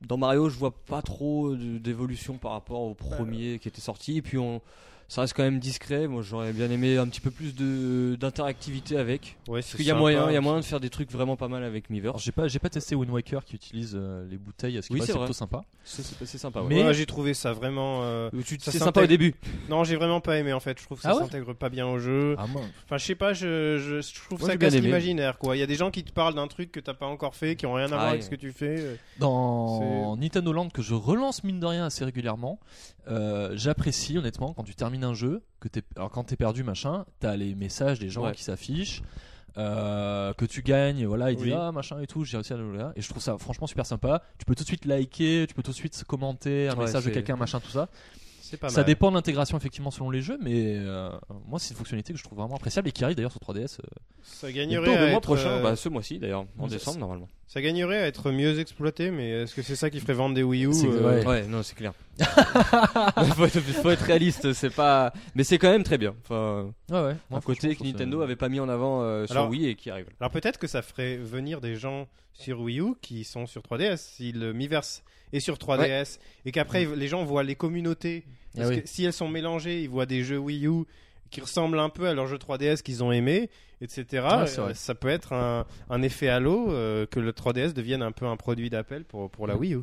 Speaker 2: dans Mario, je vois pas trop de- d'évolution par rapport au premier qui était sorti. Et puis, on... ça reste quand même discret. Moi, j'aurais bien aimé un petit peu plus de- d'interactivité avec.
Speaker 3: Ouais,
Speaker 2: Parce qu'il y a moyen, il y a moyen de faire des trucs vraiment pas mal avec
Speaker 4: Alors,
Speaker 2: Miiverse.
Speaker 4: j'ai pas, j'ai pas testé Wind Waker qui utilise euh, les bouteilles, ce qui
Speaker 2: Oui,
Speaker 4: paraît,
Speaker 2: c'est
Speaker 4: c'est
Speaker 2: vrai.
Speaker 4: plutôt sympa.
Speaker 2: Ça, C'est c'est sympa. ouais.
Speaker 4: Mais-
Speaker 3: Ouais, j'ai trouvé ça vraiment. euh,
Speaker 2: Euh, tu-
Speaker 3: ça
Speaker 2: C'est sympa au
Speaker 3: s'intègre-
Speaker 2: début.
Speaker 3: Non, j'ai vraiment pas aimé en fait. Je trouve que ça
Speaker 4: Ah ouais
Speaker 3: s'intègre pas bien au
Speaker 2: Euh.
Speaker 3: jeu.
Speaker 4: Ah, moi,
Speaker 3: Enfin, je sais pas, je, je- je trouve
Speaker 2: Moi,
Speaker 3: ça
Speaker 2: j'ai bien
Speaker 3: casse
Speaker 2: aimé.
Speaker 3: l'imaginaire quoi. Il y a des gens qui te parlent d'un truc que t'as pas encore fait, qui ont rien à voir
Speaker 2: Ah,
Speaker 3: avec
Speaker 2: ouais.
Speaker 3: ce que tu fais. euh.
Speaker 4: Dans Nintendo Land que je relance mine de rien assez régulièrement, euh, j'apprécie honnêtement quand tu termines un jeu, que t'es, alors quand t'es perdu machin, t'as les messages des gens
Speaker 2: Ouais.
Speaker 4: qui s'affichent, euh, que tu gagnes, voilà, ils
Speaker 3: Oui.
Speaker 4: disent ah machin et tout, j'ai réussi à le et je trouve ça franchement super sympa. Tu peux tout de suite liker, tu peux tout de suite commenter un
Speaker 2: Ouais,
Speaker 4: message de
Speaker 2: c'est-
Speaker 4: quelqu'un machin tout ça.
Speaker 3: C'est pas
Speaker 4: Ça
Speaker 3: mal.
Speaker 4: dépend de l'intégration effectivement selon les jeux, mais euh, moi c'est une fonctionnalité que je trouve vraiment appréciable et qui arrive d'ailleurs sur 3DS. euh.
Speaker 3: Ça
Speaker 2: Et
Speaker 3: gagnerait,
Speaker 2: pour
Speaker 3: à
Speaker 2: le mois
Speaker 3: être,
Speaker 2: prochain,
Speaker 3: euh,
Speaker 2: bah, ce mois-ci d'ailleurs, en
Speaker 3: ça-
Speaker 2: décembre normalement.
Speaker 3: ça gagnerait à être mieux exploité, mais est-ce que c'est ça qui ferait vendre des Wii U
Speaker 4: C'est-
Speaker 3: euh,
Speaker 4: ouais.
Speaker 2: Ouais, non, c'est clair. <laughs> faut, être, faut être réaliste, c'est pas. Mais c'est quand même très bien. Enfin,
Speaker 4: Ouais ouais.
Speaker 2: un côté que Nintendo avait pas mis en avant euh, sur
Speaker 3: Alors-
Speaker 2: Wii et qui arrive.
Speaker 3: Alors peut-être que ça ferait venir des gens sur Wii U qui sont sur 3DS, si le Miiverse est sur 3DS, et qu'après
Speaker 4: Mm.
Speaker 3: les gens voient les communautés,
Speaker 4: Ah
Speaker 3: parce que si elles sont mélangées, ils voient des jeux Wii U qui ressemblent un peu à leurs jeux 3DS qu'ils ont aimés, etc.
Speaker 4: Ouais, c'est
Speaker 3: Euh,
Speaker 4: vrai.
Speaker 3: ça peut être un, un effet halo, euh, que le 3DS devienne un peu un produit d'appel pour,
Speaker 4: Mm.
Speaker 3: pour la Wii U.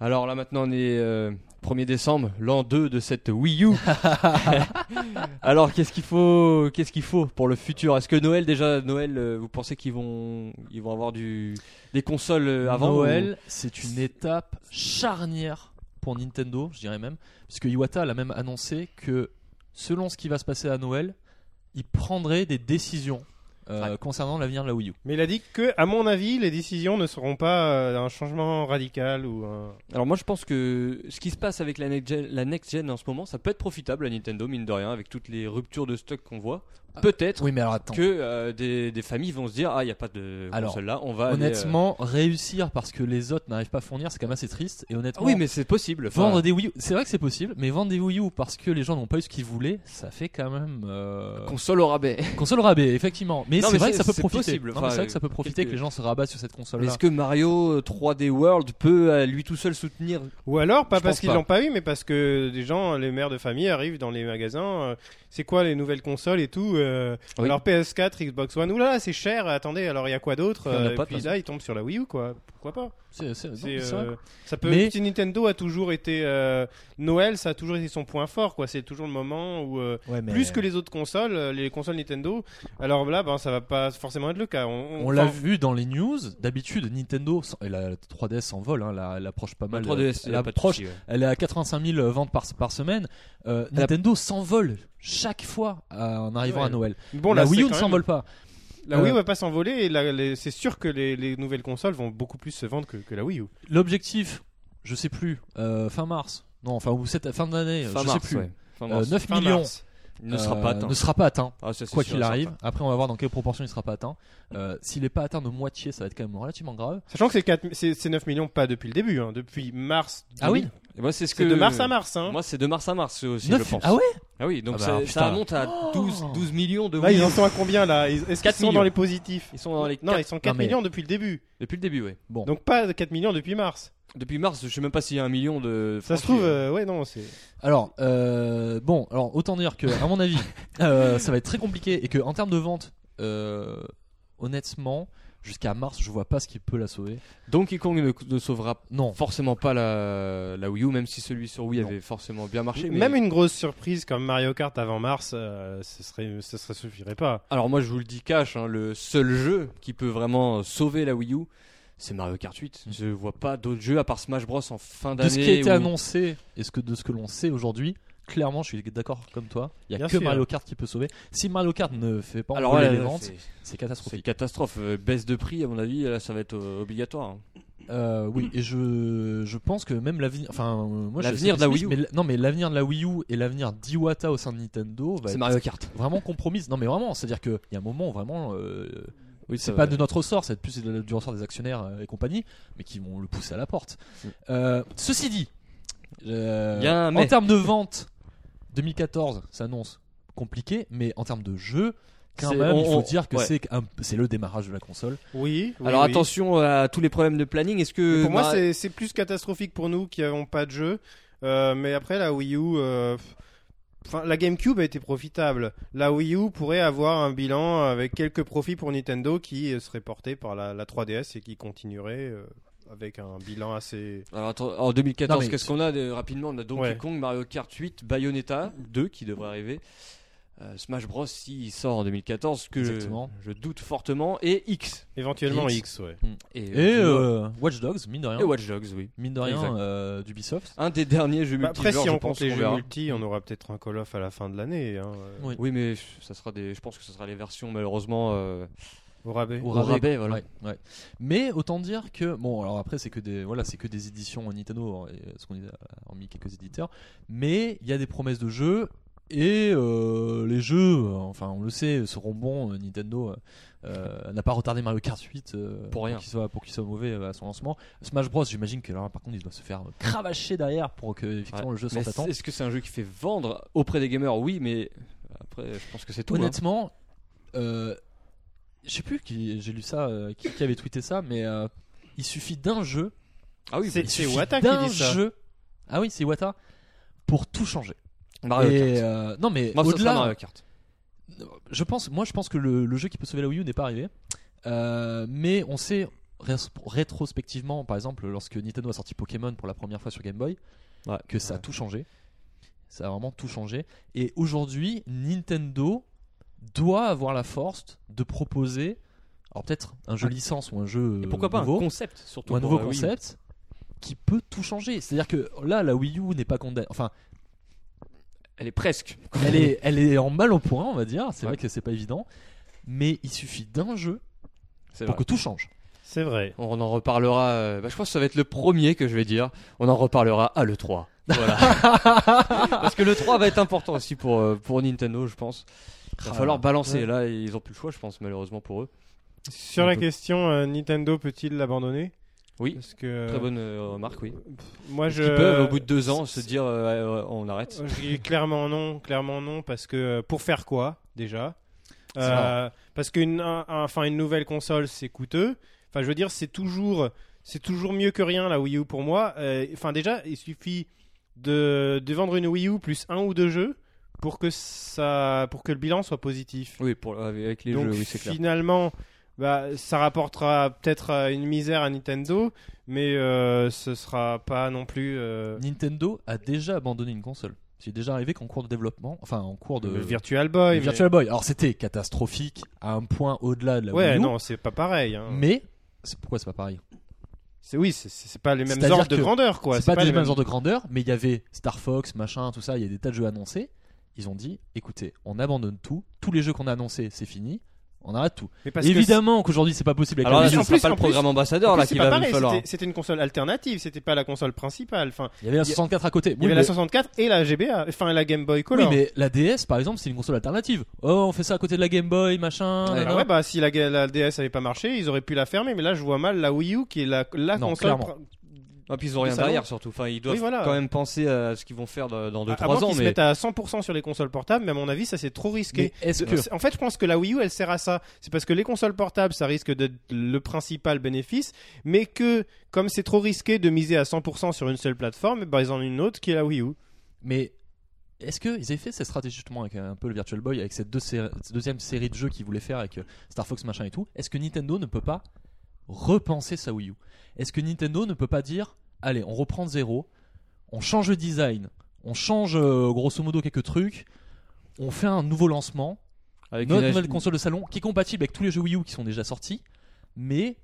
Speaker 2: Alors là maintenant on est euh, 1er décembre, l'an 2 de cette Wii <laughs> U. Alors qu'est-ce qu'il faut qu'est-ce qu'il faut pour le futur Est-ce que Noël déjà Noël euh, vous pensez qu'ils vont ils vont avoir du des consoles euh, avant ou-
Speaker 4: Noël, c'est une étape charnière pour Nintendo, je dirais même, puisque Iwata l'a même annoncé que selon ce qui va se passer à Noël, il prendrait des décisions euh, concernant l'avenir de la Wii U.
Speaker 3: Mais il a dit que, à mon avis, les décisions ne seront pas euh, un changement radical ou un...
Speaker 2: Alors moi je pense que ce qui se passe avec la next gen, la next gen en ce moment, ça peut être profitable à Nintendo mine de rien avec toutes les ruptures de stock qu'on voit.
Speaker 4: Ah,
Speaker 2: Peut-être
Speaker 4: Oui, mais alors attends.
Speaker 2: que euh, des, des familles vont se dire ah il y a pas de
Speaker 4: Alors,
Speaker 2: console là, on va aller, euh,
Speaker 4: Honnêtement, réussir parce que les autres n'arrivent pas à fournir, c'est quand même assez triste. Et
Speaker 2: Ah
Speaker 4: honnêtement,
Speaker 2: oui, mais c'est possible. Enfin,
Speaker 4: Vendre des Wii U, c'est vrai que c'est possible, mais vendre des Wii U parce que les gens n'ont pas eu ce qu'ils voulaient, ça fait quand même euh,
Speaker 2: console au rabais.
Speaker 4: console au rabais, effectivement. Mais
Speaker 2: Non,
Speaker 4: c'est
Speaker 2: mais
Speaker 4: vrai que
Speaker 2: c'est-
Speaker 4: ça peut
Speaker 2: c'est
Speaker 4: profiter.
Speaker 2: possible.
Speaker 4: Non, mais
Speaker 2: Enfin,
Speaker 4: c'est vrai que ça peut profiter
Speaker 2: quelques-
Speaker 4: que les gens se rabattent sur cette
Speaker 2: Mais
Speaker 4: console-là.
Speaker 2: Est-ce que Mario euh, 3D World peut à lui tout seul soutenir
Speaker 3: Ou alors, pas
Speaker 2: Je
Speaker 3: parce
Speaker 2: pense
Speaker 3: qu'ils
Speaker 2: pas.
Speaker 3: l'ont pas eu, mais parce que des gens, les mères de famille arrivent dans les magasins. euh, c'est quoi les nouvelles consoles et tout. euh,
Speaker 2: Oui.
Speaker 3: Alors PS4, Xbox One, oulala, c'est cher, attendez, alors il y a quoi d'autre
Speaker 2: Il y en a
Speaker 3: euh,
Speaker 2: pas,
Speaker 3: Et
Speaker 2: de
Speaker 3: puis
Speaker 2: toute
Speaker 3: là, ils tombent sur la Wii U, quoi. Pourquoi pas
Speaker 4: C'est c'est- non,
Speaker 3: C'est,
Speaker 4: c'est vrai.
Speaker 3: euh, ça peut.
Speaker 4: Mais-
Speaker 3: petit Nintendo a toujours été euh, Noël, ça a toujours été son point fort, quoi. C'est toujours le moment où euh,
Speaker 4: Ouais, mais-
Speaker 3: plus que les autres consoles, euh, les consoles Nintendo. Alors là, ben ça va pas forcément être le cas.
Speaker 4: On l'a vu dans les news. D'habitude, Nintendo s'en- et la 3DS s'envole. Hein, la- elle approche pas
Speaker 2: Bah, La
Speaker 4: mal. euh,
Speaker 2: 3DS,
Speaker 4: elle
Speaker 2: y a pas de
Speaker 4: approche-
Speaker 2: souci, ouais.
Speaker 4: elle est à 85 000 ventes par, par semaine. Euh,
Speaker 2: Elle a-
Speaker 4: Nintendo s'envole chaque fois à- en arrivant
Speaker 3: Ouais.
Speaker 4: à Noël.
Speaker 3: Bon,
Speaker 4: la
Speaker 3: là, c'est
Speaker 4: Wii U
Speaker 3: quand
Speaker 4: ne
Speaker 3: même-
Speaker 4: s'envole pas.
Speaker 3: La
Speaker 4: Euh,
Speaker 3: Wii U va pas s'envoler et la- les- c'est sûr que les, les nouvelles consoles vont beaucoup plus se vendre que, que la Wii U.
Speaker 4: L'objectif, je sais plus, euh, fin mars. Non, enfin ou cette fin d'année,
Speaker 2: Fin
Speaker 4: je
Speaker 2: mars,
Speaker 4: sais plus.
Speaker 2: ouais. Fin
Speaker 4: Euh,
Speaker 2: mars.
Speaker 4: 9
Speaker 3: Fin
Speaker 4: millions
Speaker 3: mars.
Speaker 2: ne sera pas
Speaker 4: euh,
Speaker 2: atteint.
Speaker 4: Ne sera pas atteint.
Speaker 2: Ah, ça, c'est
Speaker 4: Quoi
Speaker 2: sûr
Speaker 4: qu'il
Speaker 2: et
Speaker 4: arrive,
Speaker 2: certain.
Speaker 4: après on va voir dans quelle proportion il sera pas atteint. Euh, S'il n'est pas atteint de moitié, ça va être quand même relativement grave.
Speaker 3: Sachant que c'est quatre- c'est c'est 9 millions pas depuis le début, hein, depuis mars.
Speaker 4: Ah oui
Speaker 2: Et Moi, c'est ce que
Speaker 3: C'est de mars à mars. Hein.
Speaker 2: Moi, c'est de mars à mars euh, aussi,
Speaker 4: Neuf-
Speaker 2: je pense.
Speaker 4: Ah ouais
Speaker 2: Ah oui, donc
Speaker 4: Ah bah,
Speaker 2: ça-
Speaker 4: alors,
Speaker 2: ça
Speaker 4: putain.
Speaker 2: monte à 12, 12 millions de
Speaker 3: Oh. Là, ils
Speaker 2: Wii
Speaker 3: en
Speaker 2: U.
Speaker 3: sont à combien là Ils- Est-ce qu'ils
Speaker 2: Quatre
Speaker 3: sont dans
Speaker 2: millions.
Speaker 3: les positifs
Speaker 2: Ils sont dans les
Speaker 3: Non,
Speaker 2: quatre-
Speaker 3: ils sont 4
Speaker 4: mais-
Speaker 3: millions depuis le début.
Speaker 2: depuis le début, oui.
Speaker 4: Bon.
Speaker 3: Donc pas 4 millions depuis mars.
Speaker 2: Depuis mars, je sais même pas s'il y a un million de.
Speaker 3: Ça se
Speaker 2: franchis.
Speaker 3: trouve, euh, ouais, non, c'est.
Speaker 4: Alors, euh, bon, alors autant dire que, à
Speaker 2: <laughs>
Speaker 4: mon avis, euh, ça va être très compliqué et que en termes de vente, euh, honnêtement, jusqu'à mars, je vois pas ce qui peut la sauver.
Speaker 2: Donkey Kong ne, ne sauvera
Speaker 4: Non.
Speaker 2: forcément pas la, la Wii U, même si celui sur Wii
Speaker 4: Non.
Speaker 2: avait forcément bien marché. mais-
Speaker 3: Même une grosse surprise comme Mario Kart avant mars, euh, ce serait, ce serait suffirait pas.
Speaker 2: Alors moi, je vous le dis cash, hein, le seul jeu qui peut vraiment sauver la Wii U, c'est Mario Kart 8.
Speaker 4: Mm.
Speaker 2: Je vois pas d'autres jeux à part Smash Bros en fin d'année.
Speaker 4: De ce qui a été
Speaker 2: ou-
Speaker 4: annoncé et ce que, de ce que l'on sait aujourd'hui, clairement, je suis d'accord comme toi. Il y a
Speaker 3: Bien
Speaker 4: que
Speaker 3: sûr.
Speaker 4: Mario Kart qui peut sauver. Si Mario Kart ne fait pas
Speaker 2: Alors
Speaker 4: envoler
Speaker 2: là,
Speaker 4: les
Speaker 2: là,
Speaker 4: ventes,
Speaker 2: c'est-
Speaker 4: c'est
Speaker 2: c'est
Speaker 4: catastrophique.
Speaker 2: catastrophe. Euh, Baisse de prix, à mon avis, là, ça va être euh, obligatoire. hein.
Speaker 4: Euh, oui, et je, je pense que même l'avenir, enfin, euh, moi, je suis
Speaker 2: L'avenir de la
Speaker 4: pessimiste,
Speaker 2: Wii U.
Speaker 4: mais la- non, mais l'avenir de la Wii U et l'avenir d'Iwata au sein de Nintendo va
Speaker 2: C'est
Speaker 4: être
Speaker 2: Mario Kart.
Speaker 4: vraiment compromise. Non, mais vraiment, c'est-à-dire qu'il y a un moment, vraiment, euh,
Speaker 2: Oui,
Speaker 4: c'est pas de notre ressort, c'est plus de- du ressort des actionnaires euh, et compagnie, mais qui vont le pousser à la porte.
Speaker 2: Oui.
Speaker 4: Euh, ceci dit, euh,
Speaker 2: Il y a un
Speaker 4: en
Speaker 2: Mm. mais.
Speaker 4: termes de vente, 2014 s'annonce compliqué, mais en termes de jeu, quand
Speaker 2: C'est-
Speaker 4: même, il
Speaker 2: on-
Speaker 4: faut
Speaker 2: on-
Speaker 4: dire que
Speaker 2: ouais.
Speaker 4: c'est un- c'est le démarrage de la console.
Speaker 3: Oui. oui,
Speaker 2: Alors
Speaker 3: oui.
Speaker 2: attention à tous les problèmes de planning. Est-ce que
Speaker 3: Pour moi,
Speaker 2: Mar-
Speaker 3: c'est- c'est plus catastrophique pour nous qui n'avons pas de jeu. Euh, mais après, la Wii U. euh, pff, Enfin, la GameCube a été profitable. La Wii U pourrait avoir un bilan avec quelques profits pour Nintendo qui euh, serait porté par la, la 3DS et qui continuerait euh, avec un bilan assez.
Speaker 2: Alors, attends, en 2014,
Speaker 4: Non, mais-
Speaker 2: qu'est-ce qu'on a euh, rapidement On a Donkey
Speaker 3: Ouais.
Speaker 2: Kong, Mario Kart 8, Bayonetta 2 qui devrait arriver. euh, Smash Bros s'il sort en 2014, que je,
Speaker 4: Exactement.
Speaker 2: je doute fortement, et X.
Speaker 3: Éventuellement
Speaker 4: X.
Speaker 3: X, ouais.
Speaker 2: Et,
Speaker 4: Et,
Speaker 2: euh,
Speaker 4: euh, Watch Dogs, mine de rien,
Speaker 2: et Watch Dogs, oui.
Speaker 4: mine de
Speaker 2: Exact. Ah
Speaker 4: rien, euh, d'Ubisoft.
Speaker 2: Un des derniers jeux
Speaker 3: Bah, après,
Speaker 2: multijoueurs,
Speaker 3: si
Speaker 2: je
Speaker 3: on
Speaker 2: pense
Speaker 3: compte
Speaker 2: qu'on
Speaker 3: les jeux
Speaker 2: verra.
Speaker 3: multi, on aura peut-être un Call of à la fin de l'année. hein, euh,
Speaker 4: Oui.
Speaker 2: Oui, mais ça sera des, je pense que ce sera les versions malheureusement euh,
Speaker 3: Au rabais.
Speaker 2: au
Speaker 4: Au rabais,
Speaker 2: rabais, voilà.
Speaker 4: Ouais, ouais. Mais autant dire que bon, alors après c'est que des voilà, c'est que des éditions Nintendo, euh, ce qu'on disait, euh, hormis quelques éditeurs, mais il y a des promesses de jeux et euh, les jeux, euh, enfin on le sait, seront bons. euh, Nintendo euh, euh, n'a pas retardé Mario Kart 8 euh,
Speaker 2: Pour rien.
Speaker 4: qu'il soit pour qu'il soit mauvais euh, à son lancement. Smash Bros, j'imagine que là par contre ils doivent se faire euh, cravacher derrière pour que effectivement le jeu
Speaker 2: Mais
Speaker 4: sorte à temps.
Speaker 2: Est-ce que c'est un jeu qui fait vendre auprès des gamers Oui, mais après, je pense que c'est tout. hein.
Speaker 4: Honnêtement, euh, je sais plus qui j'ai lu ça, euh, qui, qui avait tweeté ça, mais euh, il suffit d'un jeu,
Speaker 2: Ah oui,
Speaker 3: C'est
Speaker 4: il
Speaker 3: c'est
Speaker 4: suffit
Speaker 3: Wata
Speaker 4: d'un
Speaker 3: qui dit ça.
Speaker 4: jeu. Ah oui, c'est Wata pour tout changer.
Speaker 2: Mario
Speaker 4: Et,
Speaker 2: Kart.
Speaker 4: euh, non mais
Speaker 2: Moi, ça sera
Speaker 4: au-delà,
Speaker 2: Mario Kart.
Speaker 4: je pense, moi je pense que le, le jeu qui peut sauver la Wii U n'est pas arrivé, Euh, mais on sait rés- rétrospectivement, par exemple, lorsque Nintendo a sorti Pokémon pour la première fois sur Game Boy,
Speaker 2: Ouais.
Speaker 4: que ça a tout changé. Ça a vraiment tout changé. Et aujourd'hui, Nintendo doit avoir la force de proposer, alors peut-être un jeu licence ou un jeu
Speaker 2: Ah.
Speaker 4: euh,
Speaker 2: Et pourquoi pas
Speaker 4: nouveau,
Speaker 2: un concept surtout Ah
Speaker 4: ou un
Speaker 2: pour euh,
Speaker 4: nouveau
Speaker 2: la Wii U.
Speaker 4: concept qui peut tout changer. C'est-à-dire que là, la Wii U n'est pas condamnée.
Speaker 2: <laughs>
Speaker 4: Enfin,
Speaker 2: Elle est presque.
Speaker 4: elle est, elle est en mal au point, on va dire. C'est
Speaker 2: Ouais.
Speaker 4: vrai que c'est pas évident. Mais il suffit d'un jeu
Speaker 2: <laughs> C'est
Speaker 4: pour
Speaker 2: vrai.
Speaker 4: que tout change.
Speaker 3: C'est vrai.
Speaker 2: On en reparlera. euh, bah, je pense que ça va être le premier que je vais dire. On en reparlera à l'E3.
Speaker 3: <laughs>
Speaker 2: Voilà. Parce que l'E3 va être important aussi pour, euh, pour Nintendo, je pense. Il va
Speaker 4: Ah,
Speaker 2: falloir balancer.
Speaker 4: ouais.
Speaker 2: Là, ils ont plus le choix, je pense, malheureusement pour eux.
Speaker 3: Sur la
Speaker 2: Donc,
Speaker 3: question, euh, Nintendo peut-il l'abandonner
Speaker 2: Oui.
Speaker 3: Parce que
Speaker 2: Très bonne euh, remarque, oui.
Speaker 3: moi je
Speaker 2: Ils peuvent, au bout de deux ans, se dire euh, euh, on arrête.
Speaker 3: Je dis clairement non, clairement non, parce que euh, pour faire quoi déjà
Speaker 4: C'est
Speaker 3: Euh, Parce qu'une, un- un- enfin une nouvelle console c'est coûteux. Enfin je veux dire c'est toujours, c'est toujours mieux que rien la Wii U pour moi. Euh, Enfin déjà il suffit de, de vendre une Wii U plus un ou deux jeux pour que ça, pour que le bilan soit positif.
Speaker 2: Oui, pour, avec les
Speaker 3: Donc
Speaker 2: jeux, oui, c'est clair.
Speaker 3: finalement, bah, ça rapportera peut-être euh, une misère à Nintendo, mais euh, ce sera pas non plus euh,
Speaker 4: Nintendo a déjà abandonné une console. C'est déjà arrivé qu'en cours de développement, enfin en cours de
Speaker 3: le Virtual Boy.
Speaker 4: le
Speaker 3: Ah mais-
Speaker 4: Virtual Boy. Alors c'était catastrophique à un point au-delà de la
Speaker 3: Ouais,
Speaker 4: Wii U,
Speaker 3: non, c'est pas pareil. hein.
Speaker 4: mais c'est- pourquoi c'est pas pareil
Speaker 3: C'est oui, c'est- c'est c'est pas les mêmes
Speaker 4: C'est-à-dire
Speaker 3: ordres de
Speaker 4: que
Speaker 3: grandeur, quoi.
Speaker 4: C'est pas,
Speaker 3: les
Speaker 4: des mêmes ordres de grandeur, mais il y avait Star Fox, machin, tout ça, il y a des tas de jeux annoncés. Ils ont dit, écoutez, on abandonne tout, tous les jeux qu'on a annoncés, c'est fini, on arrête tout.
Speaker 3: Mais parce que
Speaker 4: Évidemment qu'aujourd'hui c'est pas possible avec
Speaker 2: Alors
Speaker 4: la
Speaker 2: là,
Speaker 4: Wii
Speaker 2: ce
Speaker 4: U.
Speaker 3: en
Speaker 2: sera
Speaker 3: plus-
Speaker 2: pas
Speaker 3: en
Speaker 2: le
Speaker 3: plus-
Speaker 2: programme
Speaker 3: c'est-
Speaker 2: ambassadeur là
Speaker 3: c'est
Speaker 2: qu'il
Speaker 3: pas
Speaker 2: va
Speaker 3: pareil,
Speaker 2: me falloir.
Speaker 3: c'était- C'était une console alternative, c'était pas la console principale. Enfin,
Speaker 4: Il y avait la
Speaker 3: il y a-
Speaker 4: 64 à côté.
Speaker 3: il y
Speaker 4: Oui,
Speaker 3: avait
Speaker 4: mais-
Speaker 3: la 64 et la GBA, enfin la Game Boy
Speaker 4: Oui,
Speaker 3: Color.
Speaker 4: mais la DS par exemple, c'est une console alternative. Oh, on fait ça à côté de la Game Boy, machin.
Speaker 2: Ouais.
Speaker 3: Ah
Speaker 4: nanana.
Speaker 3: ouais, bah si la, la DS avait pas marché, ils auraient pu la fermer, mais là je vois mal la Wii U qui est la, la
Speaker 4: Non,
Speaker 3: console.
Speaker 4: clairement.
Speaker 3: pr-
Speaker 2: Ah, puis ils ont rien
Speaker 3: Ça, non.
Speaker 2: derrière surtout. Enfin, ils doivent
Speaker 3: Oui, voilà.
Speaker 2: quand même penser à ce qu'ils vont faire dans
Speaker 3: à-
Speaker 2: 2-3
Speaker 3: Avant
Speaker 2: ans.
Speaker 3: qu'ils se
Speaker 2: Mais
Speaker 3: mettent à 100% sur les consoles portables, mais à mon avis, ça c'est trop risqué.
Speaker 4: Mais est-ce que
Speaker 3: C'est- En fait, je pense que la Wii U elle sert à ça. C'est parce que les consoles portables ça risque d'être le principal bénéfice, mais que comme c'est trop risqué de miser à 100% sur une seule plateforme, bah, ils en ont une autre qui est la Wii U.
Speaker 4: Mais est-ce qu'ils avaient fait cette stratégie justement avec euh, un peu le Virtual Boy, avec cette, deux sé- cette deuxième série de jeux qu'ils voulaient faire avec euh, Star Fox machin et tout Est-ce que Nintendo ne peut pas repenser sa Wii U Est-ce que Nintendo ne peut pas dire allez, on reprend de zéro, on change le design, on change euh, grosso modo quelques trucs, on fait un nouveau lancement,
Speaker 2: avec
Speaker 4: notre
Speaker 2: une-
Speaker 4: nouvelle console de salon qui est compatible avec tous les jeux Wii U qui sont déjà sortis, mais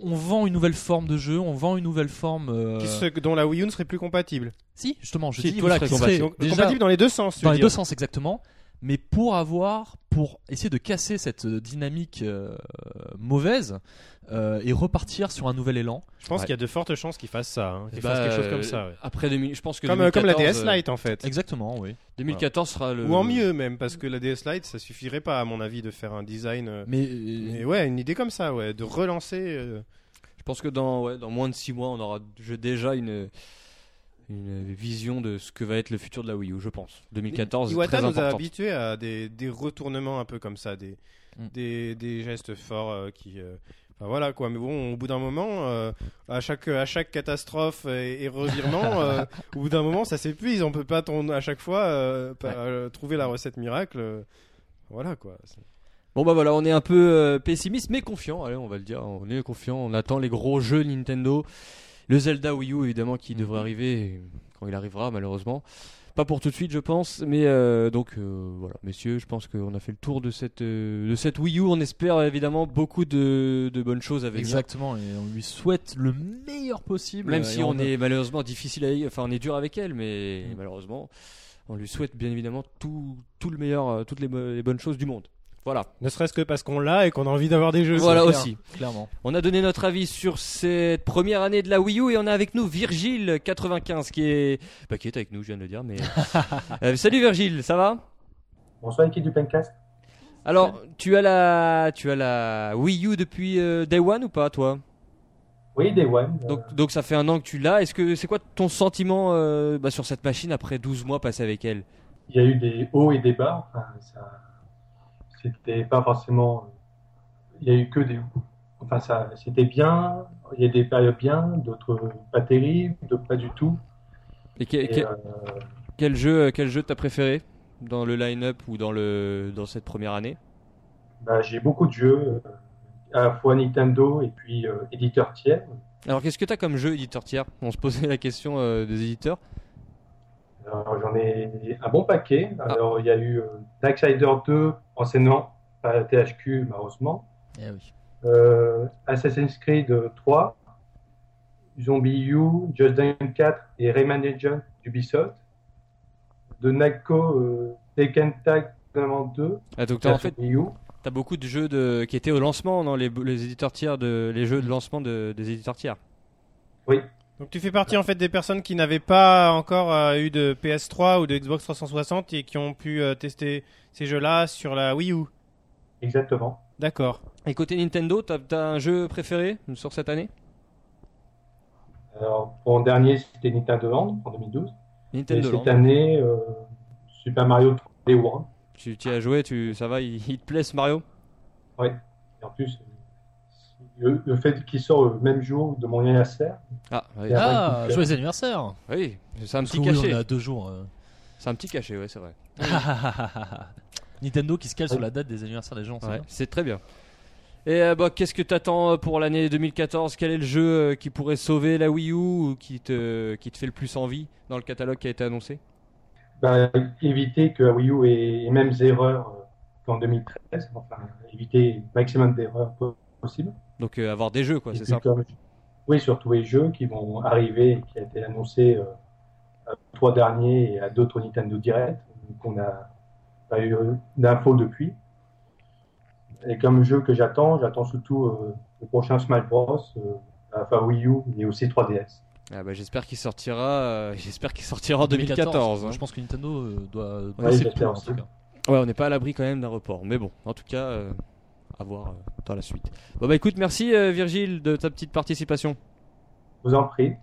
Speaker 4: on vend une nouvelle forme de jeu, on vend une nouvelle forme. euh,
Speaker 3: Qui se- dont la Wii U ne serait plus compatible.
Speaker 4: Si, justement, je
Speaker 2: Si,
Speaker 4: dis
Speaker 2: tout
Speaker 4: voilà,
Speaker 2: serait
Speaker 4: qui serait
Speaker 3: Donc,
Speaker 4: déjà-
Speaker 3: compatible dans les deux sens. tu
Speaker 4: dans
Speaker 3: veux
Speaker 4: les
Speaker 3: dire.
Speaker 4: deux sens exactement, mais pour avoir, pour essayer de casser cette dynamique euh, mauvaise euh, et repartir sur un nouvel élan.
Speaker 3: Je pense
Speaker 2: Ouais.
Speaker 3: qu'il y a de fortes chances qu'ils fassent ça, hein, qu'ils
Speaker 2: Bah,
Speaker 3: fassent quelque chose comme
Speaker 2: euh,
Speaker 3: ça. ouais.
Speaker 2: Après 2000, je pense que
Speaker 3: Comme, euh, comme la
Speaker 2: 2014,
Speaker 3: DS Lite en fait.
Speaker 4: Exactement, oui.
Speaker 2: 2014 sera le.
Speaker 3: Ou en mieux même, parce que la DS Lite, ça suffirait pas, à mon avis, de faire un design. euh,
Speaker 4: Mais
Speaker 3: mais ouais, une idée comme ça, ouais, de relancer. euh,
Speaker 2: Je pense que dans, ouais, dans moins de 6 mois, on aura je- déjà une, une vision de ce que va être le futur de la Wii U, je pense. 2014 est
Speaker 3: Iwata
Speaker 2: très
Speaker 3: nous a
Speaker 2: important.
Speaker 3: habitués à des, des retournements un peu comme ça, des,
Speaker 4: Mm.
Speaker 3: des, des gestes forts euh, qui. euh, enfin, voilà quoi, mais bon, au bout d'un moment, euh, à, chaque, à chaque catastrophe et,
Speaker 2: <laughs>
Speaker 3: et revirement, euh, au bout d'un moment, ça s'épuise. On peut pas tourner à chaque fois euh, pas-
Speaker 4: Ouais.
Speaker 3: euh, trouver la recette miracle. euh, voilà quoi. C'est-
Speaker 2: Bon bah voilà, on est un peu euh, pessimiste mais confiant, allez on va le dire, on est confiant, on attend les gros jeux Nintendo, le Zelda Wii U évidemment qui
Speaker 4: Mhm.
Speaker 2: devrait arriver quand il arrivera malheureusement. Pas pour tout de suite je pense, mais euh, donc euh, voilà messieurs, je pense qu'on a fait le tour de cette, euh, de cette Wii U, on espère évidemment beaucoup de, de bonnes choses à venir.
Speaker 4: exactement, et on lui souhaite le meilleur possible. euh,
Speaker 2: Même
Speaker 4: et
Speaker 2: si on est malheureusement difficile avec- enfin on est dur avec elle, mais
Speaker 4: Mm.
Speaker 2: malheureusement on lui souhaite bien évidemment tout, tout le meilleur, euh, toutes les, bo- les bonnes choses du monde. Voilà,
Speaker 3: Ne serait-ce que parce qu'on l'a et qu'on a envie d'avoir des jeux.
Speaker 2: voilà
Speaker 4: clair.
Speaker 2: aussi.
Speaker 4: clairement.
Speaker 2: On a donné notre avis sur cette première année de la Wii U et on a avec nous Virgile 95 qui est bah, qui est avec nous, je viens de le dire mais
Speaker 4: <laughs>
Speaker 2: Euh, salut Virgile, ça va
Speaker 5: Bonsoir équipe du Pencast.
Speaker 2: Alors, tu as la tu as la Wii U depuis euh, day one ou pas toi
Speaker 5: Oui, Day One. euh,
Speaker 2: Donc donc ça fait un an que tu l'as. Est-ce que c'est quoi ton sentiment euh, bah, sur cette machine après 12 mois passés avec elle
Speaker 5: Il y a eu des hauts et des bas. Enfin, ça, c'était pas forcément. Il y a eu que des. Enfin, ça, c'était bien. Il y a des périodes bien, d'autres pas terribles, d'autres pas du tout.
Speaker 2: Et, que-
Speaker 5: Et,
Speaker 2: que-
Speaker 5: euh,
Speaker 2: quel jeu euh, quel jeu t'as préféré dans le line-up ou dans le dans cette première année
Speaker 5: bah, j'ai beaucoup de jeux, euh, à la fois Nintendo et puis euh, éditeur tiers.
Speaker 2: Alors qu'est-ce que t'as comme jeu éditeur tiers On se posait la question euh, des éditeurs.
Speaker 5: Alors, j'en ai un bon paquet. Alors, il y a eu euh, Darksider 2 enseignant à la THQ, malheureusement.
Speaker 4: Eh oui.
Speaker 5: Euh, Assassin's Creed 3, Zombie U, Just Dance 4 et Rayman Legends d'Ubisoft, de Namco euh, Tekken Tag Tournament 2,
Speaker 2: Ah, donc t'as-
Speaker 5: sur
Speaker 2: en fait
Speaker 5: Wii U.
Speaker 2: T'as beaucoup de jeux de... qui étaient au lancement, non les, les éditeurs tiers, de... les jeux de lancement de... des éditeurs tiers.
Speaker 3: Donc tu fais partie en fait des personnes qui n'avaient pas encore euh, eu de PS3 ou de Xbox 360 et qui ont pu euh, tester ces jeux-là sur la Wii U.
Speaker 5: Exactement.
Speaker 3: D'accord.
Speaker 2: Et côté Nintendo, t'as t'as un jeu préféré sur cette année
Speaker 5: Alors, en dernier, c'était Nintendo Land en 2012. Et
Speaker 2: Nintendo Land.
Speaker 5: cette année, euh, Super Mario 3D World.
Speaker 2: Tu t'y as joué, tu... ça va, il, il te plaît ce Mario
Speaker 5: Et en plus, euh, le, le fait qu'il sort le même jour de mon anniversaire,
Speaker 2: Ah, oui,
Speaker 5: Ah,
Speaker 4: Ah,
Speaker 5: ouais,
Speaker 4: joyeux anniversaire
Speaker 2: oui c'est un
Speaker 4: Parce que
Speaker 2: petit
Speaker 4: oui,
Speaker 2: cachet.
Speaker 4: on a deux jours. euh,
Speaker 2: C'est un petit cachet, ouais, c'est vrai.
Speaker 4: <laughs> Nintendo qui se cale sur la date des anniversaires des gens. c'est
Speaker 2: Ouais,
Speaker 4: bien.
Speaker 2: c'est très bien. Et euh, bah, qu'est-ce que t'attends euh, pour l'année 2014 Quel est le jeu euh, qui pourrait sauver la Wii U ou qui te, qui te fait le plus envie dans le catalogue qui a été annoncé
Speaker 5: bah, éviter que la Wii U ait les mêmes erreurs euh, qu'en 2013, enfin, éviter le maximum d'erreurs po- possible.
Speaker 2: Donc euh, avoir des jeux, quoi,
Speaker 5: Et
Speaker 2: c'est
Speaker 5: puis <laughs>
Speaker 2: ça
Speaker 5: comme- Oui, sur tous les jeux qui vont arriver, et qui a été annoncé euh, à trois derniers et à d'autres Nintendo Direct, qu'on n'a pas eu euh, d'infos depuis. Et comme jeu que j'attends, j'attends surtout euh, le prochain Smash Bros, euh, enfin Wii U et aussi 3DS.
Speaker 2: Ah, bah, J'espère qu'il sortira, euh, <laughs> j'espère qu'il sortira en 2014. hein.
Speaker 4: Je pense que Nintendo euh, doit. doit
Speaker 5: Ouais,
Speaker 4: passer le
Speaker 5: j'espère
Speaker 4: tour, en
Speaker 5: aussi.
Speaker 4: tout cas.
Speaker 2: Ouais, on n'est pas à l'abri quand même d'un report. Mais bon, en tout cas, euh, à voir euh, dans la suite. Bon, bah écoute, merci euh, Virgile de ta petite participation.
Speaker 5: Je vous en prie,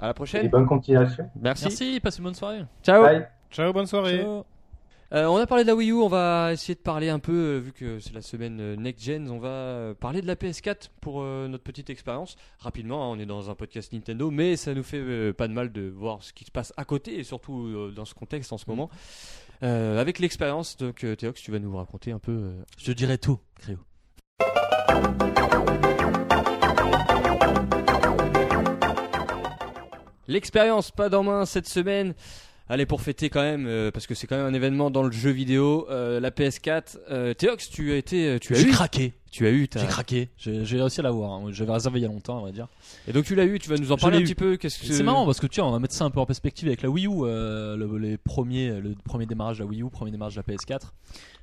Speaker 2: À la
Speaker 5: et
Speaker 2: prochaine.
Speaker 5: bonne continuation.
Speaker 2: Merci.
Speaker 4: Merci, passe une bonne soirée.
Speaker 2: Ciao.
Speaker 5: Bye.
Speaker 3: Ciao, bonne soirée.
Speaker 4: Ciao.
Speaker 2: Euh, on a parlé de la Wii U, on va essayer de parler un peu, euh, vu que c'est la semaine euh, Next Gen, on va euh, parler de la PS4 pour euh, notre petite expérience. Rapidement, hein, on est dans un podcast Nintendo, mais ça nous fait euh, pas de mal de voir ce qui se passe à côté, et surtout euh, dans ce contexte en ce moment. Euh, avec l'expérience, donc euh, Théox, tu vas nous raconter un peu... euh,
Speaker 4: Je te dirai tout, Créo.
Speaker 2: L'expérience pas dans main cette semaine. Allez, pour fêter quand même, euh, parce que c'est quand même un événement dans le jeu vidéo, euh, la PS4. Euh, Théox, tu as été. Tu as
Speaker 4: J'ai
Speaker 2: eu.
Speaker 4: craqué,
Speaker 2: Tu as eu ta-
Speaker 4: j'ai craqué, j'ai j'ai réussi à l'avoir. hein. J'avais réservé il y a longtemps, on va dire.
Speaker 2: Et donc tu l'as eu, tu vas nous en
Speaker 4: Je
Speaker 2: parler un
Speaker 4: l'ai eu.
Speaker 2: petit peu. Qu'est-ce que
Speaker 4: C'est marrant parce que tiens, on va mettre ça un peu en perspective avec la Wii U, euh, le, les premiers, le premier démarrage de la Wii U, premier démarrage de la PS4.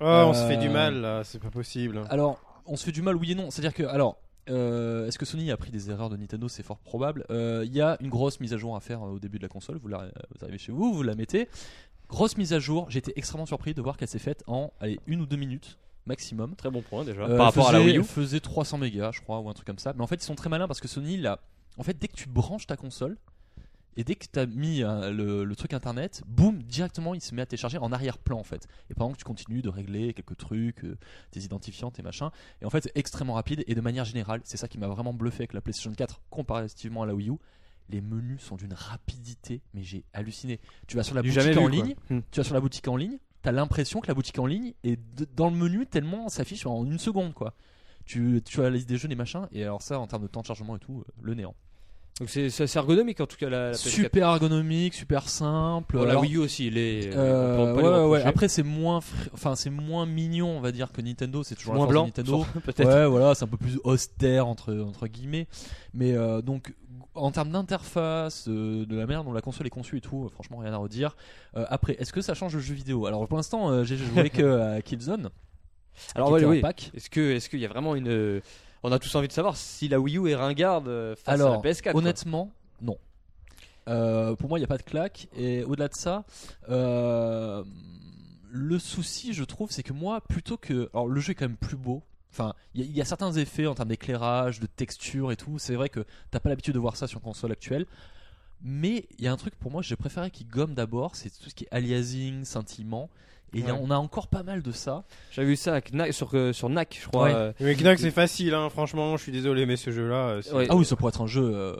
Speaker 3: Oh, on se fait du
Speaker 4: Euh,
Speaker 3: mal là, c'est pas possible.
Speaker 4: Alors, on se fait du mal, oui et non. C'est-à-dire que, alors, euh, est-ce que Sony a pris des erreurs de Nintendo C'est fort probable. Euh, Il y a une grosse mise à jour à faire euh, au début de la console. Vous, la- euh, vous arrivez chez vous, vous la mettez. Grosse mise à jour. J'ai été extrêmement surpris de voir qu'elle s'est faite en allez, une ou deux minutes maximum.
Speaker 2: Très bon point déjà.
Speaker 4: Euh,
Speaker 2: Par rapport à la
Speaker 4: faisait-
Speaker 2: Wii U.
Speaker 4: elle faisait 300 mégas, je crois, ou un truc comme ça. Mais en fait, ils sont très malins parce que Sony, là, en fait, dès que tu branches ta console et dès que tu as mis euh, le, le truc internet, boum, directement, il se met à télécharger en arrière-plan, en fait. Et pendant que tu continues de régler quelques trucs, euh, tes identifiants, tes machins. Et en fait, c'est extrêmement rapide. Et de manière générale, c'est ça qui m'a vraiment bluffé avec la PlayStation 4 comparativement à la Wii U. Les menus sont d'une rapidité, mais j'ai halluciné. Tu vas sur la
Speaker 2: Du
Speaker 4: boutique
Speaker 2: jamais
Speaker 4: en
Speaker 2: vu, quoi.
Speaker 4: ligne,
Speaker 2: Hmm.
Speaker 4: tu vas sur la boutique en ligne, t'as l'impression que la boutique en ligne est de- dans le menu tellement on s'affiche en une seconde quoi. Tu, tu as la liste des jeux, des machins, et alors ça en termes de temps de chargement et tout, euh, le néant.
Speaker 2: Donc c'est c'est assez ergonomique en tout cas la, la PS4.
Speaker 4: Super ergonomique, super simple.
Speaker 2: Bon, la
Speaker 4: Alors,
Speaker 2: Wii U aussi, les.
Speaker 4: euh, ouais, ouais, ouais. Après c'est moins, fri- enfin c'est moins mignon on va dire que Nintendo, c'est toujours la
Speaker 2: moins
Speaker 4: force de
Speaker 2: blanc,
Speaker 4: Nintendo. <laughs>
Speaker 2: sans- peut-être.
Speaker 4: Ouais, voilà, c'est un peu plus austère entre, entre guillemets. Mais euh, donc, en termes d'interface, euh, de la manière dont la console est conçue et tout, euh, franchement, rien à redire. Euh, après, est-ce que ça change le jeu vidéo Alors, pour l'instant, euh, j'ai
Speaker 2: <laughs>
Speaker 4: joué que à Killzone.
Speaker 2: Alors
Speaker 4: qui
Speaker 2: ouais,
Speaker 4: était en
Speaker 2: oui.
Speaker 4: pack.
Speaker 2: Est-ce que, est-ce qu'il y a vraiment une. euh, On a tous envie de savoir si la Wii U est ringarde euh, face à la
Speaker 4: Alors,
Speaker 2: PS4. quoi.
Speaker 4: Honnêtement, non. Euh, pour moi, il n'y a pas de claque. Et au-delà de ça, euh, le souci, je trouve, c'est que moi, plutôt que. Alors, le jeu est quand même plus beau. Enfin, il y, a- il y a certains effets en termes d'éclairage, de texture et tout. C'est vrai que t'as pas l'habitude de voir ça sur console actuelle. Mais il y a un truc pour moi, j'ai préféré qui gomme d'abord, c'est tout ce qui est aliasing, scintillement. Et il y a-
Speaker 3: Ouais.
Speaker 4: on a encore pas mal de ça.
Speaker 2: J'avais vu ça à Knack- sur, euh, sur NAC, je crois.
Speaker 4: Ouais.
Speaker 2: euh,
Speaker 3: Mais Knack, c'est facile, hein, franchement, je suis désolé, mais ce jeu-là. euh, c'est-
Speaker 2: Ouais.
Speaker 4: Ah oui, ça pourrait être un jeu. euh,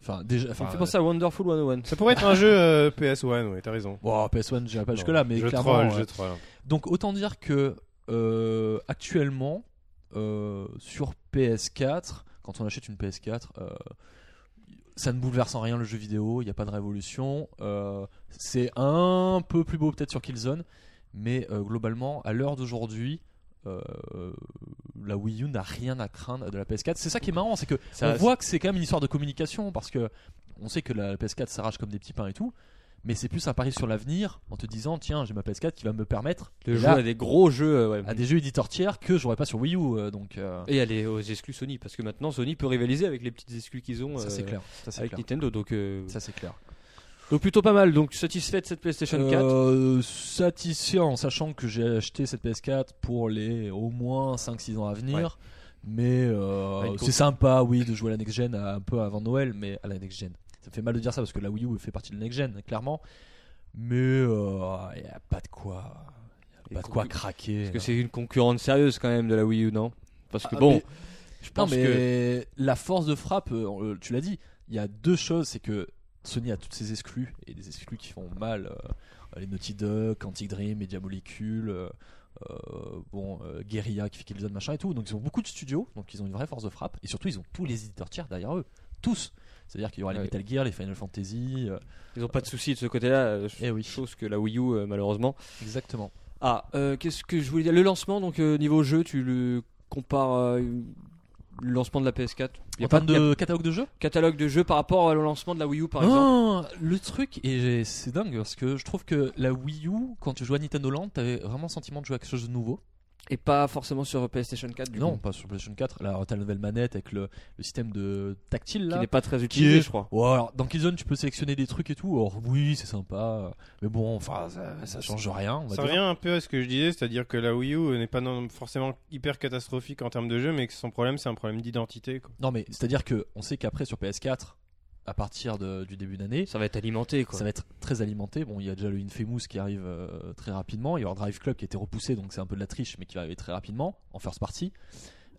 Speaker 4: Enfin, déjà.
Speaker 2: ça
Speaker 4: Enfin,
Speaker 2: me fait penser à Wonderful 101.
Speaker 3: Ça pourrait être un jeu euh, PS1, ouais, t'as raison.
Speaker 4: bon, PS1, j'irai pas jusque-là, mais
Speaker 3: je
Speaker 4: clairement.
Speaker 3: troll,
Speaker 4: euh,
Speaker 3: je troll.
Speaker 4: Donc autant dire que euh, actuellement euh, sur PS4, quand on achète une PS4, euh, ça ne bouleverse en rien le jeu vidéo, il n'y a pas de révolution. euh, c'est un peu plus beau peut-être sur Killzone, mais euh, globalement à l'heure d'aujourd'hui. euh, la Wii U n'a rien à craindre de la PS4. C'est ça qui est marrant, c'est que
Speaker 2: Ça-
Speaker 4: on voit que c'est quand même une histoire de communication parce que on sait que la PS4 s'arrache comme des petits pains et tout, mais c'est plus un pari sur l'avenir en te disant tiens j'ai ma PS4 qui va me permettre
Speaker 2: de
Speaker 4: et
Speaker 2: jouer
Speaker 4: là,
Speaker 2: à des gros jeux. euh, ouais.
Speaker 4: à des jeux éditeurs tiers que j'aurais pas sur Wii U euh, donc euh,
Speaker 2: Et aller aux exclus Sony, parce que maintenant Sony peut rivaliser avec les petites exclus qu'ils ont
Speaker 4: ça
Speaker 2: euh,
Speaker 4: c'est clair ça c'est
Speaker 2: avec
Speaker 4: clair
Speaker 2: Nintendo. Donc, euh,
Speaker 4: ça c'est clair
Speaker 2: donc plutôt pas mal. Donc satisfait de cette PlayStation 4.
Speaker 4: Euh, satisfait en sachant que j'ai acheté cette PS4 pour les au moins 5-6 ans à venir
Speaker 2: Ouais.
Speaker 4: mais euh,
Speaker 2: Ah, une
Speaker 4: c'est
Speaker 2: course.
Speaker 4: sympa oui de jouer à la next gen euh, un peu avant Noël mais à la next gen ça me fait mal de dire ça parce que la Wii U fait partie de la next gen clairement mais euh, il y a pas de quoi il y a
Speaker 2: Et
Speaker 4: pas bah, de quoi
Speaker 2: conclu-
Speaker 4: craquer
Speaker 2: Parce que
Speaker 4: là.
Speaker 2: c'est une concurrente sérieuse quand même de la Wii U, non Parce que
Speaker 4: Ah,
Speaker 2: bon,
Speaker 4: mais-
Speaker 2: je
Speaker 4: Non
Speaker 2: pense que.
Speaker 4: mais la force de frappe, euh, on- euh, tu l'as dit, il y a deux choses, c'est que Sony a toutes ses exclus et des exclus qui font mal. euh, les Naughty Dog, Quantic Dream, Media Molecule, euh, euh, bon, euh, Guerrilla qui fait qu'ils donnent machin et tout. Donc ils ont beaucoup de studios, donc ils ont une vraie force de frappe. Et surtout, ils ont tous les éditeurs tiers derrière eux. Tous. C'est-à-dire qu'il y aura les
Speaker 2: Ouais.
Speaker 4: Metal Gear, les Final Fantasy. euh,
Speaker 2: Ils n'ont pas de soucis de ce côté-là. euh,
Speaker 4: Eh oui.
Speaker 2: Chose que la Wii U, euh, malheureusement.
Speaker 4: Exactement.
Speaker 2: Ah, euh, qu'est-ce que je voulais dire Le lancement, donc euh, niveau jeu, tu le compares euh, le lancement de la PS4 Il n'y a
Speaker 4: en
Speaker 2: pas
Speaker 4: termes
Speaker 2: de y a
Speaker 4: de catalogue de jeux
Speaker 2: catalogue de jeux par rapport au lancement de la Wii U, par exemple
Speaker 4: Ah, le truc, et j'ai- c'est dingue parce que je trouve que la Wii U, quand tu jouais à Nintendo Land, t'avais vraiment le sentiment de jouer à quelque chose de nouveau.
Speaker 2: Et pas forcément sur PlayStation 4, du
Speaker 4: non,
Speaker 2: coup,
Speaker 4: pas sur PlayStation 4. La t'as la nouvelle manette avec le, le système de tactile
Speaker 2: qui
Speaker 4: là.
Speaker 2: n'est pas très utilisé,
Speaker 4: est-
Speaker 2: je crois.
Speaker 4: Ouais, alors, dans Killzone, tu peux sélectionner des trucs et tout. Or, oui, c'est sympa. Mais bon, enfin, ça, ça change rien. On
Speaker 3: Ça
Speaker 4: va dire.
Speaker 3: revient un peu à ce que je disais, c'est-à-dire que la Wii U euh, n'est pas non- forcément hyper catastrophique en termes de jeu, mais que son problème c'est un problème d'identité. quoi.
Speaker 4: Non, mais c'est à dire que on sait qu'après sur PS4, à partir de- du début d'année,
Speaker 2: Ça va être alimenté, quoi.
Speaker 4: ça va être très alimenté. Bon, il y a déjà le Infamous qui arrive euh, très rapidement. Il y aura Drive Club qui a été repoussé, donc c'est un peu de la triche, mais qui va arriver très rapidement en first party.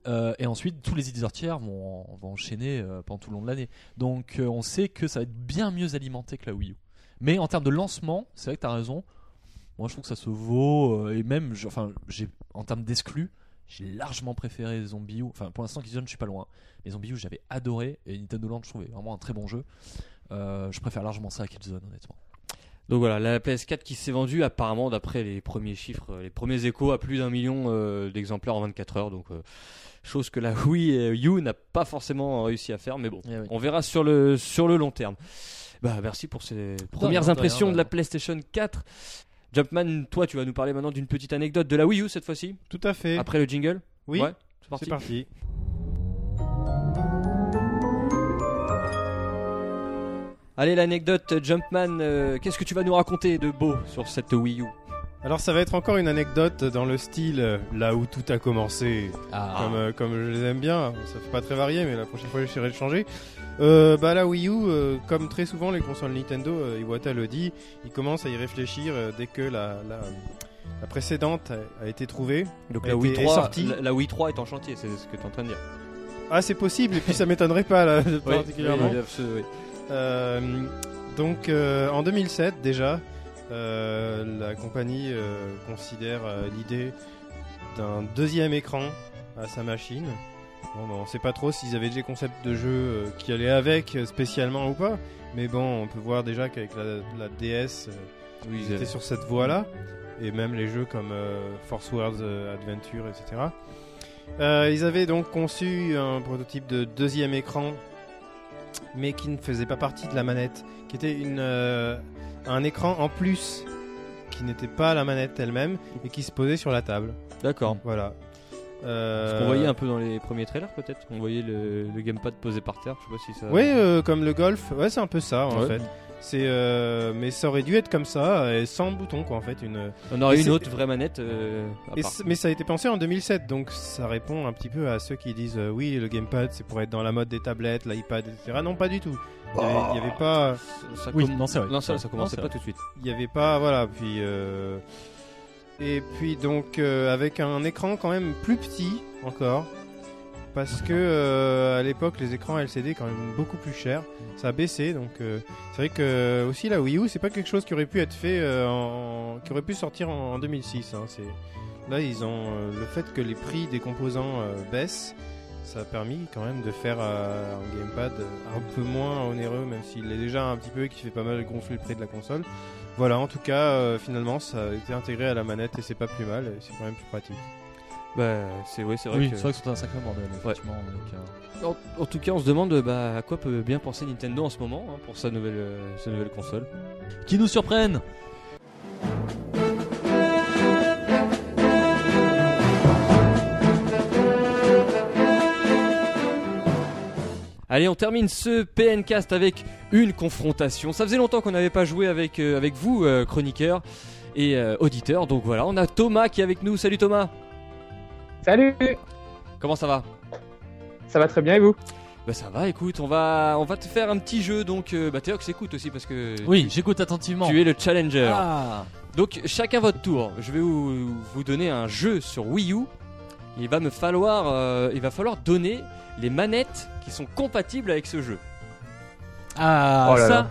Speaker 4: Euh, et ensuite, tous les éditeurs tiers vont, vont enchaîner euh, pendant tout le long de l'année. Donc, euh, on sait que ça va être bien mieux alimenté que la Wii U. Mais en termes de lancement, c'est vrai que tu as raison. Moi, je trouve que ça se vaut. euh, et même, je- enfin, j'ai en termes d'exclus, j'ai largement préféré Zombie U. Enfin, pour l'instant, Killzone, je suis pas loin. Mais Zombie U, j'avais adoré. Et Nintendo Land, je trouvais vraiment un très bon jeu. Euh, je préfère largement ça à Killzone, honnêtement.
Speaker 2: Donc voilà, la PS4 qui s'est vendue apparemment d'après les premiers chiffres, euh, les premiers échos à plus d'un million euh, d'exemplaires en 24 heures. Donc euh, chose que la <laughs> Wii euh, U n'a pas forcément réussi à faire, mais bon,
Speaker 4: Eh oui.
Speaker 2: on verra sur le sur le long terme. Bah merci pour ces
Speaker 4: de
Speaker 2: premières hein,
Speaker 4: rien,
Speaker 2: impressions de la
Speaker 4: ouais.
Speaker 2: PlayStation 4. Jumpman, toi, tu vas nous parler maintenant d'une petite anecdote de la Wii U cette fois-ci,
Speaker 3: Tout à fait.
Speaker 2: après le jingle.
Speaker 3: oui,
Speaker 2: ouais, c'est
Speaker 3: c'est
Speaker 2: parti.
Speaker 3: parti.
Speaker 2: Allez, l'anecdote Jumpman, euh, qu'est-ce que tu vas nous raconter de beau sur cette Wii U
Speaker 3: Alors ça va être encore une anecdote dans le style euh, là où tout a commencé.
Speaker 4: Ah,
Speaker 3: comme, euh, comme je les aime bien, ça fait pas très varié, mais la prochaine fois j'essaierai de changer. Euh, bah la Wii U, euh, comme très souvent les consoles Nintendo, euh, Iwata le dit, il commence à y réfléchir euh, dès que la, la, la précédente a, a été trouvée.
Speaker 2: Donc
Speaker 3: Elle
Speaker 2: la Wii,
Speaker 3: était
Speaker 2: 3,
Speaker 3: sortie.
Speaker 2: la, la Wii 3 est en chantier, c'est ce que tu es en train de dire.
Speaker 3: Ah c'est possible, et puis ça m'étonnerait pas là, <laughs> particulièrement.
Speaker 2: oui, absolu- oui.
Speaker 3: Euh, donc euh, en 2007 déjà, euh, la compagnie euh, considère euh, l'idée d'un deuxième écran à sa machine. Bon, ben, on sait pas trop s'ils avaient des concepts de jeu euh, qui allaient avec euh, spécialement ou pas, mais bon, on peut voir déjà qu'avec la, la DS, euh,
Speaker 2: Oui,
Speaker 3: ils étaient sur cette voie-là, et même les jeux comme euh, Force Wars euh, Adventure, etc. Euh, ils avaient donc conçu un prototype de deuxième écran, mais qui ne faisait pas partie de la manette, qui était une, euh, un écran en plus, qui n'était pas la manette elle-même, et qui se posait sur la table.
Speaker 2: D'accord.
Speaker 3: Voilà. Euh,
Speaker 2: Ce qu'on voyait un peu dans les premiers trailers, peut-être. On voyait le, le gamepad posé par terre. Je sais pas si ça.
Speaker 3: Oui, euh, comme le golf, ouais, c'est un peu ça en
Speaker 2: Ouais.
Speaker 3: fait. C'est, euh, mais ça aurait dû être comme ça, et sans bouton quoi en fait, une,
Speaker 2: On aurait
Speaker 3: Et
Speaker 2: une
Speaker 3: c'est-
Speaker 2: autre vraie manette. euh, à
Speaker 3: Et
Speaker 2: part.
Speaker 3: c- mais ça a été pensé en 2007, donc ça répond un petit peu à ceux qui disent euh, oui, le gamepad c'est pour être dans la mode des tablettes, l'iPad, etc. Non, pas du tout. Il y avait- il y avait, pas,
Speaker 2: Ça
Speaker 4: oui,
Speaker 2: com-
Speaker 4: non, c'est vrai.
Speaker 2: Non, ça, ça commençait
Speaker 4: euh, Non,
Speaker 2: pas tout
Speaker 4: c'est
Speaker 2: de suite.
Speaker 3: il y avait pas, voilà. Puis euh, et puis donc euh, avec un écran quand même plus petit encore, parce que euh, à l'époque les écrans LCD quand même beaucoup plus chers, ça a baissé. Donc euh, c'est vrai que aussi la Wii U c'est pas quelque chose qui aurait pu être fait, euh, en- qui aurait pu sortir en, en 2006. hein, c'est Là, ils ont euh, le fait que les prix des composants euh, baissent, ça a permis quand même de faire euh, un gamepad euh, un peu moins onéreux, même s'il l'est déjà un petit peu et qui fait pas mal gonfler le prix de la console. Voilà, en tout cas, euh, finalement, ça a été intégré à la manette et c'est pas plus mal, et c'est quand même plus pratique.
Speaker 2: Bah, c'est ouais, c'est vrai.
Speaker 4: Oui,
Speaker 2: que-
Speaker 4: c'est vrai que c'est un sacré bordel, effectivement. avec, euh,
Speaker 2: En, en tout cas, on se demande euh, bah, à quoi peut bien penser Nintendo en ce moment hein, pour sa nouvelle, euh, sa nouvelle console.
Speaker 4: Qui nous surprennent
Speaker 2: Allez, on termine ce PNcast avec une confrontation. Ça faisait longtemps qu'on n'avait pas joué avec euh, avec vous, euh, chroniqueurs et euh, auditeurs. Donc voilà, on a Thomas qui est avec nous. Salut Thomas.
Speaker 6: Salut
Speaker 2: Comment ça va
Speaker 6: Ça va très bien et vous
Speaker 2: Bah ça va, écoute, on va, on va te faire un petit jeu, donc euh, bah Théox écoute aussi parce que
Speaker 4: Oui,
Speaker 2: tu-
Speaker 4: j'écoute attentivement.
Speaker 2: Euh, tu, es le challenger.
Speaker 4: Ah.
Speaker 2: Donc chacun votre tour, je vais vous, vous donner un jeu sur Wii U. Il va me falloir, euh, il va falloir donner les manettes qui sont compatibles avec ce jeu.
Speaker 4: Ah,
Speaker 6: Oh là
Speaker 4: ça,
Speaker 6: là.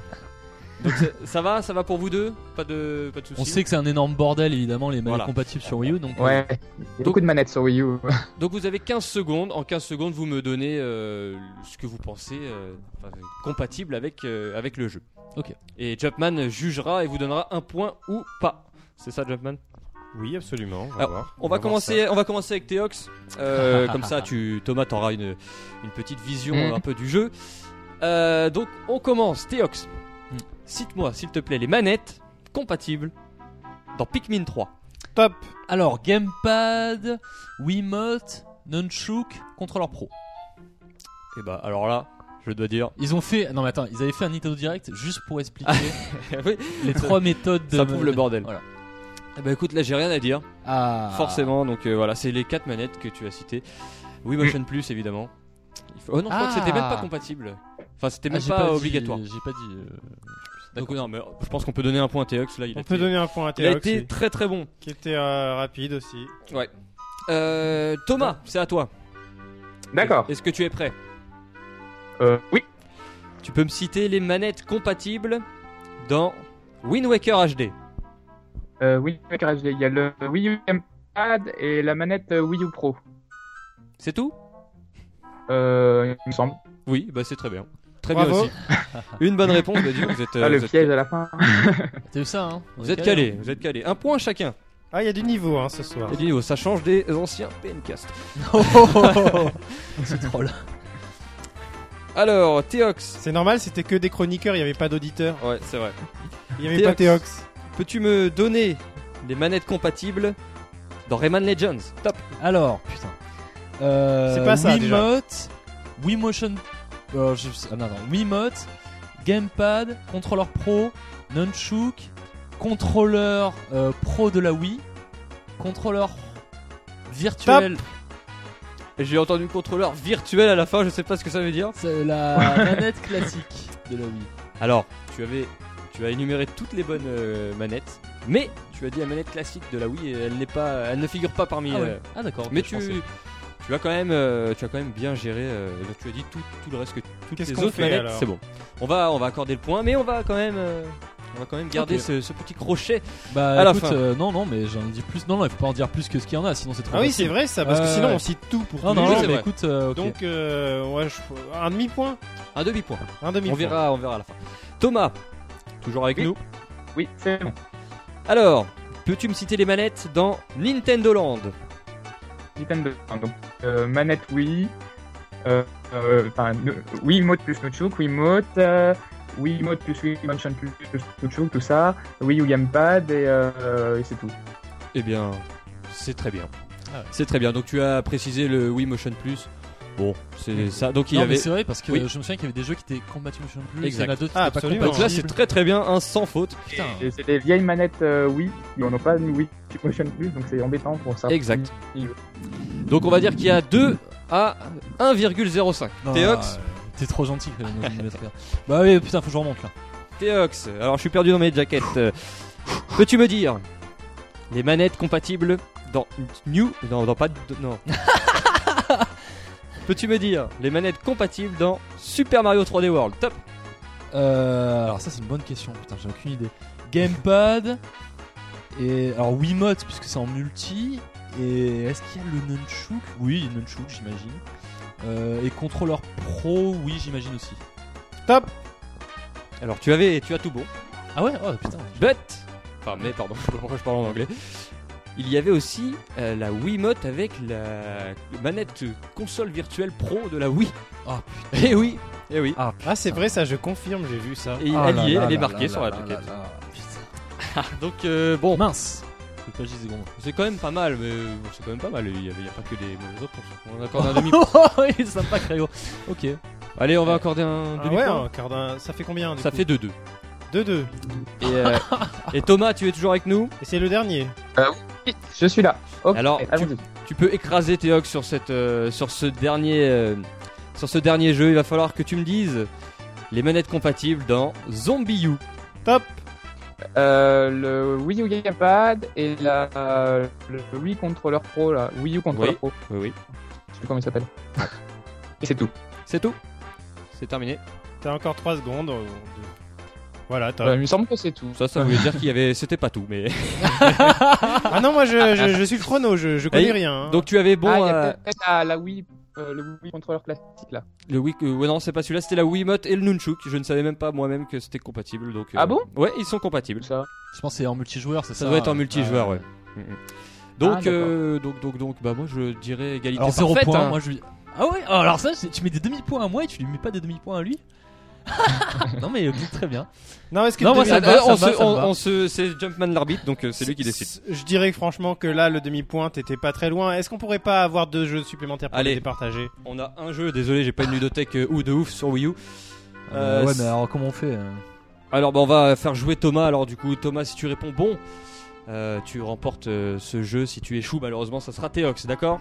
Speaker 2: Donc c'est- ça va, ça va pour vous deux Pas de, pas de soucis.
Speaker 4: On sait que c'est un énorme bordel évidemment les manettes
Speaker 2: Voilà.
Speaker 4: compatibles sur Wii U donc euh,
Speaker 6: Ouais, il y a beaucoup de manettes sur Wii U.
Speaker 2: Donc vous avez 15 secondes. En 15 secondes, vous me donnez euh, ce que vous pensez euh, enfin, euh, compatible avec, euh, avec le jeu.
Speaker 4: Ok.
Speaker 2: Et Jumpman jugera et vous donnera un point ou pas. C'est ça, Jumpman
Speaker 3: Oui, absolument. On va,
Speaker 2: Alors,
Speaker 3: voir.
Speaker 2: on va,
Speaker 3: voir
Speaker 2: commencer, on va commencer avec Théox. <laughs> Euh, comme ça, tu, Thomas, t'auras une, une petite vision
Speaker 6: Mm.
Speaker 2: un peu du jeu. Euh, donc, on commence. Théox,
Speaker 4: Mm.
Speaker 2: cite-moi, s'il te plaît, les manettes compatibles dans Pikmin 3.
Speaker 3: ça. Top
Speaker 4: Alors, gamepad, Wiimote, Nunchuk, contrôleur pro.
Speaker 2: Et bah, alors là, je dois dire.
Speaker 4: Ils ont fait. Non, mais attends, ils avaient fait un Nintendo Direct juste pour expliquer
Speaker 2: Ah. <laughs> oui,
Speaker 4: les
Speaker 2: Ça-
Speaker 4: trois méthodes de.
Speaker 2: ça prouve le bordel.
Speaker 4: Voilà.
Speaker 2: Eh bah, écoute, là, j'ai rien à dire.
Speaker 4: Ah.
Speaker 2: Forcément, donc euh, voilà, c'est les quatre manettes que tu as citées. Wiimotion Plus, évidemment. Il faut- Oh non, je crois que c'était
Speaker 4: Ah.
Speaker 2: même pas compatible. Enfin, c'était
Speaker 4: Ah,
Speaker 2: même
Speaker 4: j'ai
Speaker 2: pas,
Speaker 4: dit-
Speaker 2: obligatoire.
Speaker 4: J'ai pas dit. euh,
Speaker 2: Donc
Speaker 4: d'accord.
Speaker 2: non, mais euh, je pense qu'on peut donner un point à Théox. Là, il a
Speaker 3: On
Speaker 2: été,
Speaker 3: peut donner un point à
Speaker 2: il a
Speaker 3: Théox,
Speaker 2: été
Speaker 3: oui,
Speaker 2: très très bon.
Speaker 3: qui était euh, rapide aussi.
Speaker 2: Ouais. Euh, Thomas, c'est à toi.
Speaker 6: <laughs> D'accord.
Speaker 2: Est-ce que tu es prêt
Speaker 6: Euh, oui.
Speaker 2: Tu peux me citer les manettes compatibles dans Wind Waker HD.
Speaker 6: Euh, Wii U Maker HD, il y a le Wii U Gamepad et la manette euh, Wii U Pro,
Speaker 2: C'est tout
Speaker 6: euh, il me semble.
Speaker 2: Oui, bah c'est très bien. Très bien
Speaker 3: Bravo. <laughs>
Speaker 2: aussi. Une bonne réponse, bah, dis donc, vous êtes, euh,
Speaker 6: ah, le
Speaker 2: vous êtes-
Speaker 6: piège à la fin.
Speaker 4: T'as vu ça, hein
Speaker 2: vous êtes calés, vous êtes calés. Un point chacun.
Speaker 3: Ah, il y a du niveau hein, ce soir.
Speaker 2: Il y a du niveau, oh, ça change des anciens PNcast.
Speaker 4: <laughs> C'est troll.
Speaker 2: Alors, Théox.
Speaker 3: C'est normal, c'était que des chroniqueurs, il n'y avait pas d'auditeurs.
Speaker 2: Ouais, c'est vrai.
Speaker 3: Il n'y avait pas Théox.
Speaker 2: Peux-tu me donner les manettes compatibles dans Rayman Legends Top.
Speaker 4: Alors, putain. Euh,
Speaker 3: C'est pas ça, déjà.
Speaker 4: Wiimote, Wiimotion. euh, je sais- ah, non, non, Wiimote, Gamepad, contrôleur pro, Nunchuk, contrôleur euh, pro de la Wii, contrôleur virtuel.
Speaker 2: J'ai entendu contrôleur virtuel à la fin, je sais pas ce que ça veut dire. <laughs>
Speaker 4: C'est la manette classique de la Wii.
Speaker 2: Alors, tu avais, tu as énuméré toutes les bonnes euh, manettes, mais tu as dit la manette classique de la Wii, et elle n'est pas, elle ne figure pas parmi.
Speaker 4: Ah, ouais.
Speaker 2: euh,
Speaker 4: Ah, d'accord. ok,
Speaker 2: mais
Speaker 4: je
Speaker 2: tu,
Speaker 4: pensais.
Speaker 2: tu as quand même, euh, tu as quand même bien géré. euh, tu as dit tout, tout le reste que toutes
Speaker 3: Qu'est-ce
Speaker 2: les
Speaker 3: qu'on
Speaker 2: autres
Speaker 3: fait,
Speaker 2: manettes,
Speaker 3: alors
Speaker 2: c'est bon. On va, on va accorder le point, mais on va quand même, euh, on va quand même garder
Speaker 4: Ok.
Speaker 2: ce, ce petit crochet.
Speaker 4: Bah,
Speaker 2: à la
Speaker 4: écoute,
Speaker 2: fin.
Speaker 4: euh, non, non, mais j'en dis plus. Non, non, il faut pas en dire plus que ce qu'il y en a, sinon c'est trop.
Speaker 3: Ah oui,
Speaker 4: facile.
Speaker 3: c'est vrai ça, parce que
Speaker 4: Ouais,
Speaker 3: sinon
Speaker 4: ouais.
Speaker 3: on cite tout pour tous les
Speaker 4: Non, non,
Speaker 2: Euh, Oui,
Speaker 3: gens.
Speaker 2: c'est
Speaker 4: mais
Speaker 2: vrai.
Speaker 4: écoute, euh, ok.
Speaker 3: Donc, euh, ouais, je- un demi-point.
Speaker 2: Un demi point.
Speaker 3: Un demi-point.
Speaker 2: On verra, on verra à la fin. Thomas, toujours avec
Speaker 6: Oui.
Speaker 2: nous.
Speaker 6: Oui, <laughs> c'est bon.
Speaker 2: Alors, peux-tu me citer les manettes dans Nintendo Land
Speaker 6: Nintendo. Donc, euh, manette Wii, euh, euh, enfin, no- Wii Mode plus Nunchuk, Wii Mode, euh, Wii Mode plus Wii Motion plus, plus Nunchuk, tout ça, Wii U Gamepad et, euh, et c'est tout.
Speaker 2: Eh bien, c'est très bien.
Speaker 4: Ah ouais.
Speaker 2: C'est très bien. Donc tu as précisé le Wii Motion Plus. Bon, c'est ça. Donc il
Speaker 4: Non, mais
Speaker 2: avait.
Speaker 4: c'est vrai parce que
Speaker 2: Oui.
Speaker 4: je me souviens qu'il y avait des jeux qui étaient compatibles sur plus,
Speaker 2: Exact.
Speaker 4: il y en a d'autres qui
Speaker 3: Ah,
Speaker 4: étaient pas
Speaker 3: absolument.
Speaker 2: Donc là,
Speaker 4: compatibles.
Speaker 2: c'est très très bien, un sans faute.
Speaker 4: Putain.
Speaker 6: Et c'est des vieilles manettes euh, Wii, mais on n'a pas de Wii Motion plus, donc c'est embêtant pour ça.
Speaker 2: Exact. Donc on va dire qu'il y a 2 à 1,05.
Speaker 4: Non,
Speaker 2: Théox,
Speaker 4: euh, T'es trop gentil. euh, quand même, je vais te faire. <laughs> bah oui, putain, faut que je remonte là.
Speaker 2: Théox. Alors je suis perdu dans mes jaquettes. Euh, Peux-tu me dire les manettes compatibles dans New Non, dans pas de-
Speaker 4: <laughs>
Speaker 2: non. Peux-tu me dire les manettes compatibles dans Super Mario 3D World Top.
Speaker 4: Euh, alors ça, c'est une bonne question. Putain, j'ai aucune idée. Gamepad et alors Wiimote puisque c'est en multi. Et est-ce qu'il y a le nunchuk Oui, nunchuk, j'imagine. Euh, et contrôleur pro, oui, j'imagine aussi.
Speaker 3: Top
Speaker 2: Alors tu avais, tu as tout bon.
Speaker 4: Ah ouais, oh putain.
Speaker 2: But, enfin mais pardon, <laughs> je sais pas pourquoi je parle en anglais. Il y avait aussi euh, la Wiimote avec la manette console virtuelle pro de la Wii.
Speaker 4: Ah,
Speaker 2: Eh oui, eh oui.
Speaker 4: Ah,
Speaker 3: Ah, c'est vrai ça, je confirme, j'ai vu ça.
Speaker 2: Et
Speaker 4: Ah
Speaker 2: elle
Speaker 4: là
Speaker 2: y est,
Speaker 4: là
Speaker 2: elle est
Speaker 4: là
Speaker 2: marquée
Speaker 4: là
Speaker 2: sur
Speaker 4: là
Speaker 2: la
Speaker 4: là
Speaker 2: jaquette.
Speaker 4: là là. Putain. <laughs>
Speaker 2: Donc euh, bon,
Speaker 4: Mince. Faut pas que je dise
Speaker 2: <laughs>
Speaker 4: bon.
Speaker 2: c'est quand même pas mal, mais bon, c'est quand même pas mal. Il y, avait- il y a pas que des mauvaises réponses. On accorde un demi.
Speaker 4: il est sympa, Créo. Ok.
Speaker 2: Allez, on va accorder un
Speaker 3: Ah
Speaker 2: demi
Speaker 3: ouais, un quart d'un- ça fait combien du
Speaker 2: Ça
Speaker 3: coup
Speaker 2: fait 2-2.
Speaker 3: 2-2.
Speaker 2: Et, euh, et Thomas, tu es toujours avec nous
Speaker 3: Et c'est le dernier.
Speaker 6: Je suis là. Ok,
Speaker 2: Alors, tu-
Speaker 6: allons-y.
Speaker 2: Tu peux écraser Théox sur, cette, euh, sur, ce dernier, euh, sur ce dernier jeu. Il va falloir que tu me dises les manettes compatibles dans Zombie U.
Speaker 3: Top
Speaker 6: Euh, le Wii U Gamepad et la, euh, le Wii Controller Pro, là. Wii U Controller
Speaker 2: Oui.
Speaker 6: Pro,
Speaker 2: Oui, oui.
Speaker 6: je sais plus comment il s'appelle. et c'est tout.
Speaker 2: C'est tout C'est terminé.
Speaker 3: T'as encore 3 secondes. euh, Voilà, t'as-
Speaker 7: Bah, il me semble que c'est tout.
Speaker 2: Ça, ça voulait dire qu'il y avait. C'était pas tout, mais.
Speaker 3: Ah non, moi je, je, je suis le chrono, je, je connais
Speaker 2: Et-
Speaker 3: rien. hein.
Speaker 2: <laughs> Donc tu avais bon.
Speaker 7: ah, il y
Speaker 2: euh,
Speaker 7: a peut-être la, la Wii, euh, le Wii contrôleur classique là.
Speaker 2: Le Wii, euh, ouais, non, c'est pas celui-là, c'était la Wiimote et le Nunchuk. Je ne savais même pas moi-même que c'était compatible. Donc, euh,
Speaker 7: Ah bon
Speaker 2: Ouais, ils sont compatibles.
Speaker 7: Tout ça.
Speaker 4: Je pense que c'est en multijoueur, c'est ça hein.
Speaker 2: Ça doit être en multijoueur, ouais. Mhm. Donc,
Speaker 7: Ah, d'accord.
Speaker 2: euh, donc, donc, donc, bah moi je dirais égalité
Speaker 4: Alors 0
Speaker 2: parfaite,
Speaker 4: points,
Speaker 2: hein.
Speaker 4: moi je lui. Ah ouais, oh, alors ça, c'est- tu mets des demi-points à moi et tu lui mets pas des demi-points
Speaker 2: <laughs>
Speaker 4: à lui Non mais euh, très bien.
Speaker 3: Non, est-ce que
Speaker 4: Non,
Speaker 3: le
Speaker 4: moi,
Speaker 3: demi-
Speaker 4: ça va,
Speaker 2: Euh, on
Speaker 4: ça va,
Speaker 2: se-
Speaker 4: ça
Speaker 2: on-
Speaker 4: va.
Speaker 2: on se- c'est Jumpman l'arbitre, donc euh, c'est lui qui décide.
Speaker 3: Je dirais que, franchement que là, le demi-point, t'étais pas très loin. Est-ce qu'on pourrait pas avoir deux jeux supplémentaires pour
Speaker 2: Allez.
Speaker 3: les départager
Speaker 2: On a un jeu, désolé, j'ai pas une ludothèque euh, ou de ouf sur Wii U. Euh,
Speaker 4: ouais,
Speaker 2: c-
Speaker 4: mais alors comment on fait euh
Speaker 2: Alors, bah, on va faire jouer Thomas. Alors, du coup, Thomas, si tu réponds bon, euh, tu remportes euh, ce jeu. Si tu échoues, malheureusement, ça sera Théox, d'accord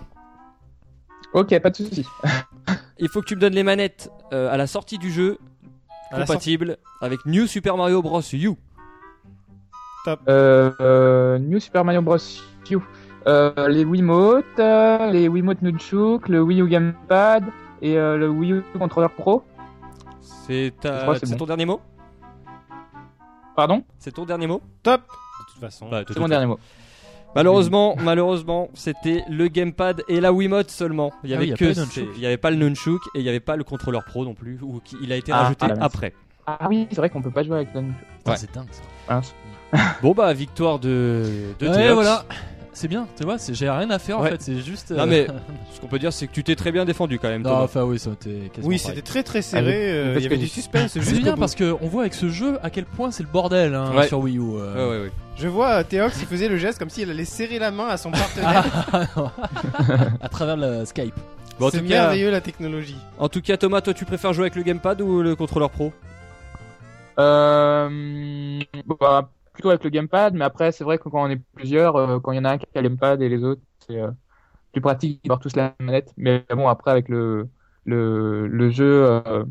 Speaker 7: Ok, pas de soucis.
Speaker 2: Il faut que tu me donnes les manettes euh, à la sortie du jeu,
Speaker 3: À la
Speaker 2: compatibles avec New Super Mario Bros. U.
Speaker 7: Euh, euh, New Super Mario Bros. U. Euh, les Wiimotes, euh, les Wiimote Nunchuk, le Wii U Gamepad et euh, le Wii U Controller Pro.
Speaker 2: C'est
Speaker 7: Je
Speaker 2: ta...
Speaker 7: crois que c'est
Speaker 2: c'est
Speaker 7: bon.
Speaker 2: ton dernier mot
Speaker 7: Pardon
Speaker 2: C'est ton dernier mot
Speaker 3: Top De toute façon.
Speaker 7: C'est mon dernier mot.
Speaker 2: Malheureusement, malheureusement, c'était le gamepad et la Wiimote seulement. Il y
Speaker 4: Ah
Speaker 2: avait
Speaker 4: oui, il y a
Speaker 2: que
Speaker 4: pas le
Speaker 2: ces-
Speaker 4: nunchuk.
Speaker 2: il y avait pas le nunchuk et il y avait pas le contrôleur pro non plus ou qui- il a été
Speaker 7: Ah,
Speaker 2: rajouté
Speaker 7: ah, la mince.
Speaker 2: après.
Speaker 7: Ah oui, c'est vrai qu'on peut pas jouer avec la Nunchuk.
Speaker 4: Putain,
Speaker 2: Ouais.
Speaker 4: C'est dingue ça.
Speaker 7: Mince.
Speaker 2: Bon bah victoire de de
Speaker 4: Ouais,
Speaker 2: Théox.
Speaker 4: voilà. C'est bien, tu vois, c'est- j'ai rien à faire
Speaker 2: Ouais.
Speaker 4: en fait, c'est juste.
Speaker 2: Non
Speaker 4: euh, <laughs>
Speaker 2: mais ce qu'on peut dire c'est que tu t'es très bien défendu quand même.
Speaker 4: non,
Speaker 2: Thomas.
Speaker 4: enfin oui, ça a été quasiment
Speaker 3: Oui,
Speaker 4: pareil.
Speaker 3: c'était très très serré. euh,
Speaker 7: parce
Speaker 3: Il y
Speaker 7: que
Speaker 3: avait du
Speaker 7: j'ai-
Speaker 3: suspense.
Speaker 4: C'est
Speaker 3: jusqu'au
Speaker 4: bien
Speaker 3: bout.
Speaker 4: parce qu'on voit avec ce jeu à quel point c'est le bordel hein,
Speaker 2: Ouais.
Speaker 4: sur Wii U.
Speaker 2: Ouais,
Speaker 4: euh. <laughs>
Speaker 2: ouais, ouais.
Speaker 3: Je vois euh, Théox, il faisait le geste comme s'il allait serrer la main à son partenaire.
Speaker 4: Ah,
Speaker 2: <laughs>
Speaker 4: à travers le Skype.
Speaker 2: Bon, en
Speaker 3: C'est
Speaker 2: tout cas-
Speaker 3: merveilleux la technologie.
Speaker 2: En tout cas Thomas, toi tu préfères jouer avec le gamepad ou le contrôleur pro
Speaker 7: Euh, bah, plutôt avec le Gamepad, mais après, c'est vrai que quand on est plusieurs, euh, quand il y en a un qui a le Gamepad et les autres, c'est euh, plus pratique d'avoir tous la manette. Mais bon, après, avec le, le, le jeu euh,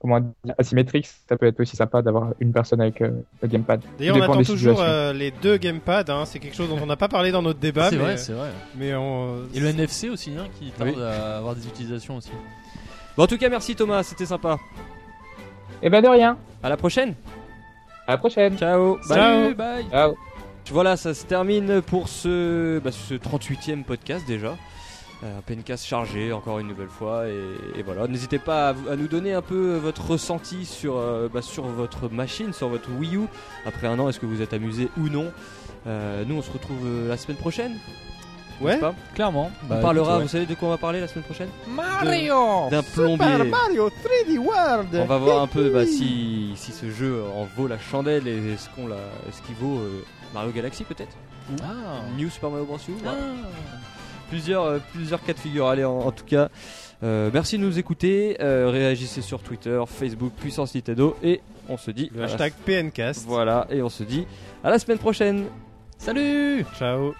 Speaker 7: comment dire, asymétrique, ça peut être aussi sympa d'avoir une personne avec euh, le Gamepad.
Speaker 3: D'ailleurs,
Speaker 7: Tout
Speaker 3: on
Speaker 7: dépend
Speaker 3: attend
Speaker 7: des
Speaker 3: toujours
Speaker 7: situations.
Speaker 3: euh, les deux gamepads. hein, C'est quelque chose dont on n'a pas parlé dans notre débat.
Speaker 2: Bah,
Speaker 4: c'est
Speaker 3: mais, euh,
Speaker 4: vrai, c'est vrai.
Speaker 3: mais on-
Speaker 4: Et le NFC aussi, hein, qui tarde
Speaker 2: euh, Oui.
Speaker 4: à avoir des utilisations aussi.
Speaker 2: Bon, en tout cas merci Thomas, c'était sympa.
Speaker 7: Et ben de rien,
Speaker 2: À la prochaine.
Speaker 7: à la prochaine.
Speaker 2: Ciao. Bye.
Speaker 4: Salut, bye.
Speaker 7: Ciao.
Speaker 2: Voilà, ça se termine pour ce, bah, ce 38e podcast déjà. Euh, Un pencast chargé encore une nouvelle fois et, et voilà. N'hésitez pas à, vous- à nous donner un peu votre ressenti sur, euh, bah, sur votre machine, sur votre Wii U. Après un an, est-ce que vous êtes amusé ou non Euh, Nous, on se retrouve euh, la semaine prochaine. n'est-ce
Speaker 3: Ouais.
Speaker 2: pas
Speaker 4: Clairement.
Speaker 2: on
Speaker 4: Bah,
Speaker 2: parlera.
Speaker 4: écoute,
Speaker 2: Vous savez de quoi on va parler la semaine prochaine
Speaker 3: Mario
Speaker 2: D'un
Speaker 3: Super
Speaker 2: plombier.
Speaker 3: Mario 3D World
Speaker 2: On va voir un peu bah, si, si ce jeu en vaut la chandelle et est-ce qu'on l'a, est-ce qu'il vaut euh, Mario Galaxy peut-être
Speaker 4: ouais. Ah.
Speaker 2: New Super Mario Bros. U
Speaker 4: Ah.
Speaker 2: ouais. plusieurs, euh, plusieurs cas de figure. Allez, en, en tout cas, euh, merci de nous écouter. euh, réagissez sur Twitter, Facebook, Puissance Nintendo. Et on se dit.
Speaker 3: Le hashtag PNcast.
Speaker 2: Voilà, et on se dit à la semaine prochaine.
Speaker 4: Salut
Speaker 3: Ciao.